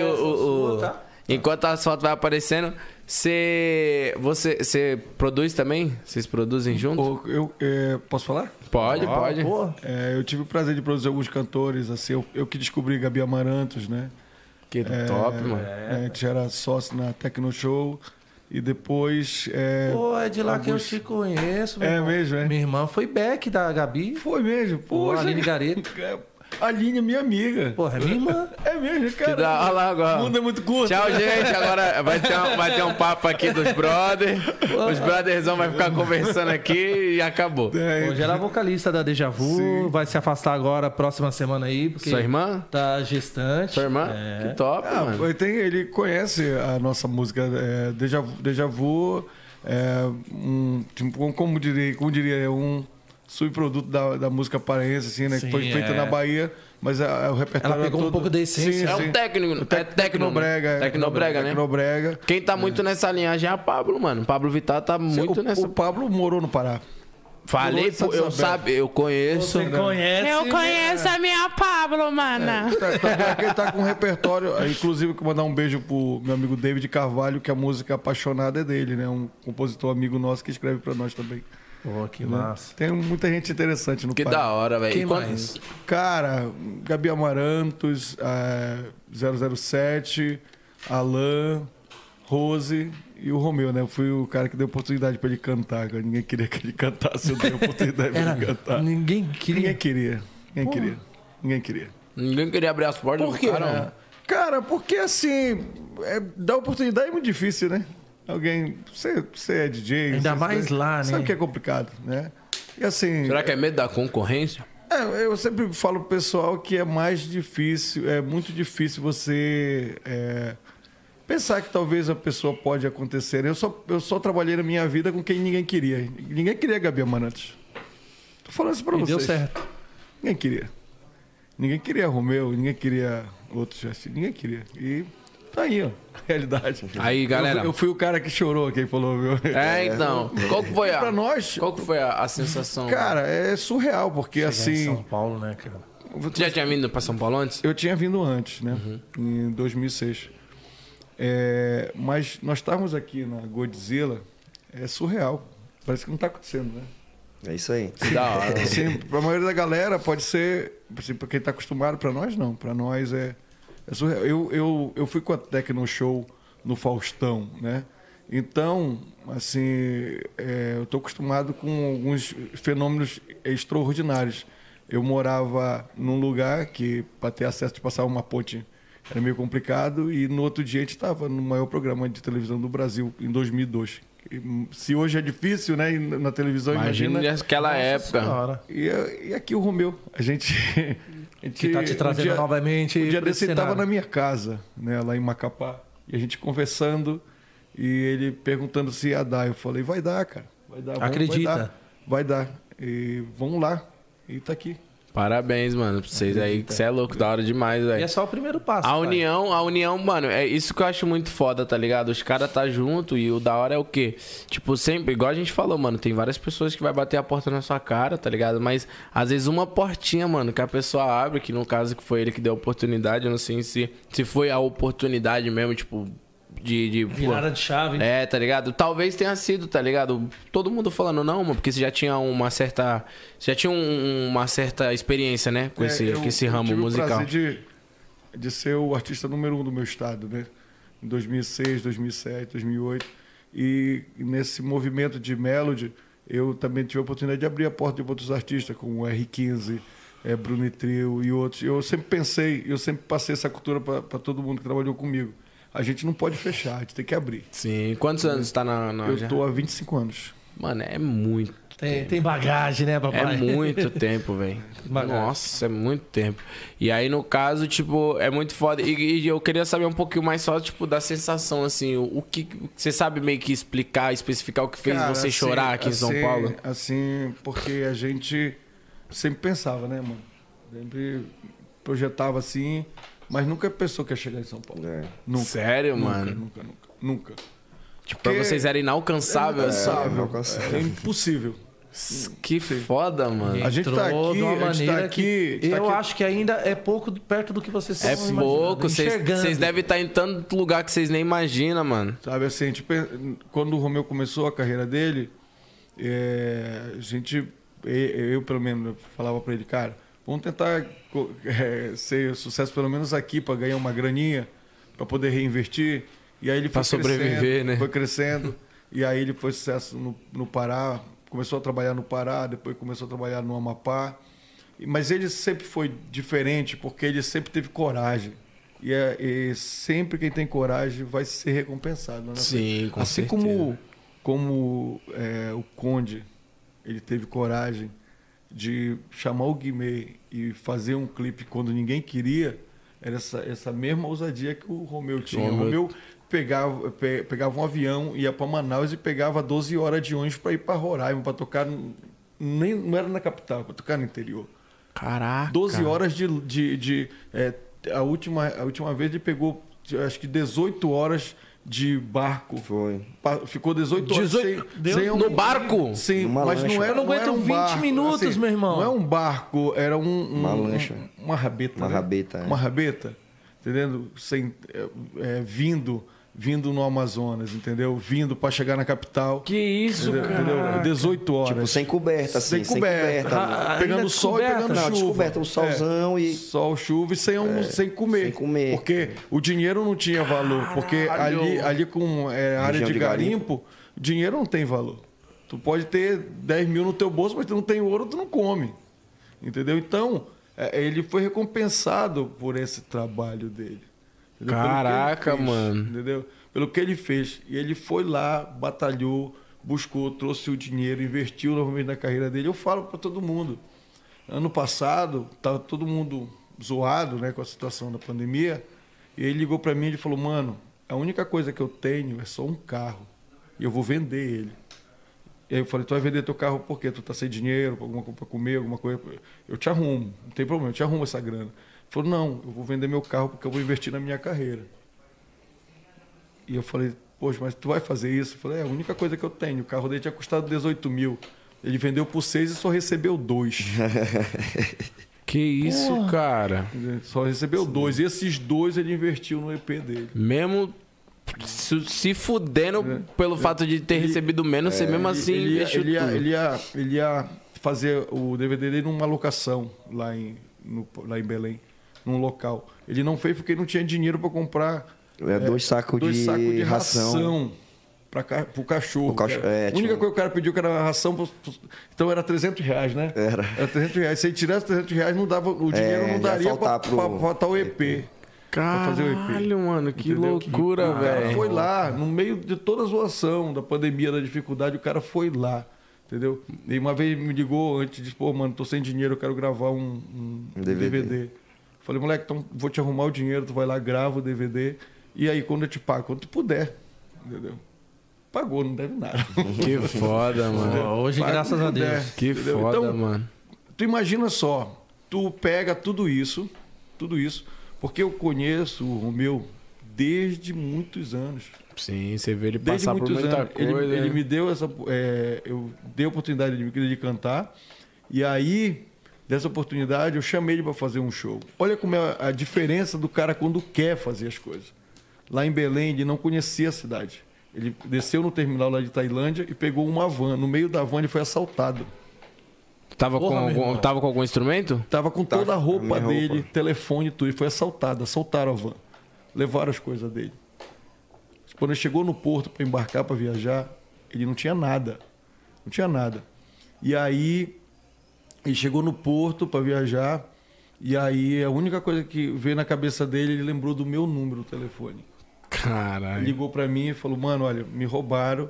[SPEAKER 2] o-
[SPEAKER 1] sua,
[SPEAKER 2] o-
[SPEAKER 1] tá?
[SPEAKER 2] Enquanto as fotos vai aparecendo, cê, você você produz também? Vocês produzem junto? Ah,
[SPEAKER 6] Ou Eu, é, posso falar?
[SPEAKER 2] Pode,
[SPEAKER 1] Ó,
[SPEAKER 2] pode.
[SPEAKER 1] pô.
[SPEAKER 6] É, eu tive o prazer de produzir alguns cantores, assim, eu, eu que descobri Gabi Amarantos, né?
[SPEAKER 2] Que
[SPEAKER 6] É,
[SPEAKER 2] top, mano.
[SPEAKER 6] é, que já era sócio na Tecno Show. E depois. é,
[SPEAKER 1] Pô, é de lá que eu te conheço, meu
[SPEAKER 6] É
[SPEAKER 1] irmão.
[SPEAKER 6] mesmo, é?
[SPEAKER 1] Minha irmã foi back da Gabi.
[SPEAKER 6] Foi mesmo,
[SPEAKER 1] Pô,
[SPEAKER 6] poxa.
[SPEAKER 1] Aline Gareto.
[SPEAKER 6] É, (laughs) Aline é minha amiga.
[SPEAKER 1] Porra, é minha irmã.
[SPEAKER 6] É mesmo,
[SPEAKER 2] Que da-
[SPEAKER 6] cara.
[SPEAKER 2] olha lá agora.
[SPEAKER 6] O mundo é muito curto.
[SPEAKER 2] Tchau, gente. Agora vai ter, um, vai ter um papo aqui dos brothers. Os brotherzão vai ficar conversando aqui e acabou.
[SPEAKER 6] É,
[SPEAKER 1] Hoje ela é vocalista da Deja Vu,
[SPEAKER 6] Sim.
[SPEAKER 1] vai se afastar agora, próxima semana aí, porque
[SPEAKER 2] Sua irmã?
[SPEAKER 1] tá gestante.
[SPEAKER 2] Sua irmã?
[SPEAKER 1] É.
[SPEAKER 2] Que top,
[SPEAKER 6] Ah,
[SPEAKER 2] mano.
[SPEAKER 6] pô, tem- ele conhece a nossa música é, Deja, Vu- Deja Vu, é, um, tipo, um- como diria, como diria, é um subproduto da, da música paraense, assim, né?
[SPEAKER 1] Sim,
[SPEAKER 6] que foi feita
[SPEAKER 1] é.
[SPEAKER 6] na Bahia, mas a- a- o repertório
[SPEAKER 1] Ela pegou um
[SPEAKER 6] era todo-
[SPEAKER 1] pouco da essência.
[SPEAKER 6] Sim,
[SPEAKER 2] É
[SPEAKER 6] sim.
[SPEAKER 2] um técnico, é
[SPEAKER 6] Tec- Tecnobrega.
[SPEAKER 2] tecnobrega.
[SPEAKER 6] é.
[SPEAKER 2] Tecnobrega, né?
[SPEAKER 6] Tecnobrega.
[SPEAKER 2] Quem tá muito nessa linhagem é a Pablo, mano. Pablo Vittar tá muito
[SPEAKER 6] o,
[SPEAKER 2] nessa.
[SPEAKER 6] o Pablo morou no Pará.
[SPEAKER 2] Falei,
[SPEAKER 6] Santa
[SPEAKER 2] pô, eu
[SPEAKER 6] Isabel.
[SPEAKER 2] sabe, eu conheço.
[SPEAKER 1] Você conhece? né?
[SPEAKER 8] Eu conheço a minha Pablo,
[SPEAKER 2] Ah.
[SPEAKER 8] mana.
[SPEAKER 6] Tá, tá, ele tá com um repertório. aí, Inclusive, eu quero mandar um beijo pro meu amigo David Carvalho, que a música apaixonada é dele, né? Um compositor amigo nosso que escreve pra nós também.
[SPEAKER 1] Pô, que massa.
[SPEAKER 6] Tem muita gente interessante no
[SPEAKER 2] Que
[SPEAKER 6] Pará.
[SPEAKER 2] da hora, velho.
[SPEAKER 1] Quem
[SPEAKER 2] E quando-
[SPEAKER 1] mais?
[SPEAKER 6] Cara, Gabi Amarantos, eh, 007, Alain, Rose e o Romeu, né? Eu fui o cara que deu oportunidade pra ele cantar. cara. Ninguém queria que ele cantasse, eu dei oportunidade pra ele
[SPEAKER 1] Era,
[SPEAKER 6] cantar.
[SPEAKER 1] ninguém
[SPEAKER 6] Ninguém
[SPEAKER 1] queria.
[SPEAKER 6] queria. Ninguém queria. Ninguém queria.
[SPEAKER 2] Ninguém queria abrir as portas.
[SPEAKER 3] Por
[SPEAKER 2] do
[SPEAKER 3] quê?
[SPEAKER 2] cara,
[SPEAKER 3] né?
[SPEAKER 2] mano.
[SPEAKER 6] Cara, porque assim, é, dar oportunidade é muito difícil, né? Alguém. Você, você é DJ.
[SPEAKER 1] Ainda
[SPEAKER 6] você-
[SPEAKER 1] mais lá, né?
[SPEAKER 6] Sabe que é complicado, né? E assim.
[SPEAKER 2] Será que é medo da concorrência?
[SPEAKER 6] É, eu sempre falo pro pessoal que é mais difícil, é muito difícil você é, pensar que talvez a pessoa pode acontecer. Eu só, eu só trabalhei na minha vida com quem ninguém queria. Ninguém queria Gabi Amarantos. Tô falando isso pra
[SPEAKER 1] E
[SPEAKER 6] vocês.
[SPEAKER 1] deu certo.
[SPEAKER 6] Ninguém queria. Ninguém queria Romeu, ninguém queria outros artistas, ninguém queria. E tá aí, ó, a realidade.
[SPEAKER 2] Aí, galera.
[SPEAKER 6] Eu, eu fui o cara que chorou, quem falou, meu.
[SPEAKER 2] É, então. Qual que foi a.
[SPEAKER 6] Pra nós,
[SPEAKER 2] Qual que foi a, a sensação?
[SPEAKER 6] cara, é surreal, porque
[SPEAKER 1] Em
[SPEAKER 6] assim.
[SPEAKER 1] São Paulo, né, cara?
[SPEAKER 2] Tu já tinha vindo pra São Paulo antes?
[SPEAKER 6] Eu tinha vindo antes, né? Em 2006. É, mas nós estávamos aqui na Godzilla, é surreal. Parece que não tá acontecendo, né?
[SPEAKER 4] É isso aí.
[SPEAKER 2] Da hora.
[SPEAKER 6] Sim, Assim, pra maioria da galera pode ser, assim, pra quem tá acostumado, pra nós não. Pra nós é, é surreal. Eu, eu, eu fui com a Tecno Show no Faustão, né? Então, assim, é, eu tô acostumado com alguns fenômenos extraordinários. Eu morava num lugar que, para ter acesso de passar uma ponte, era meio complicado. E no outro dia a gente estava no maior programa de televisão do Brasil, em 2002. E, hum, Se hoje é difícil, né? e na- Na televisão,
[SPEAKER 2] Imagina
[SPEAKER 6] imagina.
[SPEAKER 2] aquela época.
[SPEAKER 1] Senhora.
[SPEAKER 6] E, e aqui o Romeu.
[SPEAKER 1] (laughs)
[SPEAKER 6] A gente. A gente
[SPEAKER 1] Que tá te trazendo novamente
[SPEAKER 6] Um dia
[SPEAKER 1] pra esse
[SPEAKER 6] desse ele tava
[SPEAKER 1] cenário.
[SPEAKER 6] na minha casa, né, lá em Macapá. E a gente conversando e ele perguntando se ia dar. Eu falei, vai dar, cara. Vai dar. vamos-
[SPEAKER 1] Acredita.
[SPEAKER 6] Vai dar. Vai dar. E vamos lá. E tá aqui.
[SPEAKER 2] Parabéns, mano, pra vocês aí, que você é louco, da hora demais,
[SPEAKER 1] E
[SPEAKER 2] velho.
[SPEAKER 1] é só o primeiro passo.
[SPEAKER 2] A
[SPEAKER 1] pai.
[SPEAKER 2] união, a união, mano, é isso que eu acho muito foda, tá ligado? Os caras tá junto e o da hora é o quê? Tipo, sempre, igual a gente falou, mano, tem várias pessoas que vai bater a porta na sua cara, tá ligado? Mas às vezes uma portinha, mano, que a pessoa abre, que no caso que foi ele que deu a oportunidade, eu não sei se, se foi a oportunidade mesmo, tipo, de. de pô,
[SPEAKER 1] Virada de chave.
[SPEAKER 2] é, tá ligado? Talvez tenha sido, tá ligado? Todo mundo falando não, mano, porque você já tinha uma certa. Você já tinha um- uma certa experiência, né? Com,
[SPEAKER 6] É,
[SPEAKER 2] esse,
[SPEAKER 6] eu-
[SPEAKER 2] com esse
[SPEAKER 6] eu
[SPEAKER 2] ramo
[SPEAKER 6] tive O
[SPEAKER 2] musical.
[SPEAKER 6] prazer de, de ser o artista número um do meu estado, né? Em 2006, 2007, 2008. E nesse movimento de Melody, eu também tive a oportunidade de abrir a porta de outros artistas, como o R15, é, Bruno Trio e outros. Eu sempre pensei, eu sempre passei essa cultura para todo mundo que trabalhou comigo. A gente não pode fechar, a gente tem que abrir.
[SPEAKER 2] Sim. Quantos anos tá na. na
[SPEAKER 6] eu
[SPEAKER 2] já?
[SPEAKER 6] estou há 25 anos.
[SPEAKER 2] Mano, é muito.
[SPEAKER 1] Tem, tem bagagem, né,
[SPEAKER 2] É
[SPEAKER 1] papai?
[SPEAKER 2] muito (laughs) tempo, velho.
[SPEAKER 1] Bagagem.
[SPEAKER 2] Nossa, é muito tempo. E aí, no caso, tipo, é muito foda. E, e eu queria saber um pouquinho mais só, tipo, da sensação, assim, o, o que. Você sabe meio que explicar, especificar o que fez
[SPEAKER 6] Cara,
[SPEAKER 2] você
[SPEAKER 6] assim,
[SPEAKER 2] chorar aqui em São
[SPEAKER 6] assim-
[SPEAKER 2] Paulo?
[SPEAKER 6] Assim, porque a gente sempre pensava, né, mano? Sempre projetava assim, mas nunca pensou que ia chegar em São Paulo.
[SPEAKER 4] É.
[SPEAKER 6] Nunca.
[SPEAKER 2] Sério,
[SPEAKER 6] nunca,
[SPEAKER 2] mano.
[SPEAKER 6] Nunca, nunca, nunca.
[SPEAKER 2] Tipo, pra vocês era inalcançável, assim.
[SPEAKER 4] É,
[SPEAKER 6] Inalcançável.
[SPEAKER 4] inalcançável.
[SPEAKER 6] É impossível.
[SPEAKER 2] Que foda, mano.
[SPEAKER 6] A gente tá
[SPEAKER 1] Entrou
[SPEAKER 6] aqui,
[SPEAKER 1] de uma
[SPEAKER 6] a gente tá
[SPEAKER 1] maneira
[SPEAKER 6] aqui, a
[SPEAKER 1] que
[SPEAKER 6] gente tá
[SPEAKER 1] eu
[SPEAKER 6] aqui-
[SPEAKER 1] acho que ainda é pouco perto do que vocês
[SPEAKER 2] É
[SPEAKER 1] estão
[SPEAKER 2] pouco,
[SPEAKER 1] imaginando, enxergando.
[SPEAKER 2] vocês devem estar em tanto lugar que vocês nem imaginam, mano.
[SPEAKER 6] Sabe assim, a gente pen- quando o Romeu começou a carreira dele, é, a gente, e- eu pelo menos, eu falava pra ele, cara, vamos tentar co- é, ser sucesso pelo menos aqui pra ganhar uma graninha, pra poder reinvestir. E aí ele
[SPEAKER 2] Pra
[SPEAKER 6] foi
[SPEAKER 2] sobreviver,
[SPEAKER 6] crescendo,
[SPEAKER 2] né?
[SPEAKER 6] Foi crescendo. e aí ele foi sucesso no, no Pará, começou a trabalhar no Pará, depois começou a trabalhar no Amapá. E- Mas ele sempre foi diferente porque ele sempre teve coragem. E, é- e sempre quem tem coragem vai ser recompensado. né?
[SPEAKER 2] Sim, com
[SPEAKER 6] assim
[SPEAKER 2] certeza.
[SPEAKER 6] como, como é, o Conde, ele teve coragem de chamar o Guimê e fazer um clipe quando ninguém queria, era essa, essa mesma ousadia que o Romeu tinha. O
[SPEAKER 2] Romeu-
[SPEAKER 6] Romeu pegava, pe- pegava um avião, ia para Manaus e pegava 12 horas de ônibus para ir para Roraima, para tocar. no- Nem, não era na capital, para tocar no interior.
[SPEAKER 2] Caraca.
[SPEAKER 6] 12 horas de. de, de, é, a, última, a última vez ele pegou, acho que 18 horas de barco.
[SPEAKER 4] Foi.
[SPEAKER 6] Pa- Ficou 18 horas
[SPEAKER 1] 18
[SPEAKER 6] sem, sem um-
[SPEAKER 2] No barco?
[SPEAKER 6] Sim,
[SPEAKER 4] Numa
[SPEAKER 6] mas
[SPEAKER 4] lancha.
[SPEAKER 6] não era,
[SPEAKER 1] Eu não
[SPEAKER 6] não era
[SPEAKER 1] aguento
[SPEAKER 6] um
[SPEAKER 1] 20
[SPEAKER 6] barco,
[SPEAKER 1] minutos, meu irmão.
[SPEAKER 6] Não é um barco, era um, um-
[SPEAKER 4] Uma lancha.
[SPEAKER 6] um- uma rabeta.
[SPEAKER 4] Uma
[SPEAKER 6] né?
[SPEAKER 4] rabeta, é.
[SPEAKER 6] Uma rabeta, entendendo? Sem, é, é, vindo, vindo no Amazonas, entendeu? Vindo para chegar na capital.
[SPEAKER 1] Que isso,
[SPEAKER 6] entendeu?
[SPEAKER 1] cara.
[SPEAKER 6] Entendeu? 18 horas.
[SPEAKER 4] Tipo, sem coberta, assim.
[SPEAKER 6] Sem coberta. né?
[SPEAKER 1] Ah, ainda
[SPEAKER 6] pegando sol e
[SPEAKER 1] descoberta?
[SPEAKER 6] pegando
[SPEAKER 4] Não,
[SPEAKER 6] chuva.
[SPEAKER 4] descoberta, um solzão e-
[SPEAKER 6] Sol, chuva e sem, almo- sem comer.
[SPEAKER 4] sem comer.
[SPEAKER 6] Porque o dinheiro não tinha valor. Porque ali, ali com é, área
[SPEAKER 4] Região
[SPEAKER 6] de,
[SPEAKER 4] de
[SPEAKER 6] garimpo, dinheiro não tem valor. Tu pode ter 10 mil no teu bolso, mas tu não tem ouro, tu não come. Entendeu? Então, é, ele foi recompensado por esse trabalho dele. Entendeu? Pelo que ele
[SPEAKER 2] Caraca,
[SPEAKER 6] fez,
[SPEAKER 2] mano.
[SPEAKER 6] Entendeu? Pelo que ele fez. E ele foi lá, batalhou, buscou, trouxe o dinheiro, investiu novamente na carreira dele. Eu falo para todo mundo. Ano passado, tava todo mundo zoado, né, com a situação da pandemia. E ele ligou para mim e ele falou: "Mano, a única coisa que eu tenho é só um carro. E eu vou vender ele". E aí eu falei, tu vai vender teu carro por quê? Tu tá sem dinheiro, alguma coisa pra comer, alguma coisa. pra- Eu te arrumo, não tem problema, eu te arrumo essa grana. Ele falou, não, eu vou vender meu carro porque eu vou investir na minha carreira. E eu falei, poxa, mas tu vai fazer isso? Eu falei, é a única coisa que eu tenho. O carro dele tinha custado 18 mil. Ele vendeu por seis e só recebeu dois.
[SPEAKER 2] Que isso, cara.
[SPEAKER 6] Só recebeu dois. E esses dois ele investiu no EP dele.
[SPEAKER 2] Mesmo se, se fudendo pelo fato de ter recebido menos, você mesmo assim
[SPEAKER 6] É. ele, ia,
[SPEAKER 2] investiu
[SPEAKER 6] ele, ia,
[SPEAKER 2] tudo.
[SPEAKER 6] ele, ia, ele ia fazer o DVD dele numa locação lá em, no- lá em Belém, num local. Ele não fez porque não tinha dinheiro para comprar
[SPEAKER 4] É, dois sacos
[SPEAKER 6] dois
[SPEAKER 4] de,
[SPEAKER 6] sacos de
[SPEAKER 4] ração.
[SPEAKER 6] ração. Pra ca... Pro cachorro.
[SPEAKER 4] Pro cachorro,
[SPEAKER 6] cara.
[SPEAKER 4] é,
[SPEAKER 6] a única
[SPEAKER 4] tipo-
[SPEAKER 6] coisa que o cara pediu que era ração. pro- pro- Então era 300 reais, né?
[SPEAKER 4] Era.
[SPEAKER 6] Era 300 reais. Se ele tirasse 300 reais, não dava, o dinheiro
[SPEAKER 4] É,
[SPEAKER 6] não
[SPEAKER 4] ia
[SPEAKER 6] daria pra,
[SPEAKER 4] faltar pro-
[SPEAKER 6] pra faltar o EP. Pra fazer o EP.
[SPEAKER 2] Caralho, mano, que
[SPEAKER 6] Entendeu?
[SPEAKER 2] loucura,
[SPEAKER 6] O cara
[SPEAKER 2] velho.
[SPEAKER 6] foi lá, no meio de toda a zoação, da pandemia, da dificuldade, o cara foi lá. Entendeu? E uma vez me ligou antes de, pô, mano, tô sem dinheiro, eu quero gravar um, um
[SPEAKER 4] Um
[SPEAKER 6] DVD.
[SPEAKER 4] DVD.
[SPEAKER 6] Falei, moleque, então vou te arrumar o dinheiro, tu vai lá, grava o DVD. E aí, quando eu te pago, quando tu puder. Entendeu? Pagou, não deve nada.
[SPEAKER 2] Que foda, mano.
[SPEAKER 1] Ó, hoje,
[SPEAKER 6] Vai
[SPEAKER 1] graças a
[SPEAKER 6] quando
[SPEAKER 1] Deus.
[SPEAKER 6] der.
[SPEAKER 2] Que
[SPEAKER 6] Entendeu?
[SPEAKER 2] foda,
[SPEAKER 6] Então,
[SPEAKER 2] mano.
[SPEAKER 6] Tu imagina só, tu pega tudo isso, tudo isso, porque eu conheço o Romeu desde muitos anos.
[SPEAKER 2] Sim, você vê ele
[SPEAKER 6] Desde
[SPEAKER 2] passar por
[SPEAKER 6] muitos
[SPEAKER 2] muita
[SPEAKER 6] anos. Ele-
[SPEAKER 2] coisa.
[SPEAKER 6] Ele,
[SPEAKER 2] né?
[SPEAKER 6] me deu essa. é, eu dei a oportunidade de, de cantar. E aí, dessa oportunidade, eu chamei ele para fazer um show. Olha como é a diferença do cara quando quer fazer as coisas. Lá em Belém, ele não conhecia a cidade. Ele desceu no terminal lá de Tailândia e pegou uma van. No meio da van, ele foi assaltado.
[SPEAKER 2] Tava,
[SPEAKER 1] Porra,
[SPEAKER 2] com
[SPEAKER 1] meu
[SPEAKER 2] algum,
[SPEAKER 1] irmão.
[SPEAKER 2] tava com algum instrumento?
[SPEAKER 6] Tava com toda a roupa
[SPEAKER 4] a minha
[SPEAKER 6] dele,
[SPEAKER 4] roupa.
[SPEAKER 6] telefone e tudo. Ele foi assaltado, assaltaram a van. Levaram as coisas dele. Quando ele chegou no porto para embarcar, para viajar, ele não tinha nada. Não tinha nada. E aí, ele chegou no porto para viajar. E aí, a única coisa que veio na cabeça dele, ele lembrou do meu número do telefone.
[SPEAKER 2] Caralho.
[SPEAKER 6] Ligou para mim e falou: Mano, olha, me roubaram,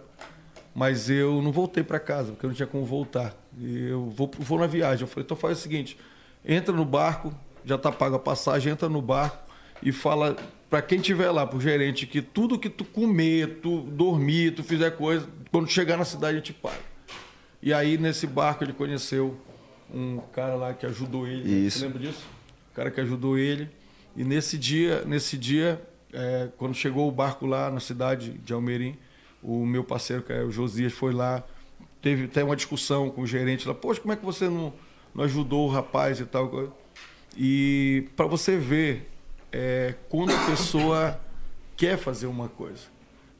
[SPEAKER 6] mas eu não voltei para casa, porque eu não tinha como voltar. E eu vou, vou na viagem. Eu falei: Então faz o seguinte: entra no barco, já tá paga a passagem, entra no barco e fala para quem tiver lá, pro gerente, que tudo que tu comer, tu dormir, tu fizer coisa, quando chegar na cidade eu te pago. E aí, nesse barco, ele conheceu um cara lá que ajudou ele. né?
[SPEAKER 4] Isso.
[SPEAKER 6] Você lembra disso? O cara que ajudou ele. E nesse dia, nesse dia é, quando chegou o barco lá na cidade de Almerim, o meu parceiro, que é o Josias, foi lá. Teve até uma discussão com o gerente lá. Poxa, como é que você não, não ajudou o rapaz e tal? coisa?" E para você ver é, quando a pessoa (coughs) quer fazer uma coisa.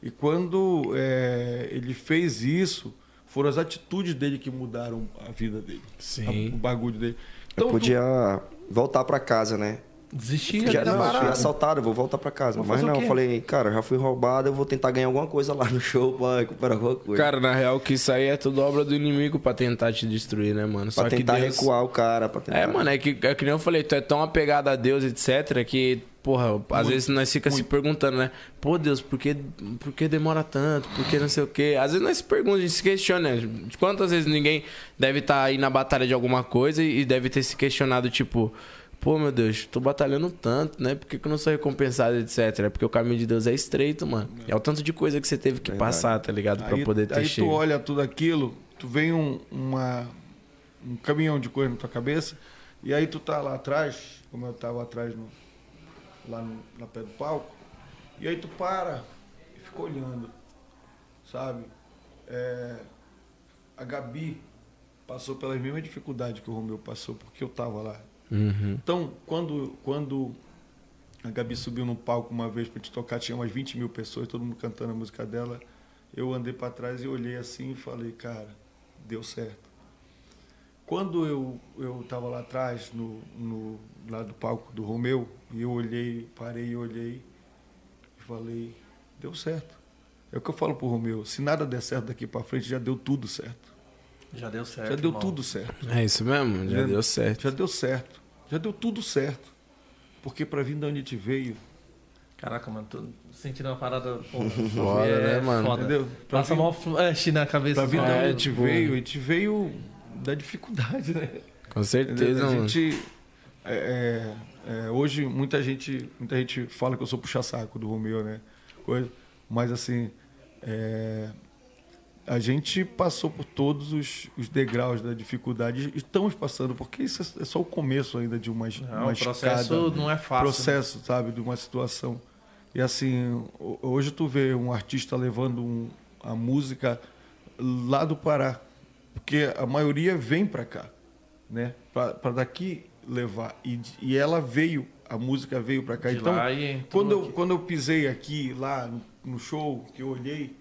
[SPEAKER 6] E quando é, ele fez isso, foram as atitudes dele que mudaram a vida dele.
[SPEAKER 2] Sim.
[SPEAKER 6] A- o bagulho dele.
[SPEAKER 4] Eu
[SPEAKER 6] tu-
[SPEAKER 4] podia voltar pra casa, né?
[SPEAKER 1] Desistir
[SPEAKER 4] Já
[SPEAKER 1] da
[SPEAKER 4] não, fui
[SPEAKER 1] parada.
[SPEAKER 4] assaltado, vou voltar pra casa.
[SPEAKER 1] Vou
[SPEAKER 4] Mas
[SPEAKER 1] fazer o
[SPEAKER 4] não,
[SPEAKER 1] quê?
[SPEAKER 4] eu falei, cara, já fui roubado, eu vou tentar ganhar alguma coisa lá no show pra recuperar alguma coisa.
[SPEAKER 2] Cara, na real, que isso aí é tudo obra do inimigo pra tentar te destruir, né, mano?
[SPEAKER 4] pra
[SPEAKER 2] Só que
[SPEAKER 4] tentar
[SPEAKER 2] Deus...
[SPEAKER 4] recuar o cara, pra
[SPEAKER 6] Tá.
[SPEAKER 4] tentar.
[SPEAKER 2] É, mano, é que, é que nem eu falei, tu é tão apegado a Deus, etc, que, porra, às vezes nós fica se perguntando, né? Pô, Deus, por que, por que demora tanto? Por que não sei o quê? Às vezes nós se perguntamos, a gente se questiona, né? De Quantas vezes ninguém deve estar aí na batalha de alguma coisa e e deve ter se questionado, tipo... Pô, meu Deus, tô batalhando tanto, né? Por que, que eu não sou recompensado, etc? É porque o caminho de Deus é estreito, mano. É o tanto de coisa que você teve que passar, tá ligado? Pra
[SPEAKER 6] aí,
[SPEAKER 2] poder ter
[SPEAKER 6] aí
[SPEAKER 2] chego.
[SPEAKER 6] tu olha tudo aquilo, tu vem um, uma- um caminhão de coisa na tua cabeça, e aí tu tá lá atrás, como eu tava atrás no- lá no, na pé do palco, e aí tu para e fica olhando, sabe? É, a Gabi passou pelas mesmas dificuldades que o Romeu passou, porque eu tava lá.
[SPEAKER 2] Uhum.
[SPEAKER 6] Então, quando, quando a Gabi subiu no palco uma vez pra te tocar, tinha umas 20 mil pessoas, todo mundo cantando a música dela. Eu andei pra trás e olhei assim e falei, cara, deu certo. Quando eu eu estava lá atrás, no, no lá do palco do Romeu, e eu olhei, parei e olhei e falei, deu certo. É o que eu falo pro Romeu, se nada der certo daqui pra frente, já deu tudo certo.
[SPEAKER 1] Já deu certo.
[SPEAKER 6] Já deu
[SPEAKER 1] irmão.
[SPEAKER 6] tudo certo.
[SPEAKER 2] É isso mesmo, já
[SPEAKER 6] Entendeu?
[SPEAKER 2] deu certo.
[SPEAKER 6] Já deu certo. Já deu tudo certo. Porque pra vir de onde te veio,
[SPEAKER 1] Caraca, mano, tô sentindo uma
[SPEAKER 6] (laughs)
[SPEAKER 1] parada. Porra,
[SPEAKER 2] Foda, né, mano?
[SPEAKER 6] Entendeu? Pra
[SPEAKER 1] Passa
[SPEAKER 6] vir-
[SPEAKER 1] mal é, tipo, flash na cabeça. né?
[SPEAKER 6] pra vir de
[SPEAKER 1] mano.
[SPEAKER 6] onde te veio, a gente veio da dificuldade, né?
[SPEAKER 2] Com certeza,
[SPEAKER 6] a
[SPEAKER 2] mano.
[SPEAKER 6] gente. é, é, é, hoje muita gente, muita gente fala que eu sou puxa-saco do Romeu, né? Coisa, mas assim. é, a gente passou por todos os, os degraus da dificuldade e estamos passando, porque isso é só o começo ainda de uma,
[SPEAKER 1] Não,
[SPEAKER 6] uma
[SPEAKER 1] o processo
[SPEAKER 6] escada, né?
[SPEAKER 1] não é fácil.
[SPEAKER 6] processo, sabe, de uma situação. E assim, ho- hoje tu vê um artista levando um- a música lá do Pará, porque a maioria vem para cá, né? Para daqui levar. E, de- e ela veio, a música veio pra cá.
[SPEAKER 1] De
[SPEAKER 6] então,
[SPEAKER 1] lá e entrou
[SPEAKER 6] quando, eu,
[SPEAKER 1] aqui.
[SPEAKER 6] quando eu pisei aqui, lá no, no show, que eu olhei,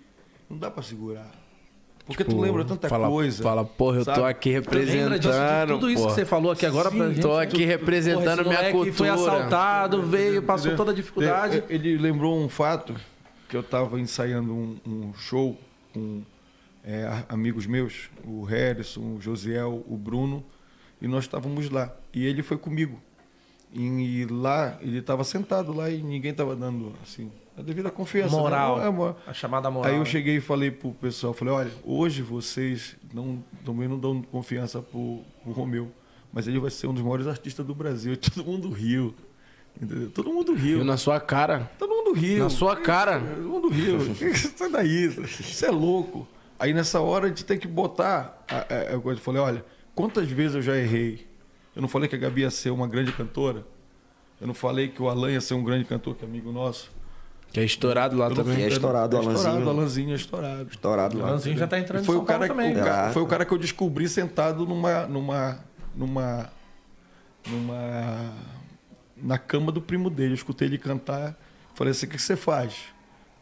[SPEAKER 6] não dá pra segurar. Porque tu lembra tanta
[SPEAKER 2] Tipo, fala,
[SPEAKER 6] coisa.
[SPEAKER 2] Fala, porra, eu tô
[SPEAKER 6] sabe?
[SPEAKER 2] aqui
[SPEAKER 1] Lembra disso, de
[SPEAKER 2] representando.
[SPEAKER 1] tudo isso
[SPEAKER 2] porra.
[SPEAKER 1] que você falou aqui agora pra gente?
[SPEAKER 2] Tô aqui representando
[SPEAKER 1] Esse
[SPEAKER 2] minha
[SPEAKER 1] moleque
[SPEAKER 2] cultura.
[SPEAKER 1] Foi assaltado, veio, passou toda a dificuldade.
[SPEAKER 6] Ele- É, Ele lembrou um fato que eu estava ensaiando um, um show com é, a- amigos meus, o Harrison, o Josiel, o Bruno, e nós estávamos lá. E ele foi comigo. E, lá, ele estava sentado lá e ninguém estava dando, assim, a devida confiança. né?
[SPEAKER 1] Moral.
[SPEAKER 6] É, mo-
[SPEAKER 1] A chamada moral.
[SPEAKER 6] Aí eu
[SPEAKER 1] né?
[SPEAKER 6] cheguei e falei pro pessoal, falei, olha, hoje vocês não, também não dão confiança pro, pro Romeu, mas ele vai ser um dos maiores artistas do Brasil. (laughs) E todo mundo riu. entendeu? Todo mundo riu.
[SPEAKER 2] Viu na sua cara.
[SPEAKER 6] Todo mundo riu.
[SPEAKER 2] Na sua cara.
[SPEAKER 6] Todo mundo riu. (laughs) Sai daí. Isso é louco. Aí nessa hora a gente tem que botar. a- a- a coisa. Eu falei, olha, quantas vezes eu já errei? Eu não falei que a Gabi ia ser uma grande cantora? Eu não falei que o Alan ia ser um grande cantor, que é amigo nosso?
[SPEAKER 2] Que é estourado lá
[SPEAKER 6] Eu não
[SPEAKER 2] também.
[SPEAKER 6] falei-
[SPEAKER 4] É estourado o
[SPEAKER 6] Estourado,
[SPEAKER 4] Alanzinho.
[SPEAKER 6] o Alanzinho é estourado.
[SPEAKER 4] Estourado lá.
[SPEAKER 1] Lanzinho já tá entrando
[SPEAKER 6] Foi
[SPEAKER 1] em
[SPEAKER 6] o,
[SPEAKER 1] São Paulo
[SPEAKER 6] cara,
[SPEAKER 1] também.
[SPEAKER 6] o cara-
[SPEAKER 4] Ah.
[SPEAKER 6] foi o cara que eu descobri sentado numa. numa. numa. numa. na cama do primo dele. Eu escutei ele cantar. Falei assim, o que que você faz,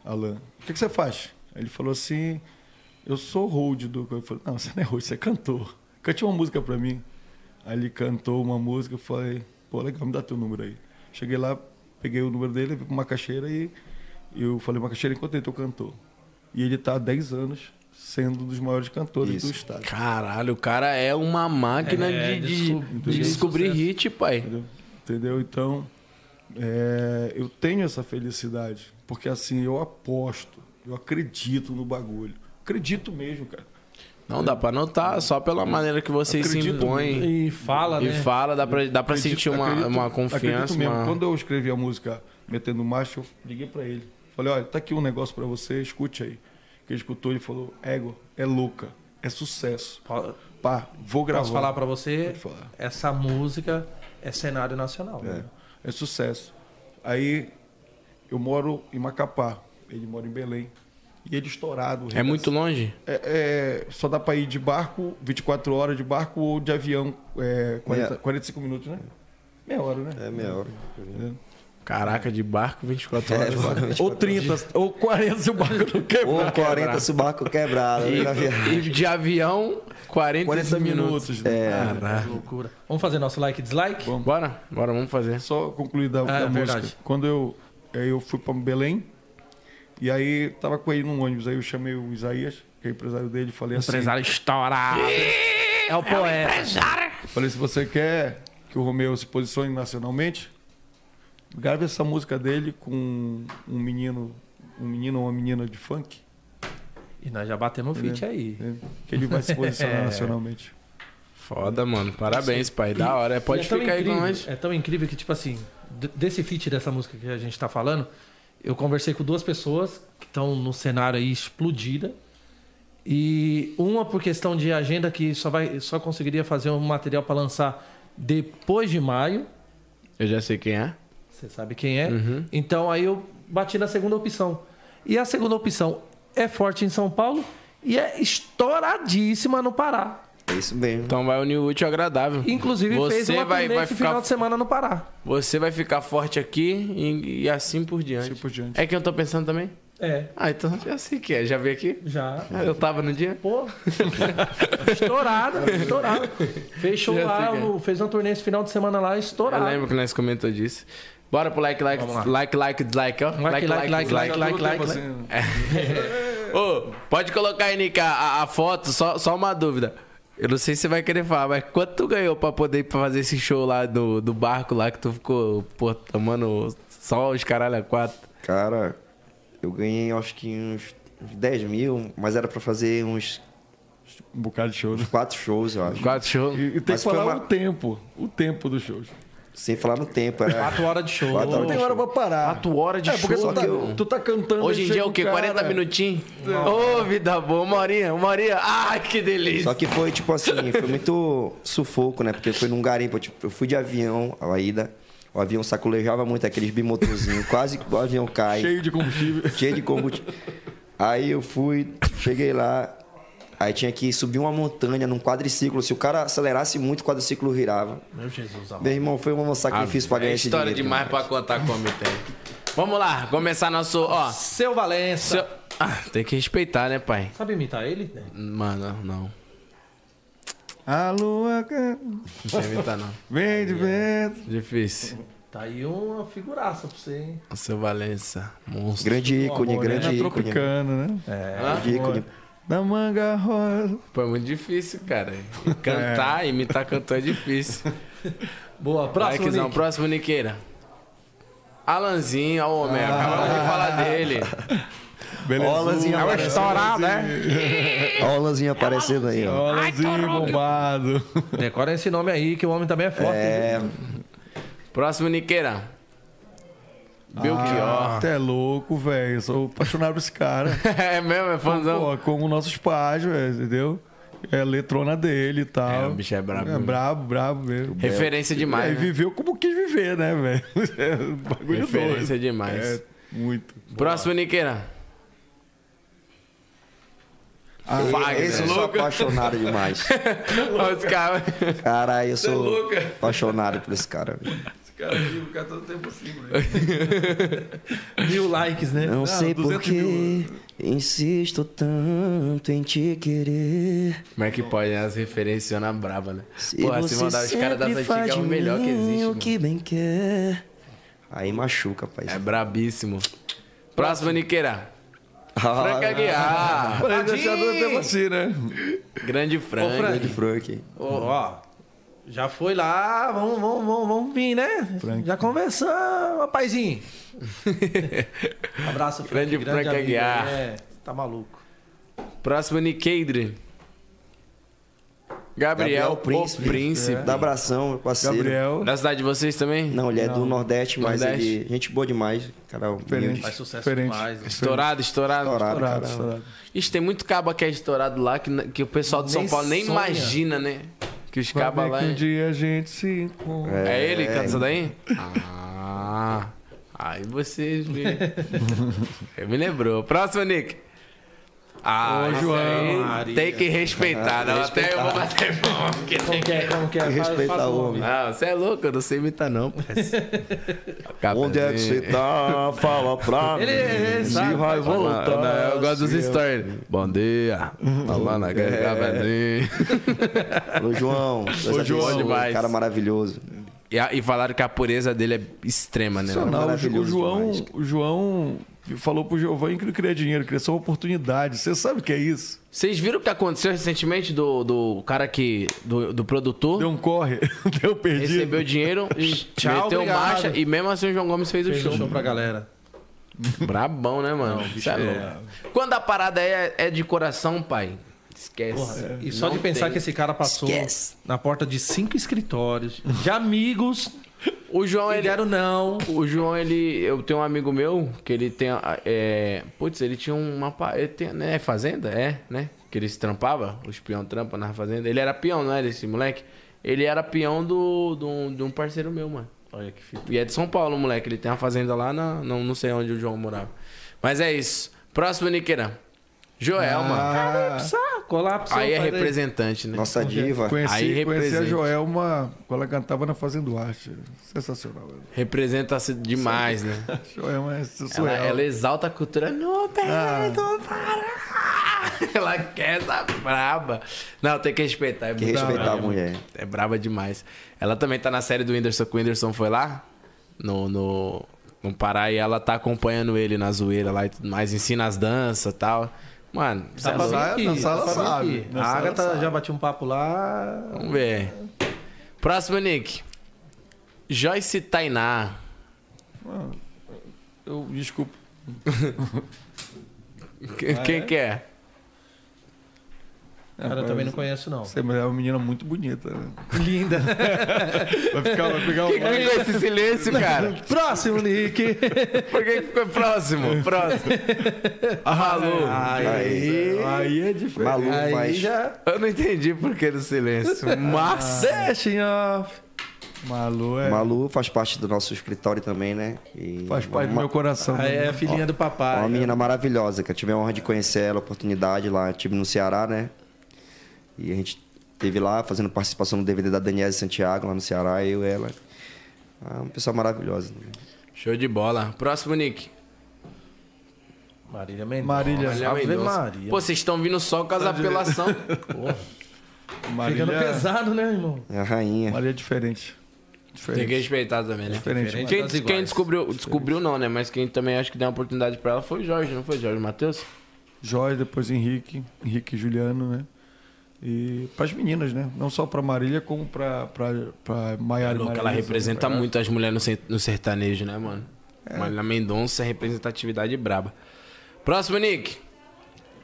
[SPEAKER 6] Alan? O que que você faz? Aí Ele falou assim, eu sou road do. Eu falei, não, você não é road, você é cantor. Cante uma música pra mim. Aí ele cantou uma música, eu falei, pô, legal, me dá teu número aí. Cheguei lá, peguei o número dele, fui pra Macaxeira e eu falei, Macaxeira, encontrei teu cantor. E ele tá há 10 anos sendo um dos maiores cantores
[SPEAKER 4] Isso.
[SPEAKER 6] do estado.
[SPEAKER 2] Caralho, o cara é uma máquina
[SPEAKER 1] É,
[SPEAKER 2] de, de-
[SPEAKER 1] descob-
[SPEAKER 2] de
[SPEAKER 1] de
[SPEAKER 2] descobrir
[SPEAKER 1] sucesso.
[SPEAKER 2] hit, pai.
[SPEAKER 6] Entendeu? Entendeu? Então, é, eu tenho essa felicidade, porque assim, eu aposto, eu acredito no bagulho. Acredito mesmo, cara.
[SPEAKER 2] Não dá pra notar, só pela maneira que vocês se
[SPEAKER 6] Acredito
[SPEAKER 2] impõem
[SPEAKER 1] E fala,
[SPEAKER 2] e
[SPEAKER 1] né?
[SPEAKER 2] fala, dá pra, dá pra
[SPEAKER 6] Acredito-
[SPEAKER 2] sentir uma,
[SPEAKER 6] acredito-
[SPEAKER 2] uma
[SPEAKER 6] acredito
[SPEAKER 2] confiança.
[SPEAKER 6] mesmo.
[SPEAKER 2] uma-
[SPEAKER 6] Quando eu escrevi a música Metendo Macho, eu liguei pra ele. Falei, olha, tá aqui um negócio pra você, escute aí. Que ele escutou, ele falou, égua, é louca, é sucesso.
[SPEAKER 1] Po-
[SPEAKER 6] Pá, vou gravar.
[SPEAKER 1] Posso falar pra você?
[SPEAKER 6] Pode falar.
[SPEAKER 1] Essa música é cenário nacional. né?
[SPEAKER 6] É, é sucesso. Aí eu moro em Macapá, ele mora em Belém. E ele estourado.
[SPEAKER 2] É muito longe?
[SPEAKER 6] É, é, só dá pra ir de barco, 24 horas de barco ou de avião, é, 40,
[SPEAKER 4] Meia-
[SPEAKER 6] 45 minutos, né? Meia hora, né?
[SPEAKER 4] É meia hora. É,
[SPEAKER 2] Caraca, de barco
[SPEAKER 1] (laughs)
[SPEAKER 2] 24 horas. (laughs)
[SPEAKER 6] Ou 30, ou 40 se o barco não
[SPEAKER 4] Ou
[SPEAKER 6] quebrar.
[SPEAKER 4] 40 subaco quebrado. né, na viagem.
[SPEAKER 2] E de avião, 40,
[SPEAKER 6] 40
[SPEAKER 2] minutos.
[SPEAKER 6] minutos. né?
[SPEAKER 4] É,
[SPEAKER 1] Que loucura. Vamos fazer nosso like e dislike?
[SPEAKER 2] Bora, bora, vamos fazer.
[SPEAKER 6] Só concluir da, da
[SPEAKER 1] é
[SPEAKER 6] música.
[SPEAKER 1] verdade.
[SPEAKER 6] Quando eu, aí eu fui pra Belém, e aí tava com ele num ônibus, aí eu chamei o Isaías, que é empresário dele, e falei assim...
[SPEAKER 1] Empresário estourado. É o poeta.
[SPEAKER 6] Falei, se você quer que o Romeu se posicione nacionalmente, grave essa música dele com um menino, um menino ou uma menina de funk,
[SPEAKER 1] E nós já batemos o
[SPEAKER 2] É.
[SPEAKER 1] feat aí.
[SPEAKER 6] né? que ele vai se
[SPEAKER 1] (laughs)
[SPEAKER 6] posicionar nacionalmente.
[SPEAKER 2] Foda, mano. Parabéns, pai. Da hora. Pode
[SPEAKER 1] E é tão
[SPEAKER 2] ficar aí com
[SPEAKER 1] incrível-
[SPEAKER 2] nós.
[SPEAKER 1] É tão incrível que, tipo assim, d- desse feat dessa música que a gente tá falando, eu conversei com duas pessoas que estão no cenário aí explodida. E uma por questão de agenda que só, vai, só conseguiria fazer um material pra lançar depois de maio.
[SPEAKER 2] Eu já sei quem é.
[SPEAKER 1] Você sabe quem é.
[SPEAKER 2] Uhum.
[SPEAKER 1] Então aí eu bati na segunda opção. E a segunda opção é forte em São Paulo e é estouradíssima no Pará.
[SPEAKER 4] é isso mesmo.
[SPEAKER 2] Então vai unir o útil ao agradável.
[SPEAKER 1] Inclusive fez
[SPEAKER 2] você
[SPEAKER 1] uma
[SPEAKER 2] vai,
[SPEAKER 1] turnê
[SPEAKER 2] vai
[SPEAKER 1] esse
[SPEAKER 2] ficar,
[SPEAKER 1] final de semana no Pará.
[SPEAKER 2] Você vai ficar forte aqui e, e assim por diante.
[SPEAKER 6] Assim por diante.
[SPEAKER 2] É que eu tô pensando também?
[SPEAKER 1] É,
[SPEAKER 2] Ah, então já sei que é. Já veio aqui?
[SPEAKER 1] já.
[SPEAKER 2] Ah, Eu tava no dia?
[SPEAKER 1] Pô, estourado, estourado. Fechou
[SPEAKER 2] Já
[SPEAKER 1] lá,
[SPEAKER 2] sei quem é.
[SPEAKER 1] o- fez uma turnê esse final de semana lá,
[SPEAKER 2] Eu
[SPEAKER 1] estourado.
[SPEAKER 2] lembro que nós comentou disso. Bora pro like, like,
[SPEAKER 1] Vamos lá.
[SPEAKER 2] like, like, dislike, ó.
[SPEAKER 1] Like, like, like, like, like, like,
[SPEAKER 6] Tipo
[SPEAKER 1] like.
[SPEAKER 6] assim,
[SPEAKER 2] Ô, pode colocar aí, Nica, a, a foto, só, só uma dúvida. Eu não sei se você vai querer falar, mas quanto tu ganhou pra poder ir pra fazer esse show lá do, do barco lá que tu ficou, pô, tomando só os caralho a quatro?
[SPEAKER 4] Cara, eu ganhei acho que uns, uns 10 mil, mas era pra fazer uns
[SPEAKER 6] Um bocado de show, né?
[SPEAKER 4] 4 shows, eu acho.
[SPEAKER 2] Quatro shows?
[SPEAKER 6] E, e tem
[SPEAKER 4] Mas
[SPEAKER 6] que
[SPEAKER 4] foi
[SPEAKER 6] falar
[SPEAKER 4] uma-
[SPEAKER 6] o tempo, o tempo dos shows.
[SPEAKER 4] Sem falar no tempo. Era...
[SPEAKER 1] Quatro horas de show.
[SPEAKER 4] Quatro horas
[SPEAKER 6] Não tem hora pra parar.
[SPEAKER 2] Quatro horas de
[SPEAKER 6] É, porque
[SPEAKER 2] show.
[SPEAKER 6] tu tá,
[SPEAKER 2] meu.
[SPEAKER 6] tu tá cantando...
[SPEAKER 2] Hoje em
[SPEAKER 6] aí
[SPEAKER 2] dia é
[SPEAKER 6] chega
[SPEAKER 2] o quê?
[SPEAKER 6] cara- né? É.
[SPEAKER 2] 40 minutinhos? Ô, vida boa, uma horinha, uma horinha. Ai, que delícia.
[SPEAKER 4] Só que foi tipo assim, foi muito sufoco, né? Porque foi num garimpo. Tipo, eu fui de avião, a ida. O avião sacolejava muito aqueles bimotorzinhos. quase que o avião cai.
[SPEAKER 6] Cheio de combustível.
[SPEAKER 4] cheio de combustível. Aí eu fui, cheguei lá, Aí tinha que subir uma montanha num quadriciclo. Se o cara acelerasse muito, o quadriciclo virava.
[SPEAKER 1] Meu Jesus, amado.
[SPEAKER 4] Meu irmão, foi um sacrifício pra ganhar
[SPEAKER 2] é
[SPEAKER 4] esse
[SPEAKER 2] história
[SPEAKER 4] dinheiro, né?
[SPEAKER 2] demais pra
[SPEAKER 4] cara.
[SPEAKER 2] contar como tem. Vamos lá, começar nosso. Ó,
[SPEAKER 1] Seu Valença.
[SPEAKER 2] seu- Ah, tem que respeitar, né, pai?
[SPEAKER 1] Sabe imitar ele? né?
[SPEAKER 2] Mano, não.
[SPEAKER 6] (laughs) A lua ca-
[SPEAKER 2] Não sei imitar, não.
[SPEAKER 6] vem de vento.
[SPEAKER 2] Difícil.
[SPEAKER 1] Tá aí uma figuraça pra você, hein?
[SPEAKER 2] O seu Valença, monstro.
[SPEAKER 4] Grande ícone, grande
[SPEAKER 6] Morena
[SPEAKER 4] ícone.
[SPEAKER 6] né? tropicana, né?
[SPEAKER 2] Hã?
[SPEAKER 4] Grande ícone.
[SPEAKER 6] Na manga rosa.
[SPEAKER 2] Pô, é muito difícil, cara. E Cantar, imitar cantor (laughs) é difícil.
[SPEAKER 1] Boa,
[SPEAKER 2] Vai,
[SPEAKER 1] próximo.
[SPEAKER 2] Kizão.
[SPEAKER 1] Nick.
[SPEAKER 2] Próximo, Niqueira. Alanzinho, ó, o homem. Acabamos de falar dele.
[SPEAKER 4] Olazinha,
[SPEAKER 6] Belezuda.
[SPEAKER 4] aparecendo-
[SPEAKER 5] Estourar, né?
[SPEAKER 4] olazinha aparecendo aí, ó.
[SPEAKER 6] Olazinho bombado.
[SPEAKER 1] Decora esse nome aí, que o homem também é forte.
[SPEAKER 4] É,
[SPEAKER 2] Próximo, Niqueira. Belchior.
[SPEAKER 6] Até louco, velho. Eu sou apaixonado por esse (laughs) cara.
[SPEAKER 2] (laughs) é mesmo, é fãzão.
[SPEAKER 6] Pô, como nossos pais, velho, entendeu? É letrona dele e tal.
[SPEAKER 2] É, o bicho é brabo
[SPEAKER 6] É
[SPEAKER 2] mesmo.
[SPEAKER 6] brabo, brabo mesmo.
[SPEAKER 2] Referência
[SPEAKER 6] É,
[SPEAKER 2] demais. né?
[SPEAKER 6] viveu como quis viver, né, velho? (laughs) É um bagulho
[SPEAKER 2] Referência
[SPEAKER 6] doido.
[SPEAKER 2] demais.
[SPEAKER 6] É, muito.
[SPEAKER 2] né? Próximo, Niqueira.
[SPEAKER 4] e- esse Ah, eu sou apaixonado demais.
[SPEAKER 2] Ó, Os caras.
[SPEAKER 4] Caralho, eu sou apaixonado por esse cara. velho.
[SPEAKER 5] Cara, é o cara todo tempo assim,
[SPEAKER 2] (laughs)
[SPEAKER 1] Mil likes, né?
[SPEAKER 5] Ah,
[SPEAKER 4] Não sei por
[SPEAKER 6] 200
[SPEAKER 4] que insisto tanto em te querer.
[SPEAKER 2] (laughs) Como é que pode, né? As referências na braba, né?
[SPEAKER 4] Se
[SPEAKER 2] Porra,
[SPEAKER 4] você
[SPEAKER 2] se mandar os caras das
[SPEAKER 4] sempre faz
[SPEAKER 2] antigas é o
[SPEAKER 4] de
[SPEAKER 2] melhor que
[SPEAKER 4] mim
[SPEAKER 2] existe.
[SPEAKER 4] O
[SPEAKER 2] mano.
[SPEAKER 4] que bem quer. Aí machuca, pai.
[SPEAKER 2] É brabíssimo. Próximo, Niqueira.
[SPEAKER 4] Ah,
[SPEAKER 2] Franca Guiar.
[SPEAKER 6] Pô, ele já todo tempo assim, né?
[SPEAKER 2] Grande
[SPEAKER 1] Ô, Frank.
[SPEAKER 2] Franca.
[SPEAKER 4] de Frank.
[SPEAKER 1] Ô, ó, já foi lá, vamos, vamos, vamos, vamos vir, né? Já conversamos, rapazinho. Abraço, Frank.
[SPEAKER 2] Grande Frank
[SPEAKER 1] amigo,
[SPEAKER 2] Aguiar.
[SPEAKER 1] É, tá maluco.
[SPEAKER 2] Próximo, Niqueidre. Gabriel, o Príncipe.
[SPEAKER 4] Dá abração, meu parceiro.
[SPEAKER 6] Gabriel.
[SPEAKER 2] Da cidade de vocês também?
[SPEAKER 4] Não, ele é do Nordeste, mas
[SPEAKER 2] Nordeste.
[SPEAKER 4] ele. é Gente boa demais. Cara, humilde.
[SPEAKER 1] Faz sucesso
[SPEAKER 6] Diferente.
[SPEAKER 1] demais.
[SPEAKER 2] Estourado, estourado.
[SPEAKER 4] Estourado,
[SPEAKER 6] Estourado,
[SPEAKER 4] cara.
[SPEAKER 6] estourado.
[SPEAKER 2] Ixi, tem muito caba que é estourado lá que, que o pessoal de São
[SPEAKER 1] Nem
[SPEAKER 2] Paulo nem
[SPEAKER 1] sonha.
[SPEAKER 2] imagina, né? Que os
[SPEAKER 6] Vai
[SPEAKER 2] cabas
[SPEAKER 6] ver
[SPEAKER 2] lá.
[SPEAKER 6] que
[SPEAKER 2] é-
[SPEAKER 6] um dia a gente se encontra.
[SPEAKER 2] É ele que canta isso daí? Ah. Aí vocês me. Eu me lembrou. Próximo, Nick. Ah, isso aí
[SPEAKER 1] Maria.
[SPEAKER 2] tem que respeitar. Não, até eu vou bater mão. porque-
[SPEAKER 1] Como que é? Como que é?
[SPEAKER 4] Tem que
[SPEAKER 1] Faz-
[SPEAKER 4] respeitar
[SPEAKER 1] faz
[SPEAKER 4] o homem.
[SPEAKER 2] Ah, você é louco, eu não sei imitar, não. parceiro.
[SPEAKER 4] (laughs) Onde é que você tá? Fala pra
[SPEAKER 1] Ele, ele, ele
[SPEAKER 4] mim.
[SPEAKER 1] sabe.
[SPEAKER 4] vai
[SPEAKER 2] Não,
[SPEAKER 4] voltar.
[SPEAKER 2] não, eu gosto dos stories. Bom dia. Tá lá naquele
[SPEAKER 4] É.
[SPEAKER 2] cafezinho.
[SPEAKER 4] (laughs) Ô, João. Ô,
[SPEAKER 2] João. demais.
[SPEAKER 4] Cara maravilhoso.
[SPEAKER 2] E, a- e falaram que a pureza dele é extrema, né?
[SPEAKER 4] Isso
[SPEAKER 2] mano?
[SPEAKER 4] não.
[SPEAKER 6] Não, o Ju- o
[SPEAKER 4] Maravilhoso
[SPEAKER 6] João,
[SPEAKER 4] demais, cara.
[SPEAKER 6] o João falou pro Giovanni que não queria dinheiro, queria só uma oportunidade. Você sabe o que é isso?
[SPEAKER 2] Vocês viram o que aconteceu recentemente do, do cara que. do, do produtor?
[SPEAKER 6] Deu um corre, (laughs) deu perdido.
[SPEAKER 2] Recebeu dinheiro,
[SPEAKER 1] Tchau,
[SPEAKER 2] meteu
[SPEAKER 1] obrigado.
[SPEAKER 2] marcha e mesmo assim o João Gomes fez,
[SPEAKER 1] Fez
[SPEAKER 2] o
[SPEAKER 1] um
[SPEAKER 2] show.
[SPEAKER 1] show pra galera.
[SPEAKER 2] Brabão, né, mano? Isso é louco. Quando a parada é, é de coração, pai, esquece.
[SPEAKER 1] Porra, é. E só
[SPEAKER 2] Não
[SPEAKER 1] de pensar
[SPEAKER 2] tem.
[SPEAKER 1] que esse cara passou na porta de cinco escritórios, de amigos,
[SPEAKER 2] O João,
[SPEAKER 1] que
[SPEAKER 2] ele
[SPEAKER 1] deram não.
[SPEAKER 2] O João, ele. Eu tenho um amigo meu que ele tem. a- É, putz, ele tinha uma. pa- Ele tem, né, fazenda? É, né? Que eles trampavam, os peão trampam na fazenda. Ele era peão, não era esse moleque? Ele era peão do, do, de um parceiro meu, mano.
[SPEAKER 1] Olha que fita.
[SPEAKER 2] E é de São Paulo, moleque. Ele tem uma fazenda lá, na, não, não sei onde o João morava. Mas é isso. Próximo, Niqueira. Joel, mano.
[SPEAKER 1] Ah, colapsou.
[SPEAKER 2] Aí é
[SPEAKER 1] faz
[SPEAKER 2] representante, né?
[SPEAKER 4] Nossa diva.
[SPEAKER 6] Conheci,
[SPEAKER 2] Aí
[SPEAKER 6] conheci a
[SPEAKER 2] represente.
[SPEAKER 6] Joelma quando ela cantava na Fazenda Duarte. Sensacional. velho.
[SPEAKER 2] Representa-se demais, né?
[SPEAKER 6] A Joelma é
[SPEAKER 2] Ela,
[SPEAKER 6] surreal.
[SPEAKER 2] ela exalta a cultura. Não,
[SPEAKER 4] Ah.
[SPEAKER 2] pera, do Pará. (laughs) Ela quer essa braba. Não, tem que respeitar. É
[SPEAKER 4] Tem que
[SPEAKER 2] muito
[SPEAKER 4] respeitar
[SPEAKER 2] braba,
[SPEAKER 4] a mulher.
[SPEAKER 2] mano. É braba demais. Ela também tá na série do Whindersson, que o Whindersson foi lá no, no, no Pará e ela tá acompanhando ele na zoeira lá e tudo mais. Ensina as danças e tal.
[SPEAKER 4] Tá
[SPEAKER 2] Mano, cê é
[SPEAKER 1] Dá pra
[SPEAKER 2] louco.
[SPEAKER 1] vir aqui, dá
[SPEAKER 6] dançar, ela
[SPEAKER 1] pra vir
[SPEAKER 6] sabe.
[SPEAKER 1] aqui. A
[SPEAKER 6] Dançar, ela
[SPEAKER 1] Agatha já bateu um papo lá.
[SPEAKER 2] Vamos ver. Próximo, Nick. Joyce Tainá.
[SPEAKER 6] Eu, desculpa.
[SPEAKER 4] Ah,
[SPEAKER 2] Qu- Quem que é?
[SPEAKER 1] Cara, eu também não conheço, não.
[SPEAKER 6] Você é uma menina muito bonita. né?
[SPEAKER 1] Linda.
[SPEAKER 6] Vai ficar, vai pegar
[SPEAKER 2] Por que
[SPEAKER 6] um...
[SPEAKER 2] ficou esse silêncio, cara?
[SPEAKER 1] Próximo, Nick.
[SPEAKER 2] Por que que ficou próximo? Próximo. (laughs) Alô.
[SPEAKER 4] Aí,
[SPEAKER 6] Aí é diferente.
[SPEAKER 4] maluco,
[SPEAKER 1] Aí
[SPEAKER 4] faz.
[SPEAKER 1] já. Ah.
[SPEAKER 2] Eu não entendi por que do silêncio, mas...
[SPEAKER 1] Deixa em off.
[SPEAKER 6] Malu é...
[SPEAKER 4] Malu faz parte do nosso escritório também, né? E
[SPEAKER 6] Faz parte do
[SPEAKER 4] uma,
[SPEAKER 6] meu coração.
[SPEAKER 1] Aí é a filhinha do papai.
[SPEAKER 4] Uma menina maravilhosa, que eu tive a honra de conhecer ela, a oportunidade lá, tive no Ceará, né? E a gente teve lá fazendo participação no DVD da Daniela Santiago, lá no Ceará, eu e ela. Ah, uma pessoa maravilhosa. né?
[SPEAKER 2] (laughs) Show de bola. Próximo, Nick.
[SPEAKER 1] Marília Mendonça.
[SPEAKER 6] Marília.
[SPEAKER 2] Olha, Tá
[SPEAKER 1] Ave
[SPEAKER 2] Mendonça.
[SPEAKER 1] Maria.
[SPEAKER 2] Pô, vocês estão vindo só com as (laughs) apelações.
[SPEAKER 1] Porra,
[SPEAKER 6] Marília,
[SPEAKER 1] ficando pesado, né, irmão?
[SPEAKER 4] É a rainha.
[SPEAKER 6] Marília é diferente.
[SPEAKER 2] Tem que
[SPEAKER 6] Diferente.
[SPEAKER 2] respeitar também, né?
[SPEAKER 6] Diferente.
[SPEAKER 1] Diferente.
[SPEAKER 2] Quem,
[SPEAKER 1] das
[SPEAKER 2] quem
[SPEAKER 1] iguais.
[SPEAKER 2] descobriu, descobriu não, né? Mas quem também acho que deu uma oportunidade pra ela foi o Jorge, não foi Jorge Matheus?
[SPEAKER 6] Jorge, depois Henrique, Henrique e Juliano, né? E pras meninas, né? Não só pra Marília, como pra, pra, pra Maiara e
[SPEAKER 2] Louca,
[SPEAKER 6] Marília,
[SPEAKER 2] ela
[SPEAKER 6] né?
[SPEAKER 2] representa muito as mulheres no ser- no sertanejo, né, mano? Marília Mendonça é representatividade braba. Próximo, Nick.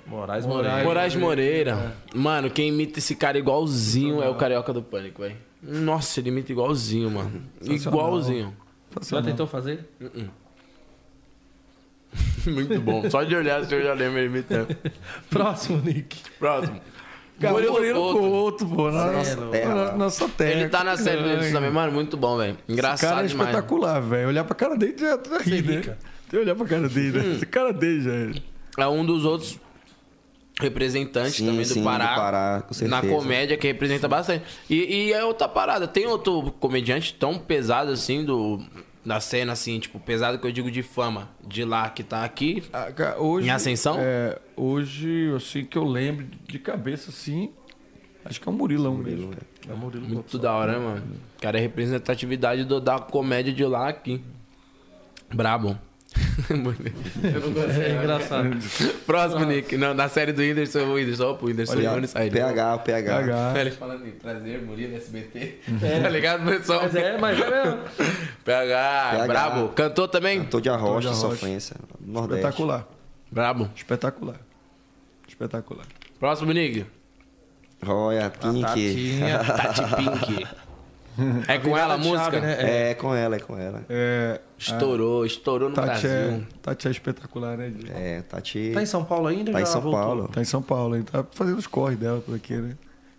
[SPEAKER 1] Moraes Moraes.
[SPEAKER 2] Moraes Moreira. É. Mano, quem imita esse cara igualzinho é o Carioca do Pânico, velho. Nossa, ele imita igualzinho, mano. Igualzinho.
[SPEAKER 1] Já tentou fazer?
[SPEAKER 2] Muito bom. Só de olhar, se eu já lembro ele imitando.
[SPEAKER 1] Próximo, Nick.
[SPEAKER 2] Próximo.
[SPEAKER 6] Cara,
[SPEAKER 2] Murilo
[SPEAKER 6] Murilo
[SPEAKER 2] Couto.
[SPEAKER 6] Couto, pô. Na nossa,
[SPEAKER 4] terra,
[SPEAKER 6] na-
[SPEAKER 4] lá.
[SPEAKER 6] nossa terra.
[SPEAKER 2] Ele tá na
[SPEAKER 6] que
[SPEAKER 2] série deles
[SPEAKER 6] caralho.
[SPEAKER 2] também, mano. Muito bom, velho.
[SPEAKER 6] Esse cara
[SPEAKER 2] Engraçado
[SPEAKER 6] é
[SPEAKER 2] demais. né?
[SPEAKER 6] espetacular, velho. Olhar pra cara dele já já ri, né?
[SPEAKER 1] rica.
[SPEAKER 6] Tem que olhar pra cara dele,
[SPEAKER 2] Hum.
[SPEAKER 6] né? Esse cara dele já é.
[SPEAKER 2] É um dos outros representantes
[SPEAKER 4] Sim,
[SPEAKER 2] também
[SPEAKER 4] sim,
[SPEAKER 2] do Pará.
[SPEAKER 4] do Pará, com
[SPEAKER 2] na
[SPEAKER 4] certeza.
[SPEAKER 2] comédia que representa bastante. E, e é outra parada. Tem outro comediante tão pesado assim do. Da cena, assim, tipo, pesado que eu digo de fama. De lá que tá aqui.
[SPEAKER 6] Ah, cara, hoje,
[SPEAKER 2] Em ascensão?
[SPEAKER 6] É, hoje, assim, que eu lembro de cabeça, assim, acho que é o Murilão mesmo.
[SPEAKER 1] É Murilo
[SPEAKER 2] Muito da hora, né, mano? O cara é representatividade do- da comédia de lá aqui. Brabo. (laughs)
[SPEAKER 1] É engraçado.
[SPEAKER 2] Próximo, Nick. Não, na série do Whindersson, o Whindersson, opa, o Whindersson
[SPEAKER 4] Olha,
[SPEAKER 2] Nunes aí.
[SPEAKER 4] PH, PH.
[SPEAKER 6] PH.
[SPEAKER 2] Ele falando de trazer, Murilo, SBT. (laughs) Tá ligado, pessoal?
[SPEAKER 1] É. Mas é, mas é mesmo.
[SPEAKER 2] PH,
[SPEAKER 4] PH.
[SPEAKER 2] brabo. Cantou também?
[SPEAKER 4] Tô de arrocha,
[SPEAKER 6] Tô de
[SPEAKER 4] só
[SPEAKER 6] Arrocha. Tá
[SPEAKER 4] ofensa. Nordeste.
[SPEAKER 6] Espetacular.
[SPEAKER 2] Brabo.
[SPEAKER 6] Espetacular. Espetacular.
[SPEAKER 2] Próximo, Nig.
[SPEAKER 4] Olha, Pink.
[SPEAKER 1] Tatinha.
[SPEAKER 2] Tati Pink. É com ela a música?
[SPEAKER 1] Chave, né?
[SPEAKER 4] É, é com ela, é com ela.
[SPEAKER 6] É,
[SPEAKER 2] Estourou, estourou no
[SPEAKER 6] Tati,
[SPEAKER 2] Brasil.
[SPEAKER 6] é, Tati é espetacular, né? Diego?
[SPEAKER 4] É, Tati.
[SPEAKER 1] Tá em São Paulo ainda? ou
[SPEAKER 4] Tá em
[SPEAKER 1] já
[SPEAKER 4] São
[SPEAKER 1] voltou?
[SPEAKER 4] Paulo.
[SPEAKER 6] Tá em São Paulo, hein? Tá fazendo os corres dela por aqui, né?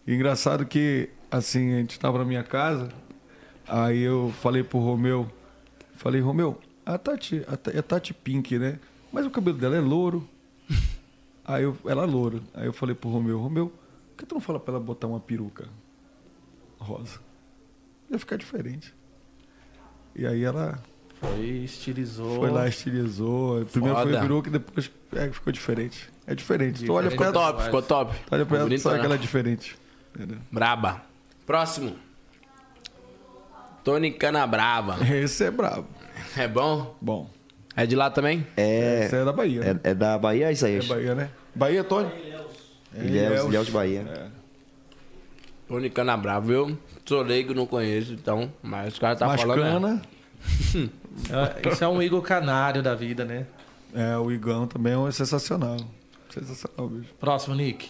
[SPEAKER 6] E engraçado que, assim, a gente tava na minha casa, aí eu falei pro Romeu, falei, Romeu, a Tati, a Ta- é Tati Pink, né? Mas o cabelo dela
[SPEAKER 2] (laughs)
[SPEAKER 6] é louro. Aí eu, ela é louro. Aí eu falei pro Romeu, Romeu, por que tu não fala pra ela botar uma peruca rosa? Ia ficar diferente. E aí ela
[SPEAKER 1] Foi, estilizou.
[SPEAKER 6] foi lá, estilizou. Primeiro foi a peruca e depois é, ficou diferente. É diferente. Tu olha pra
[SPEAKER 2] Ficou
[SPEAKER 6] ela,
[SPEAKER 2] top, ficou top.
[SPEAKER 6] Tu olha pra ela, tu
[SPEAKER 2] Bonito,
[SPEAKER 6] sabe
[SPEAKER 2] né?
[SPEAKER 6] que ela é diferente. entendeu?
[SPEAKER 2] Braba. Próximo. Tony Canabrava.
[SPEAKER 6] Esse é brabo.
[SPEAKER 2] É bom?
[SPEAKER 6] Bom.
[SPEAKER 2] É de lá também?
[SPEAKER 4] É,
[SPEAKER 6] Esse é da Bahia. né?
[SPEAKER 4] é, é da Bahia,
[SPEAKER 6] É
[SPEAKER 4] Isaías?
[SPEAKER 6] Bahia, né? Bahia, Tony?
[SPEAKER 4] é Ilhéus, Ilhéus de Bahia.
[SPEAKER 2] Tony Canabrava, viu? Sou leigo, não conheço, então. Mas o cara tá
[SPEAKER 6] Mas
[SPEAKER 2] falando. né?
[SPEAKER 6] Cana,
[SPEAKER 1] É, Isso é um Igor Canário da vida, né?
[SPEAKER 6] é, o Igão também é um sensacional. Sensacional, bicho.
[SPEAKER 1] Próximo, Nick.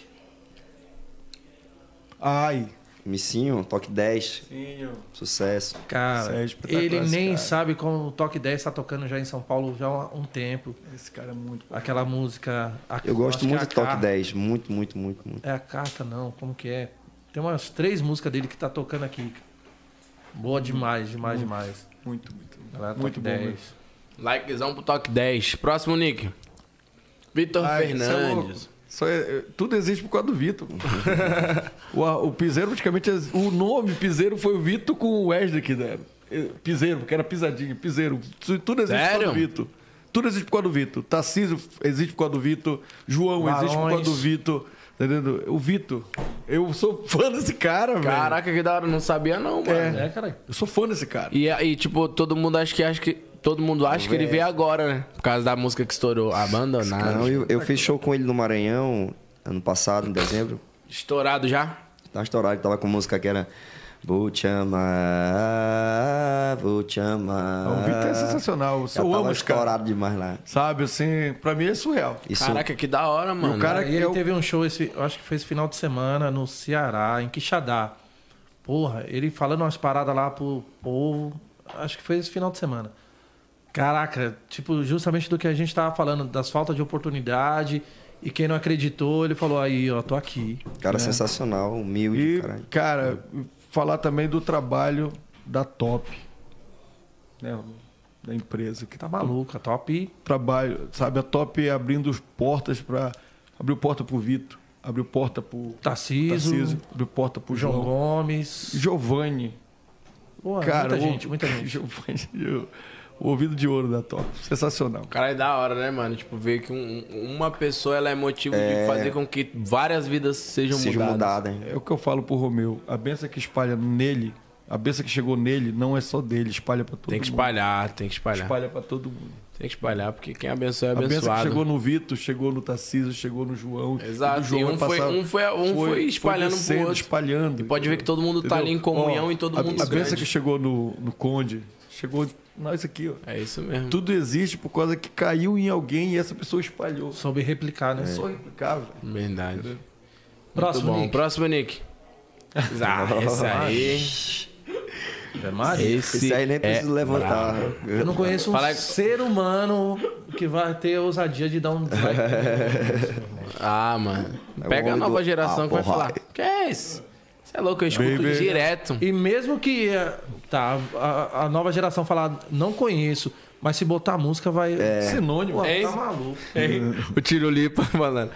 [SPEAKER 6] Ai.
[SPEAKER 4] Missinho, toque 10, sucesso.
[SPEAKER 1] Cara,
[SPEAKER 6] Isso é espetacular,
[SPEAKER 1] ele
[SPEAKER 6] esse
[SPEAKER 1] nem
[SPEAKER 6] cara.
[SPEAKER 1] sabe como o Toque 10 tá tocando já em São Paulo já há um tempo.
[SPEAKER 6] Esse cara é muito bom.
[SPEAKER 1] Aquela música... a-
[SPEAKER 4] Eu
[SPEAKER 1] acho
[SPEAKER 4] gosto
[SPEAKER 1] que
[SPEAKER 4] muito
[SPEAKER 1] é a
[SPEAKER 4] do toque
[SPEAKER 1] Carta.
[SPEAKER 4] 10, muito, muito, muito, muito.
[SPEAKER 1] É a carta, não. Como que é? Tem umas três músicas dele que tá tocando aqui. cara. Boa demais, demais, demais. é
[SPEAKER 6] Muito, muito. muito.
[SPEAKER 1] Galera, Toque
[SPEAKER 6] Muito bom, né?
[SPEAKER 1] 10.
[SPEAKER 6] mesmo.
[SPEAKER 2] Likezão pro toque 10. Próximo, Nick. Vitor
[SPEAKER 6] Ai, isso é
[SPEAKER 2] Fernandes.
[SPEAKER 6] louco. Só é- é- tudo existe por causa do Vitor. o, a- o Piseiro praticamente. é- O nome Piseiro foi o Vitor com o Wesley que deram. Eh, Piseiro, porque era pisadinha. Piseiro. Tu- Tudo existe por
[SPEAKER 2] Sério?
[SPEAKER 6] causa do Vitor. Tudo existe por causa do Vitor. Tarcísio existe por causa do Vitor. João existe por causa
[SPEAKER 1] Barões.
[SPEAKER 6] do Vitor. Tá entendendo? O Vitor. Eu sou fã desse cara, velho.
[SPEAKER 2] Caraca, que da hora. Não sabia, não, mano.
[SPEAKER 1] É, cara.
[SPEAKER 6] Eu sou fã desse cara.
[SPEAKER 2] E aí, tipo, todo mundo acha que acha que. Todo mundo acha que ele veio agora, né? Por causa da música que estourou. Abandonado.
[SPEAKER 4] Não, eu, eu fiz show com ele no Maranhão ano passado, em dezembro.
[SPEAKER 2] Estourado já?
[SPEAKER 4] Tava estourado, tava com música que era. Vou te amar, vou te amar.
[SPEAKER 6] o Vitor é sensacional. Eu,
[SPEAKER 4] Já
[SPEAKER 6] eu amo
[SPEAKER 4] tava
[SPEAKER 6] esse cara.
[SPEAKER 4] estourado demais lá.
[SPEAKER 6] Sabe, assim, pra mim é surreal.
[SPEAKER 4] Isso
[SPEAKER 2] Caraca, que da hora, mano.
[SPEAKER 6] o cara
[SPEAKER 1] Cara,
[SPEAKER 6] que
[SPEAKER 1] e ele
[SPEAKER 6] eu-
[SPEAKER 1] teve um show, esse, eu acho que foi esse final de semana, no Ceará, em Quixadá. Porra, ele falando umas paradas lá pro povo. Acho que foi esse final de semana. Caraca, tipo, justamente do que a gente tava falando, das faltas de oportunidade. E quem não acreditou, ele falou aí, ó, tô aqui.
[SPEAKER 4] cara sensacional, humilde,
[SPEAKER 6] E,
[SPEAKER 4] caralho.
[SPEAKER 6] cara,
[SPEAKER 1] É.
[SPEAKER 6] falar também do trabalho da Top, né? Da empresa que
[SPEAKER 1] Tá maluco, a top.
[SPEAKER 6] trabalho, sabe? A Top abrindo as portas para abriu porta pro Vitor, abriu porta pro
[SPEAKER 1] Tarciso,
[SPEAKER 6] Tarcísio, abriu porta pro
[SPEAKER 1] João
[SPEAKER 6] João.
[SPEAKER 1] Gomes.
[SPEAKER 6] Giovanni.
[SPEAKER 1] Pô,
[SPEAKER 6] Cara,
[SPEAKER 1] muita
[SPEAKER 6] o-
[SPEAKER 1] gente,
[SPEAKER 6] (laughs)
[SPEAKER 1] muita gente.
[SPEAKER 6] Giovanni, o ouvido de ouro da Top. Sensacional.
[SPEAKER 2] Cara, é da hora, né, mano? Tipo, ver que um- uma pessoa ela é motivo de fazer com que várias vidas sejam
[SPEAKER 4] Seja
[SPEAKER 2] mudadas.
[SPEAKER 4] mudada. hein?
[SPEAKER 6] É o que eu falo pro Romeu. A benção que espalha nele, a benção que chegou nele, não é só dele, espalha pra todo
[SPEAKER 2] Tem que
[SPEAKER 6] mundo.
[SPEAKER 2] espalhar, tem que espalhar.
[SPEAKER 6] Espalha pra todo mundo.
[SPEAKER 2] Tem que espalhar, porque quem abençoa é
[SPEAKER 6] A benção que
[SPEAKER 2] abençoado.
[SPEAKER 6] chegou no Vitor, chegou no Tarcísio, chegou no João.
[SPEAKER 2] Exato,
[SPEAKER 6] e do João
[SPEAKER 2] e um
[SPEAKER 6] vai
[SPEAKER 2] foi-
[SPEAKER 6] passar-
[SPEAKER 2] um foi- um foi espalhando pro
[SPEAKER 6] descendo,
[SPEAKER 2] outro.
[SPEAKER 6] espalhando.
[SPEAKER 2] E pode ver que todo mundo tá ali em comunhão e todo
[SPEAKER 6] a,
[SPEAKER 2] mundo
[SPEAKER 6] A benção
[SPEAKER 2] grande.
[SPEAKER 6] que chegou no, no Conde, chegou nós aqui, ó.
[SPEAKER 2] É isso mesmo.
[SPEAKER 6] Tudo existe por causa que caiu em alguém e essa pessoa espalhou.
[SPEAKER 1] Soube replicar, né?
[SPEAKER 6] Só replicável.
[SPEAKER 2] Verdade. Muito
[SPEAKER 1] Próximo,
[SPEAKER 2] bom.
[SPEAKER 1] Nick.
[SPEAKER 2] Próximo, Nick. Ah, esse aí.
[SPEAKER 1] É Mari?
[SPEAKER 2] Esse,
[SPEAKER 4] Isso aí nem preciso
[SPEAKER 2] é
[SPEAKER 4] levantar.
[SPEAKER 1] Eu não conheço um
[SPEAKER 2] Fala aí.
[SPEAKER 1] ser humano que vai ter a ousadia de dar um dislike.
[SPEAKER 2] Ah, mano.
[SPEAKER 4] É o
[SPEAKER 2] Pega a
[SPEAKER 4] homem
[SPEAKER 2] nova
[SPEAKER 4] do-
[SPEAKER 2] geração
[SPEAKER 4] Ah,
[SPEAKER 2] que vai
[SPEAKER 4] porra.
[SPEAKER 2] falar. Que é isso? Você é louco, eu escuto
[SPEAKER 6] Baby.
[SPEAKER 2] direto.
[SPEAKER 1] e mesmo que eh, tá, a, a nova geração falar, não conheço, mas se botar a música vai.
[SPEAKER 6] Sinônimo.
[SPEAKER 1] Pô,
[SPEAKER 2] É
[SPEAKER 1] tá
[SPEAKER 2] isso.
[SPEAKER 1] maluco.
[SPEAKER 2] o Tirolipa falando.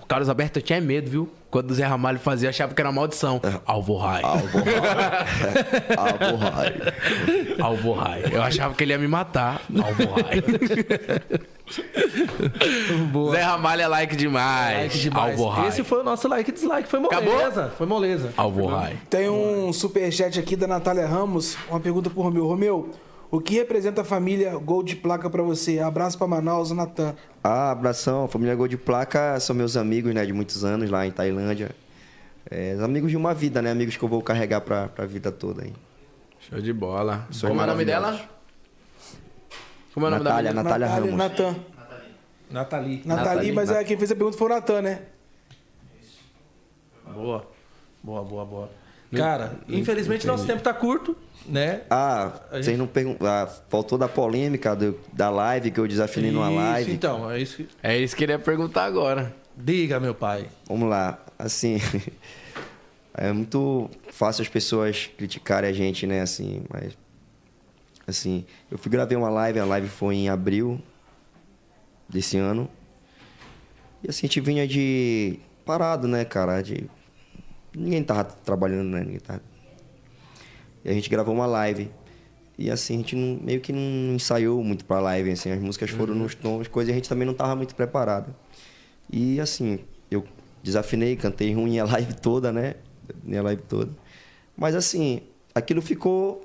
[SPEAKER 2] O Carlos Alberto eu tinha medo, viu? Quando o Zé Ramalho fazia, achava que era maldição. Alvorrai.
[SPEAKER 4] Ah, porra.
[SPEAKER 2] Alvorrai. Eu achava que ele ia me matar. Alvorrai. Zé Ramalho é like demais.
[SPEAKER 1] Like demais.
[SPEAKER 2] Alvorrai.
[SPEAKER 1] Esse foi o nosso like e dislike. Foi moleza.
[SPEAKER 2] Acabou?
[SPEAKER 1] Foi moleza.
[SPEAKER 2] Alvorrai.
[SPEAKER 3] Tem um superchat aqui da Natália Ramos, uma pergunta pro Romeu. Romeu, o que representa a família Gol de Placa pra você? Abraço pra Manaus, Natan.
[SPEAKER 4] Ah, abração. Família Gol de Placa são meus amigos, né? De muitos anos lá em Tailândia. É, amigos de uma vida, né? Amigos que eu vou carregar pra, pra vida toda aí.
[SPEAKER 2] Show de bola.
[SPEAKER 4] Sonho
[SPEAKER 2] Como é o nome
[SPEAKER 4] maravilhoso.
[SPEAKER 2] dela? Como é o nome
[SPEAKER 4] Natália,
[SPEAKER 2] da menina?
[SPEAKER 4] Natália Ramos.
[SPEAKER 3] Natan.
[SPEAKER 1] Nathalie.
[SPEAKER 3] Nathalie, mas é, quem fez a pergunta foi o Natan, né?
[SPEAKER 1] Boa. Boa, boa, boa. Cara, infelizmente nosso tempo tá curto, né?
[SPEAKER 4] Ah,
[SPEAKER 1] A gente-
[SPEAKER 4] vocês não perguntaram. Ah, faltou da polêmica do- da live que eu desafinei numa
[SPEAKER 1] Isso,
[SPEAKER 4] live.
[SPEAKER 1] Então, é isso que.
[SPEAKER 2] É isso que ele ia perguntar agora.
[SPEAKER 1] Diga, meu pai.
[SPEAKER 4] Vamos lá. Assim, (laughs) é muito fácil as pessoas criticarem a gente, né? Assim, mas. Assim, eu fui gravei uma live, a live foi em abril desse ano. E assim, a gente vinha de. parado, né, cara? De... Ninguém tava trabalhando, né? Ninguém tava... E a gente gravou uma live. E assim, a gente não- meio que não ensaiou muito pra live, assim, as músicas foram
[SPEAKER 2] Uhum.
[SPEAKER 4] nos tons, coisas, e a gente também não tava muito preparado. E assim, eu desafinei, cantei ruim a (laughs) live toda, né? A live toda. Mas assim, aquilo ficou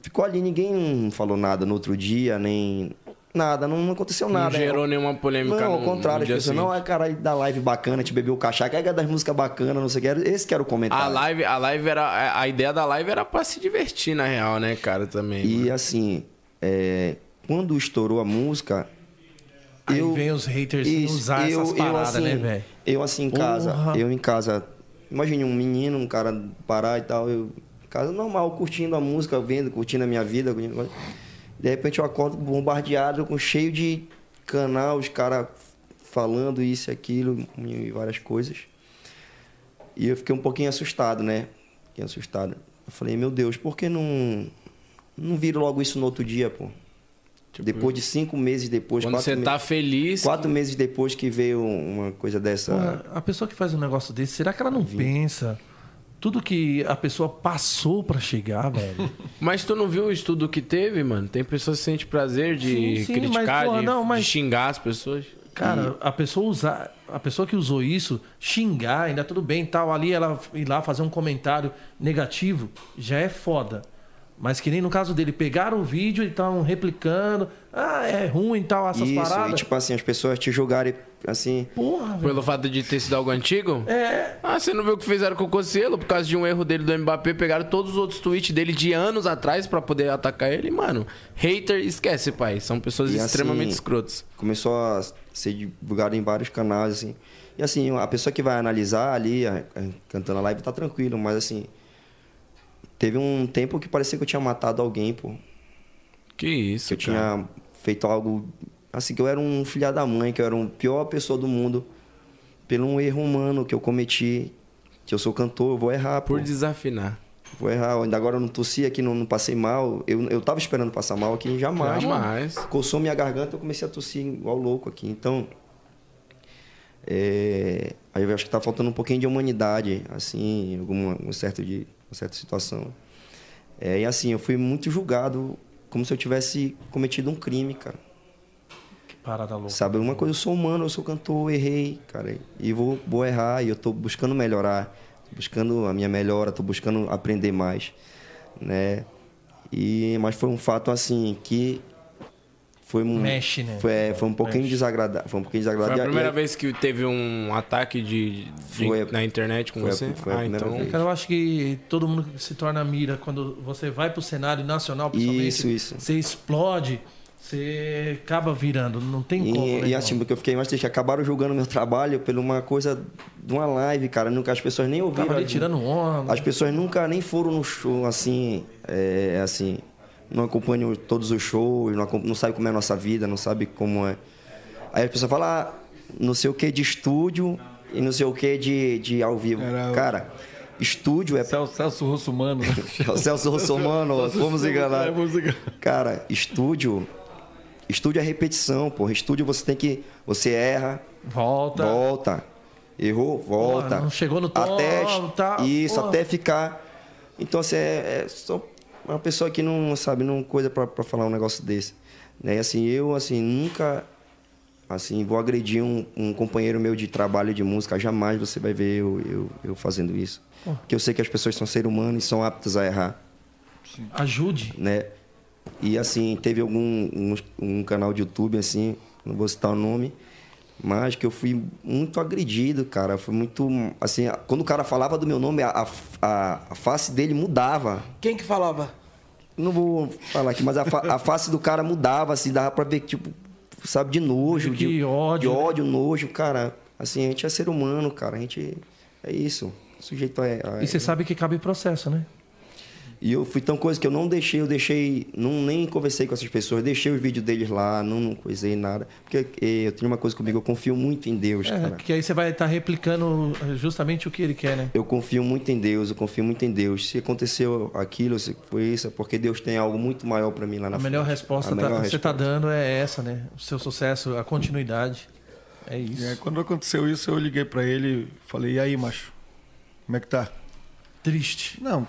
[SPEAKER 4] ficou ali, ninguém falou nada no outro dia, nem nada, não, não aconteceu
[SPEAKER 2] Não
[SPEAKER 4] nada. é um
[SPEAKER 2] gerou nenhuma polêmica.
[SPEAKER 4] Não, ao
[SPEAKER 2] no-
[SPEAKER 4] contrário,
[SPEAKER 2] no
[SPEAKER 4] as
[SPEAKER 2] dia
[SPEAKER 4] pessoas, não,
[SPEAKER 2] seguinte.
[SPEAKER 4] é caralho da live bacana, te bebeu o cachaça, é das músicas bacanas, não sei o que. era- Esse que era o comentário.
[SPEAKER 2] A live, a live era. é, a- A ideia da live era pra se divertir, na real, né, cara, também.
[SPEAKER 4] E
[SPEAKER 2] mano.
[SPEAKER 4] assim, é, quando estourou a música.
[SPEAKER 1] Aí vem os haters usar essas paradas,
[SPEAKER 4] assim,
[SPEAKER 1] né, velho?
[SPEAKER 4] Eu assim em casa,
[SPEAKER 1] Porra.
[SPEAKER 4] eu em casa. Imagine um menino, um cara parar e tal, eu em casa normal, curtindo a música, vendo, curtindo a minha vida. curtindo- De repente eu acordo bombardeado, com cheio de canal, os caras falando isso e aquilo e várias coisas. E eu fiquei um pouquinho assustado, né? Fiquei assustado. Eu falei, meu Deus, por que não, não viro logo isso no outro dia, pô? depois de cinco meses depois,
[SPEAKER 2] Quando
[SPEAKER 4] quatro,
[SPEAKER 2] você tá
[SPEAKER 4] meses-
[SPEAKER 2] feliz.
[SPEAKER 4] quatro meses depois que veio uma coisa dessa.
[SPEAKER 1] Porra, a pessoa que faz um negócio desse, será que ela não pensa tudo que a pessoa passou pra chegar, velho?
[SPEAKER 2] Mas tu não viu o estudo que teve, mano? Tem pessoas que sentem prazer de
[SPEAKER 1] Sim, sim, mas,
[SPEAKER 2] criticar,
[SPEAKER 1] porra,
[SPEAKER 2] de,
[SPEAKER 1] não,
[SPEAKER 2] de
[SPEAKER 1] mas-
[SPEAKER 2] xingar as pessoas.
[SPEAKER 1] Cara, a pessoa usar, a pessoa que usou isso, xingar, ainda tudo bem, tal, ali ela ir lá fazer um comentário negativo, já é foda. Mas que nem no caso dele, pegaram o vídeo e estavam replicando, ah, é ruim, tal, essas
[SPEAKER 4] isso,
[SPEAKER 1] paradas.
[SPEAKER 4] e tipo assim, as pessoas te julgarem assim.
[SPEAKER 1] Porra, velho.
[SPEAKER 2] Pelo fato de ter sido algo antigo?
[SPEAKER 1] É,
[SPEAKER 2] Ah, você não viu o que fizeram com o Cocielo? Por causa de um erro dele do Mbappé, pegaram todos os outros tweets dele de anos atrás pra poder atacar ele. Mano, hater esquece, pai. São pessoas
[SPEAKER 4] E assim-
[SPEAKER 2] extremamente escrotas.
[SPEAKER 4] começou a ser divulgado em vários canais, assim. E assim, a pessoa que vai analisar ali, a- a- cantando a live, tá tranquilo, mas assim. Teve um tempo que parecia que eu tinha matado alguém, pô.
[SPEAKER 2] Que isso,
[SPEAKER 4] Que eu
[SPEAKER 2] cara.
[SPEAKER 4] tinha feito algo. Assim, que eu era um filha da mãe, que eu era a pior pessoa do mundo. Pelo um erro humano que eu cometi. Que eu sou cantor, eu vou errar, pô.
[SPEAKER 2] Por desafinar.
[SPEAKER 4] Vou errar. Ainda agora eu não tossi aqui, não, não passei mal. Eu, eu tava esperando passar mal aqui, jamais.
[SPEAKER 2] Jamais.
[SPEAKER 4] Coçou minha garganta, eu comecei a tossir igual louco aqui. Então, É, aí eu acho que tá faltando um pouquinho de humanidade, assim, em alguma, um certo de, uma certa situação. É, e assim, eu fui muito julgado como se eu tivesse cometido um crime, cara.
[SPEAKER 1] Que parada louca.
[SPEAKER 4] Sabe, uma coisa, eu sou humano, eu sou cantor, eu errei, cara. E vou, vou errar, e eu tô buscando melhorar, tô buscando a minha melhora, tô buscando aprender mais, né? E, mas foi um fato, assim, que foi um...
[SPEAKER 1] Mexe, né?
[SPEAKER 4] Foi, é, foi um pouquinho
[SPEAKER 1] Mexe.
[SPEAKER 4] desagradável, foi um pouquinho
[SPEAKER 2] Foi
[SPEAKER 4] desagradável.
[SPEAKER 2] a
[SPEAKER 4] E-
[SPEAKER 2] primeira
[SPEAKER 4] e-
[SPEAKER 2] vez que teve um ataque de, de-
[SPEAKER 4] Foi a-
[SPEAKER 2] na internet com
[SPEAKER 4] foi a-
[SPEAKER 2] você?
[SPEAKER 4] foi a
[SPEAKER 2] ah,
[SPEAKER 4] primeira
[SPEAKER 2] então.
[SPEAKER 4] vez.
[SPEAKER 1] Cara, eu acho que todo mundo que se torna mira quando você vai pro cenário nacional, principalmente.
[SPEAKER 4] Isso, isso.
[SPEAKER 1] Você explode, você acaba virando. Não tem
[SPEAKER 4] E,
[SPEAKER 1] como. né,
[SPEAKER 4] e
[SPEAKER 1] irmão?
[SPEAKER 4] assim, porque eu fiquei mais triste, acabaram julgando meu trabalho por uma coisa de uma live, cara. Nunca as pessoas nem ouviram.
[SPEAKER 1] Tava ali
[SPEAKER 4] as-
[SPEAKER 1] tirando onda.
[SPEAKER 4] As pessoas nunca nem foram no show, assim, é, assim, não acompanham todos os shows, não, acom- não sabe como é a nossa vida, não sabe como é. Aí a pessoa fala, ah, não sei o que de estúdio e não sei o que de, de ao vivo.
[SPEAKER 6] Era o-
[SPEAKER 4] Cara, estúdio é
[SPEAKER 6] Celso, Celso Russo Mano. né?
[SPEAKER 2] (laughs)
[SPEAKER 4] é o (laughs) Celso Russomano, fomos enganados.
[SPEAKER 6] É, fomos enganados.
[SPEAKER 4] Cara, estúdio. Estúdio é repetição, porra. Estúdio você tem que. Você erra,
[SPEAKER 1] Volta.
[SPEAKER 4] volta. Errou, volta.
[SPEAKER 1] não chegou no tom,
[SPEAKER 4] Até,
[SPEAKER 1] tá,
[SPEAKER 4] isso,
[SPEAKER 1] porra.
[SPEAKER 4] até ficar. Então, assim, é, é só uma pessoa que não sabe, não coisa pra, pra falar um negócio desse. Né? E, assim, eu, assim, nunca. Assim, vou agredir um, um companheiro meu de trabalho de música. Jamais você vai ver eu, eu, eu fazendo isso. Porque eu sei que as pessoas são seres humanos e são aptas a errar
[SPEAKER 1] Ajude.
[SPEAKER 4] né? E assim, teve algum um, um canal de YouTube, assim, não vou citar o nome, mas que eu fui muito agredido, cara. Foi muito. Assim, a- quando o cara falava do meu nome, a, a, a face dele mudava.
[SPEAKER 3] Quem que falava?
[SPEAKER 4] Não vou falar aqui, mas a, fa- a face do cara mudava, assim, dava pra ver, tipo, sabe, de nojo.
[SPEAKER 1] Que
[SPEAKER 4] de
[SPEAKER 1] ódio,
[SPEAKER 4] De
[SPEAKER 1] né?
[SPEAKER 4] ódio, nojo, cara. Assim, a gente é ser humano, cara. A gente. É isso. Sujeito é.
[SPEAKER 1] E você sabe que cabe processo, né?
[SPEAKER 4] E eu fui tão coisa que eu não deixei, eu deixei, não, nem conversei com essas pessoas, deixei os vídeos deles lá, não, não coisei nada. Porque eh, eu tenho uma coisa comigo, eu confio muito em Deus,
[SPEAKER 1] É,
[SPEAKER 4] cara.
[SPEAKER 1] que aí você vai estar replicando eh, justamente o que ele quer, né?
[SPEAKER 4] Eu confio muito em Deus, eu confio muito em Deus. Se aconteceu aquilo, se foi isso, é porque Deus tem algo muito maior pra mim lá na
[SPEAKER 1] A
[SPEAKER 4] frente.
[SPEAKER 1] É melhor resposta
[SPEAKER 4] A
[SPEAKER 1] tá-
[SPEAKER 4] melhor
[SPEAKER 1] que você está dando é essa, né? O seu sucesso, a continuidade. É
[SPEAKER 6] E aí,
[SPEAKER 1] isso.
[SPEAKER 6] quando aconteceu isso, eu liguei pra ele e falei, e aí, macho? Como é que tá?
[SPEAKER 1] Triste.
[SPEAKER 6] Não,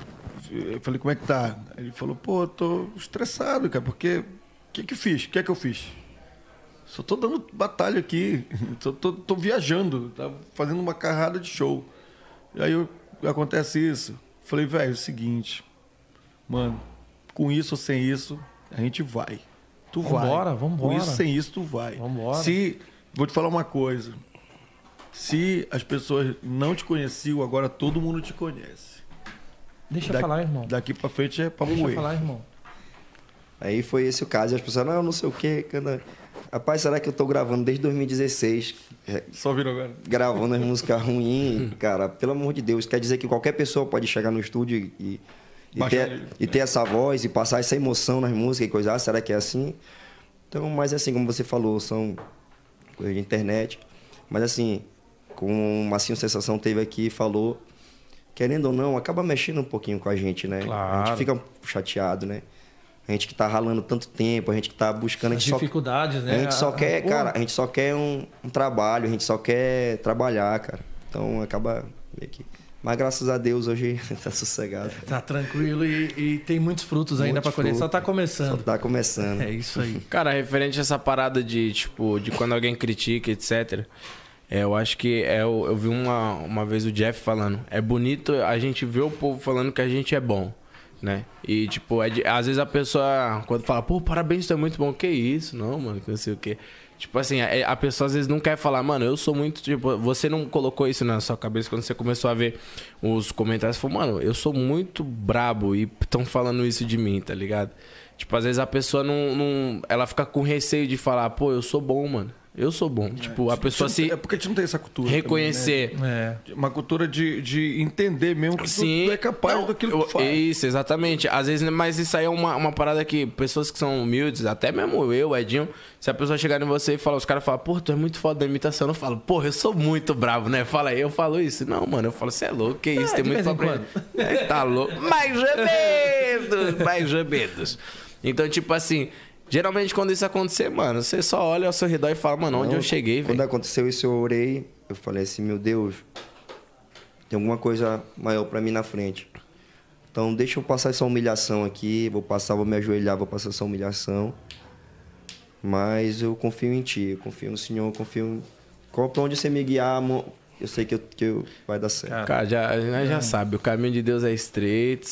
[SPEAKER 6] eu falei, como é que tá? Ele falou, pô, eu tô estressado, cara, porque o que que eu fiz? O que é que eu fiz? Só tô dando batalha aqui, (laughs) só tô, tô viajando, tá fazendo uma carrada de show. E aí eu- acontece isso. Falei, velho, é o seguinte, mano, com isso ou sem isso, a gente vai. Tu
[SPEAKER 1] Vambora,
[SPEAKER 6] vai.
[SPEAKER 1] vambora.
[SPEAKER 6] Com isso sem isso, tu vai.
[SPEAKER 1] Vambora.
[SPEAKER 6] Se, vou te falar uma coisa, se as pessoas não te conheciam, agora todo mundo te conhece.
[SPEAKER 1] Deixa
[SPEAKER 6] Da-
[SPEAKER 1] falar, irmão.
[SPEAKER 6] Daqui pra frente é pra
[SPEAKER 1] Deixa
[SPEAKER 6] moer.
[SPEAKER 1] falar, irmão.
[SPEAKER 4] Aí foi esse o caso. E as pessoas, não, não sei o quê. Cara. Rapaz, será que eu tô gravando desde 2016? É,
[SPEAKER 6] Só virou agora.
[SPEAKER 4] gravando as músicas ruins, cara, pelo amor de Deus, quer dizer que qualquer pessoa pode chegar no estúdio e, e,
[SPEAKER 6] Baixar
[SPEAKER 4] ter,
[SPEAKER 6] ele.
[SPEAKER 4] e ter essa voz e passar essa emoção nas músicas e coisa, ah, será que é assim? Então, mas assim, como você falou, são coisas de internet, mas assim, como o Massinho Sensação teve aqui e falou, querendo ou não, acaba mexendo um pouquinho com a gente, né? A
[SPEAKER 1] Claro.
[SPEAKER 4] gente fica chateado, né? A gente que tá ralando tanto tempo, a gente que tá buscando, a
[SPEAKER 1] As
[SPEAKER 4] gente só
[SPEAKER 1] dificuldades, né?
[SPEAKER 4] a
[SPEAKER 2] É,
[SPEAKER 4] gente só quer,
[SPEAKER 1] pô,
[SPEAKER 4] cara, a gente só quer um, um trabalho, a gente só quer trabalhar, cara. Então acaba meio que. Mas graças a Deus hoje (laughs) tá sossegado.
[SPEAKER 1] Tá tranquilo e, e tem muitos frutos ainda
[SPEAKER 4] Muitos
[SPEAKER 1] pra colher. Só
[SPEAKER 4] frutos.
[SPEAKER 1] tá
[SPEAKER 4] Só
[SPEAKER 1] começando.
[SPEAKER 4] tá começando.
[SPEAKER 1] É isso aí.
[SPEAKER 2] Cara, referente a essa parada de, tipo, de quando alguém critica, etc. é, eu acho que é, o- eu vi uma, uma vez o Jeff falando. É bonito a gente ver o povo falando que a gente é bom, né? E, tipo, é de- às vezes a pessoa, quando fala, pô, parabéns, tu é muito bom. Que isso? Não, mano, que não sei o quê. Tipo assim, é- a pessoa às vezes não quer falar, mano, eu sou muito. Tipo, você não colocou isso na sua cabeça quando você começou a ver os comentários. Você falou, mano, eu sou muito brabo e estão falando isso de mim, tá ligado? Tipo, às vezes a pessoa não, não- Ela fica com receio de falar, pô, eu sou bom, mano. Eu sou bom. tipo, a pessoa se
[SPEAKER 6] É porque a gente É, não tem essa cultura.
[SPEAKER 2] reconhecer.
[SPEAKER 1] É.
[SPEAKER 6] também, né? Uma cultura de, de entender mesmo que tu-
[SPEAKER 2] Sim.
[SPEAKER 6] tu é capaz
[SPEAKER 2] Não,
[SPEAKER 6] daquilo
[SPEAKER 2] eu-
[SPEAKER 6] que tu faz.
[SPEAKER 2] Isso, exatamente. Às vezes, né, mas isso aí é uma, uma parada que pessoas que são humildes, até mesmo eu, Edinho, se a pessoa chegar em você e falar, os caras falam, pô, tu é muito foda da imitação. Eu não falo, porra, eu sou muito bravo, né? Fala aí, eu falo isso. Não, mano, eu falo, você é louco, que isso, tem
[SPEAKER 1] de
[SPEAKER 2] muito pra
[SPEAKER 1] vez em
[SPEAKER 2] aprender. É, tá louco. Mais ou menos, mais ou menos. Então, tipo assim, Geralmente, quando isso acontecer, mano, você só olha ao seu redor e fala, mano, onde
[SPEAKER 4] Não,
[SPEAKER 2] eu cheguei,
[SPEAKER 4] Então, Quando
[SPEAKER 2] velho.
[SPEAKER 4] aconteceu isso, eu orei. Eu falei assim, meu Deus, tem alguma coisa maior pra mim na frente. Então deixa eu passar essa humilhação aqui. Vou passar, vou me ajoelhar, vou passar essa humilhação. Mas eu confio em ti, eu confio no Senhor, eu confio em... Qual pra onde você me guiar, amor, eu sei que, eu, que eu- vai dar certo.
[SPEAKER 2] Cara, já, nós já sabe, o caminho de Deus é estreito.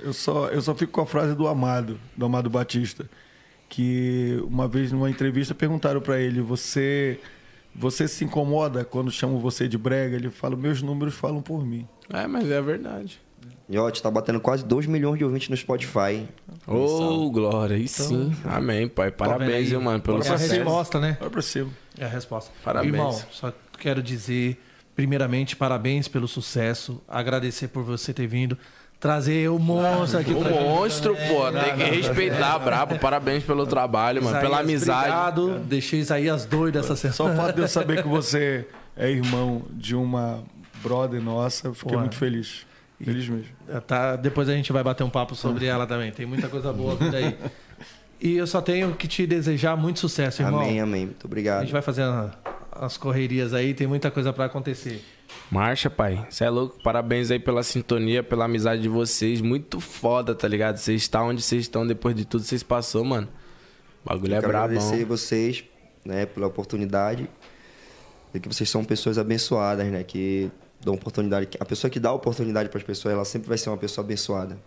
[SPEAKER 6] Eu só, eu só fico com a frase do Amado, do Amado Batista, que uma vez numa entrevista perguntaram pra ele: você, você se incomoda quando chamam você de brega? Ele fala: meus números falam por mim.
[SPEAKER 2] É, mas é a verdade.
[SPEAKER 4] E ó, a gente tá batendo quase 2 milhões de ouvintes no Spotify.
[SPEAKER 2] Ô, Glória, aí sim.
[SPEAKER 1] Então,
[SPEAKER 2] Amém, pai. Parabéns, viu, mano, pelo
[SPEAKER 1] É a
[SPEAKER 2] sucesso.
[SPEAKER 1] resposta, né?
[SPEAKER 6] Olha pra cima.
[SPEAKER 1] É a resposta.
[SPEAKER 2] Parabéns.
[SPEAKER 1] Irmão, só quero dizer, primeiramente, parabéns pelo sucesso. Agradecer por você ter vindo. Trazer o monstro aqui
[SPEAKER 2] O
[SPEAKER 1] pra gente
[SPEAKER 2] monstro,
[SPEAKER 1] também.
[SPEAKER 2] pô, tem que respeitar, brabo. Parabéns pelo trabalho, mano, pela
[SPEAKER 1] Isaías,
[SPEAKER 2] amizade.
[SPEAKER 1] Obrigado. Deixei Isaías doido essa
[SPEAKER 6] Só o
[SPEAKER 1] sessão.
[SPEAKER 6] fato de eu saber que você é irmão de uma brother nossa, eu fiquei
[SPEAKER 1] Pô,
[SPEAKER 6] muito feliz. Feliz mesmo.
[SPEAKER 1] (laughs) Tá, depois a gente vai bater um papo sobre ela também. Tem muita coisa boa vindo aí. E eu só tenho que te desejar muito sucesso, irmão.
[SPEAKER 4] Amém, amém. Muito
[SPEAKER 1] A
[SPEAKER 4] obrigado.
[SPEAKER 1] gente vai fazendo as correrias aí, tem muita coisa pra acontecer.
[SPEAKER 2] Marcha, pai. Você é louco. Parabéns aí pela sintonia, pela amizade de vocês. Muito foda, tá ligado? Vocês estão onde vocês estão depois de tudo que vocês passou, mano. O bagulho é
[SPEAKER 4] Quero agradecer
[SPEAKER 2] brabo.
[SPEAKER 4] vocês né, pela oportunidade. E que vocês são pessoas abençoadas, né? Que dão oportunidade. que- A pessoa que dá oportunidade para as pessoas, ela sempre vai ser uma pessoa abençoada.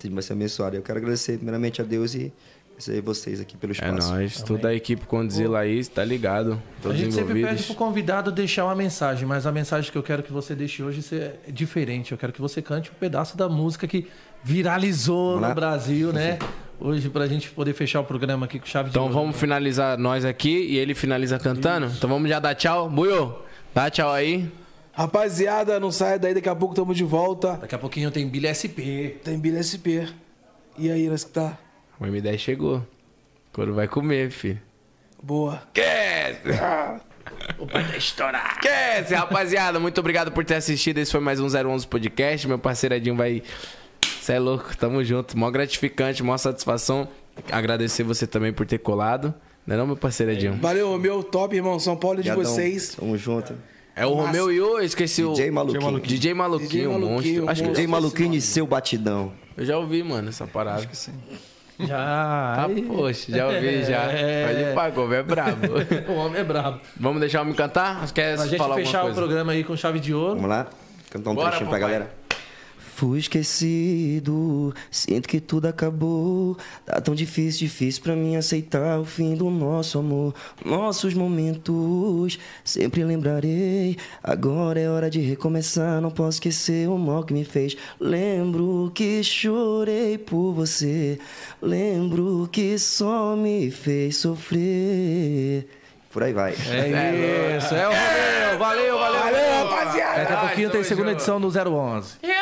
[SPEAKER 4] Sempre vai ser abençoada. Eu quero agradecer primeiramente a Deus e agradecer vocês aqui pelo
[SPEAKER 2] É
[SPEAKER 4] espaço.
[SPEAKER 2] nóis. Toda a equipe conduzir aí, tá ligado?
[SPEAKER 1] a
[SPEAKER 2] Todos
[SPEAKER 1] gente sempre pede
[SPEAKER 2] envolvidos.
[SPEAKER 1] pro convidado deixar uma mensagem, mas a mensagem que eu quero que você deixe hoje é diferente. Eu quero que você cante um pedaço da música que viralizou
[SPEAKER 4] Vamos lá?
[SPEAKER 1] no Brasil, né? Hoje, pra gente poder fechar o programa aqui com chave de
[SPEAKER 2] Então
[SPEAKER 1] ouro.
[SPEAKER 2] vamos finalizar nós aqui e ele finaliza cantando. Então vamos já dar tchau. Buio, dá tchau aí.
[SPEAKER 3] Rapaziada, não saia daí, daqui a pouco tamo de volta.
[SPEAKER 1] Daqui a pouquinho tem Bilha SP.
[SPEAKER 3] Tem Bilha SP. E aí, nós que tá?
[SPEAKER 2] O M10 chegou. Quando vai comer, filho.
[SPEAKER 3] Boa.
[SPEAKER 1] tá
[SPEAKER 2] Que é esse, rapaziada? Muito obrigado por ter assistido. Esse foi mais um 011 Podcast. Meu parceiradinho vai. Cê é louco, tamo junto. Mó gratificante, mó satisfação. Agradecer você também por ter colado. Não é não, meu parceiradinho?
[SPEAKER 3] Valeu, Romeu. Top, irmão. São Paulo é de
[SPEAKER 4] Obrigadão.
[SPEAKER 3] vocês.
[SPEAKER 4] Tamo junto.
[SPEAKER 2] É o Romeu e eu, eu esqueci o.
[SPEAKER 4] DJ
[SPEAKER 2] DJ
[SPEAKER 4] Maluquinho.
[SPEAKER 3] DJ
[SPEAKER 2] Maluquinho, o
[SPEAKER 3] Maluquinho,
[SPEAKER 2] monstro. Acho que eu
[SPEAKER 4] DJ
[SPEAKER 2] já,
[SPEAKER 4] Maluquinho e seu batidão.
[SPEAKER 2] eu já ouvi, mano, essa parada. Acho que sim.
[SPEAKER 1] Já.
[SPEAKER 2] (laughs) Ah, poxa, já ouvi já.
[SPEAKER 1] É.
[SPEAKER 2] Pode ir pra Gol, é (laughs) brabo.
[SPEAKER 1] (laughs) O homem é brabo.
[SPEAKER 2] Vamos deixar o homem cantar? Quer
[SPEAKER 1] Pra gente
[SPEAKER 2] falar alguma
[SPEAKER 1] fechar o
[SPEAKER 2] coisa?
[SPEAKER 1] programa aí com chave de ouro.
[SPEAKER 4] Vamos lá? Cantar um
[SPEAKER 2] Bora,
[SPEAKER 4] trechinho pra
[SPEAKER 2] papai.
[SPEAKER 4] galera. Fui esquecido, sinto que tudo acabou. Tá tão difícil, difícil pra mim aceitar o fim do nosso amor. Nossos momentos, sempre lembrarei. Agora é hora de recomeçar, não posso esquecer o mal que me fez. Lembro que chorei por você, lembro que só me fez sofrer. Por aí vai.
[SPEAKER 1] É isso, é o Romeu. Valeu, valeu.
[SPEAKER 3] Valeu, rapaziada.
[SPEAKER 1] Daqui a pouquinho tem segunda edição do 011.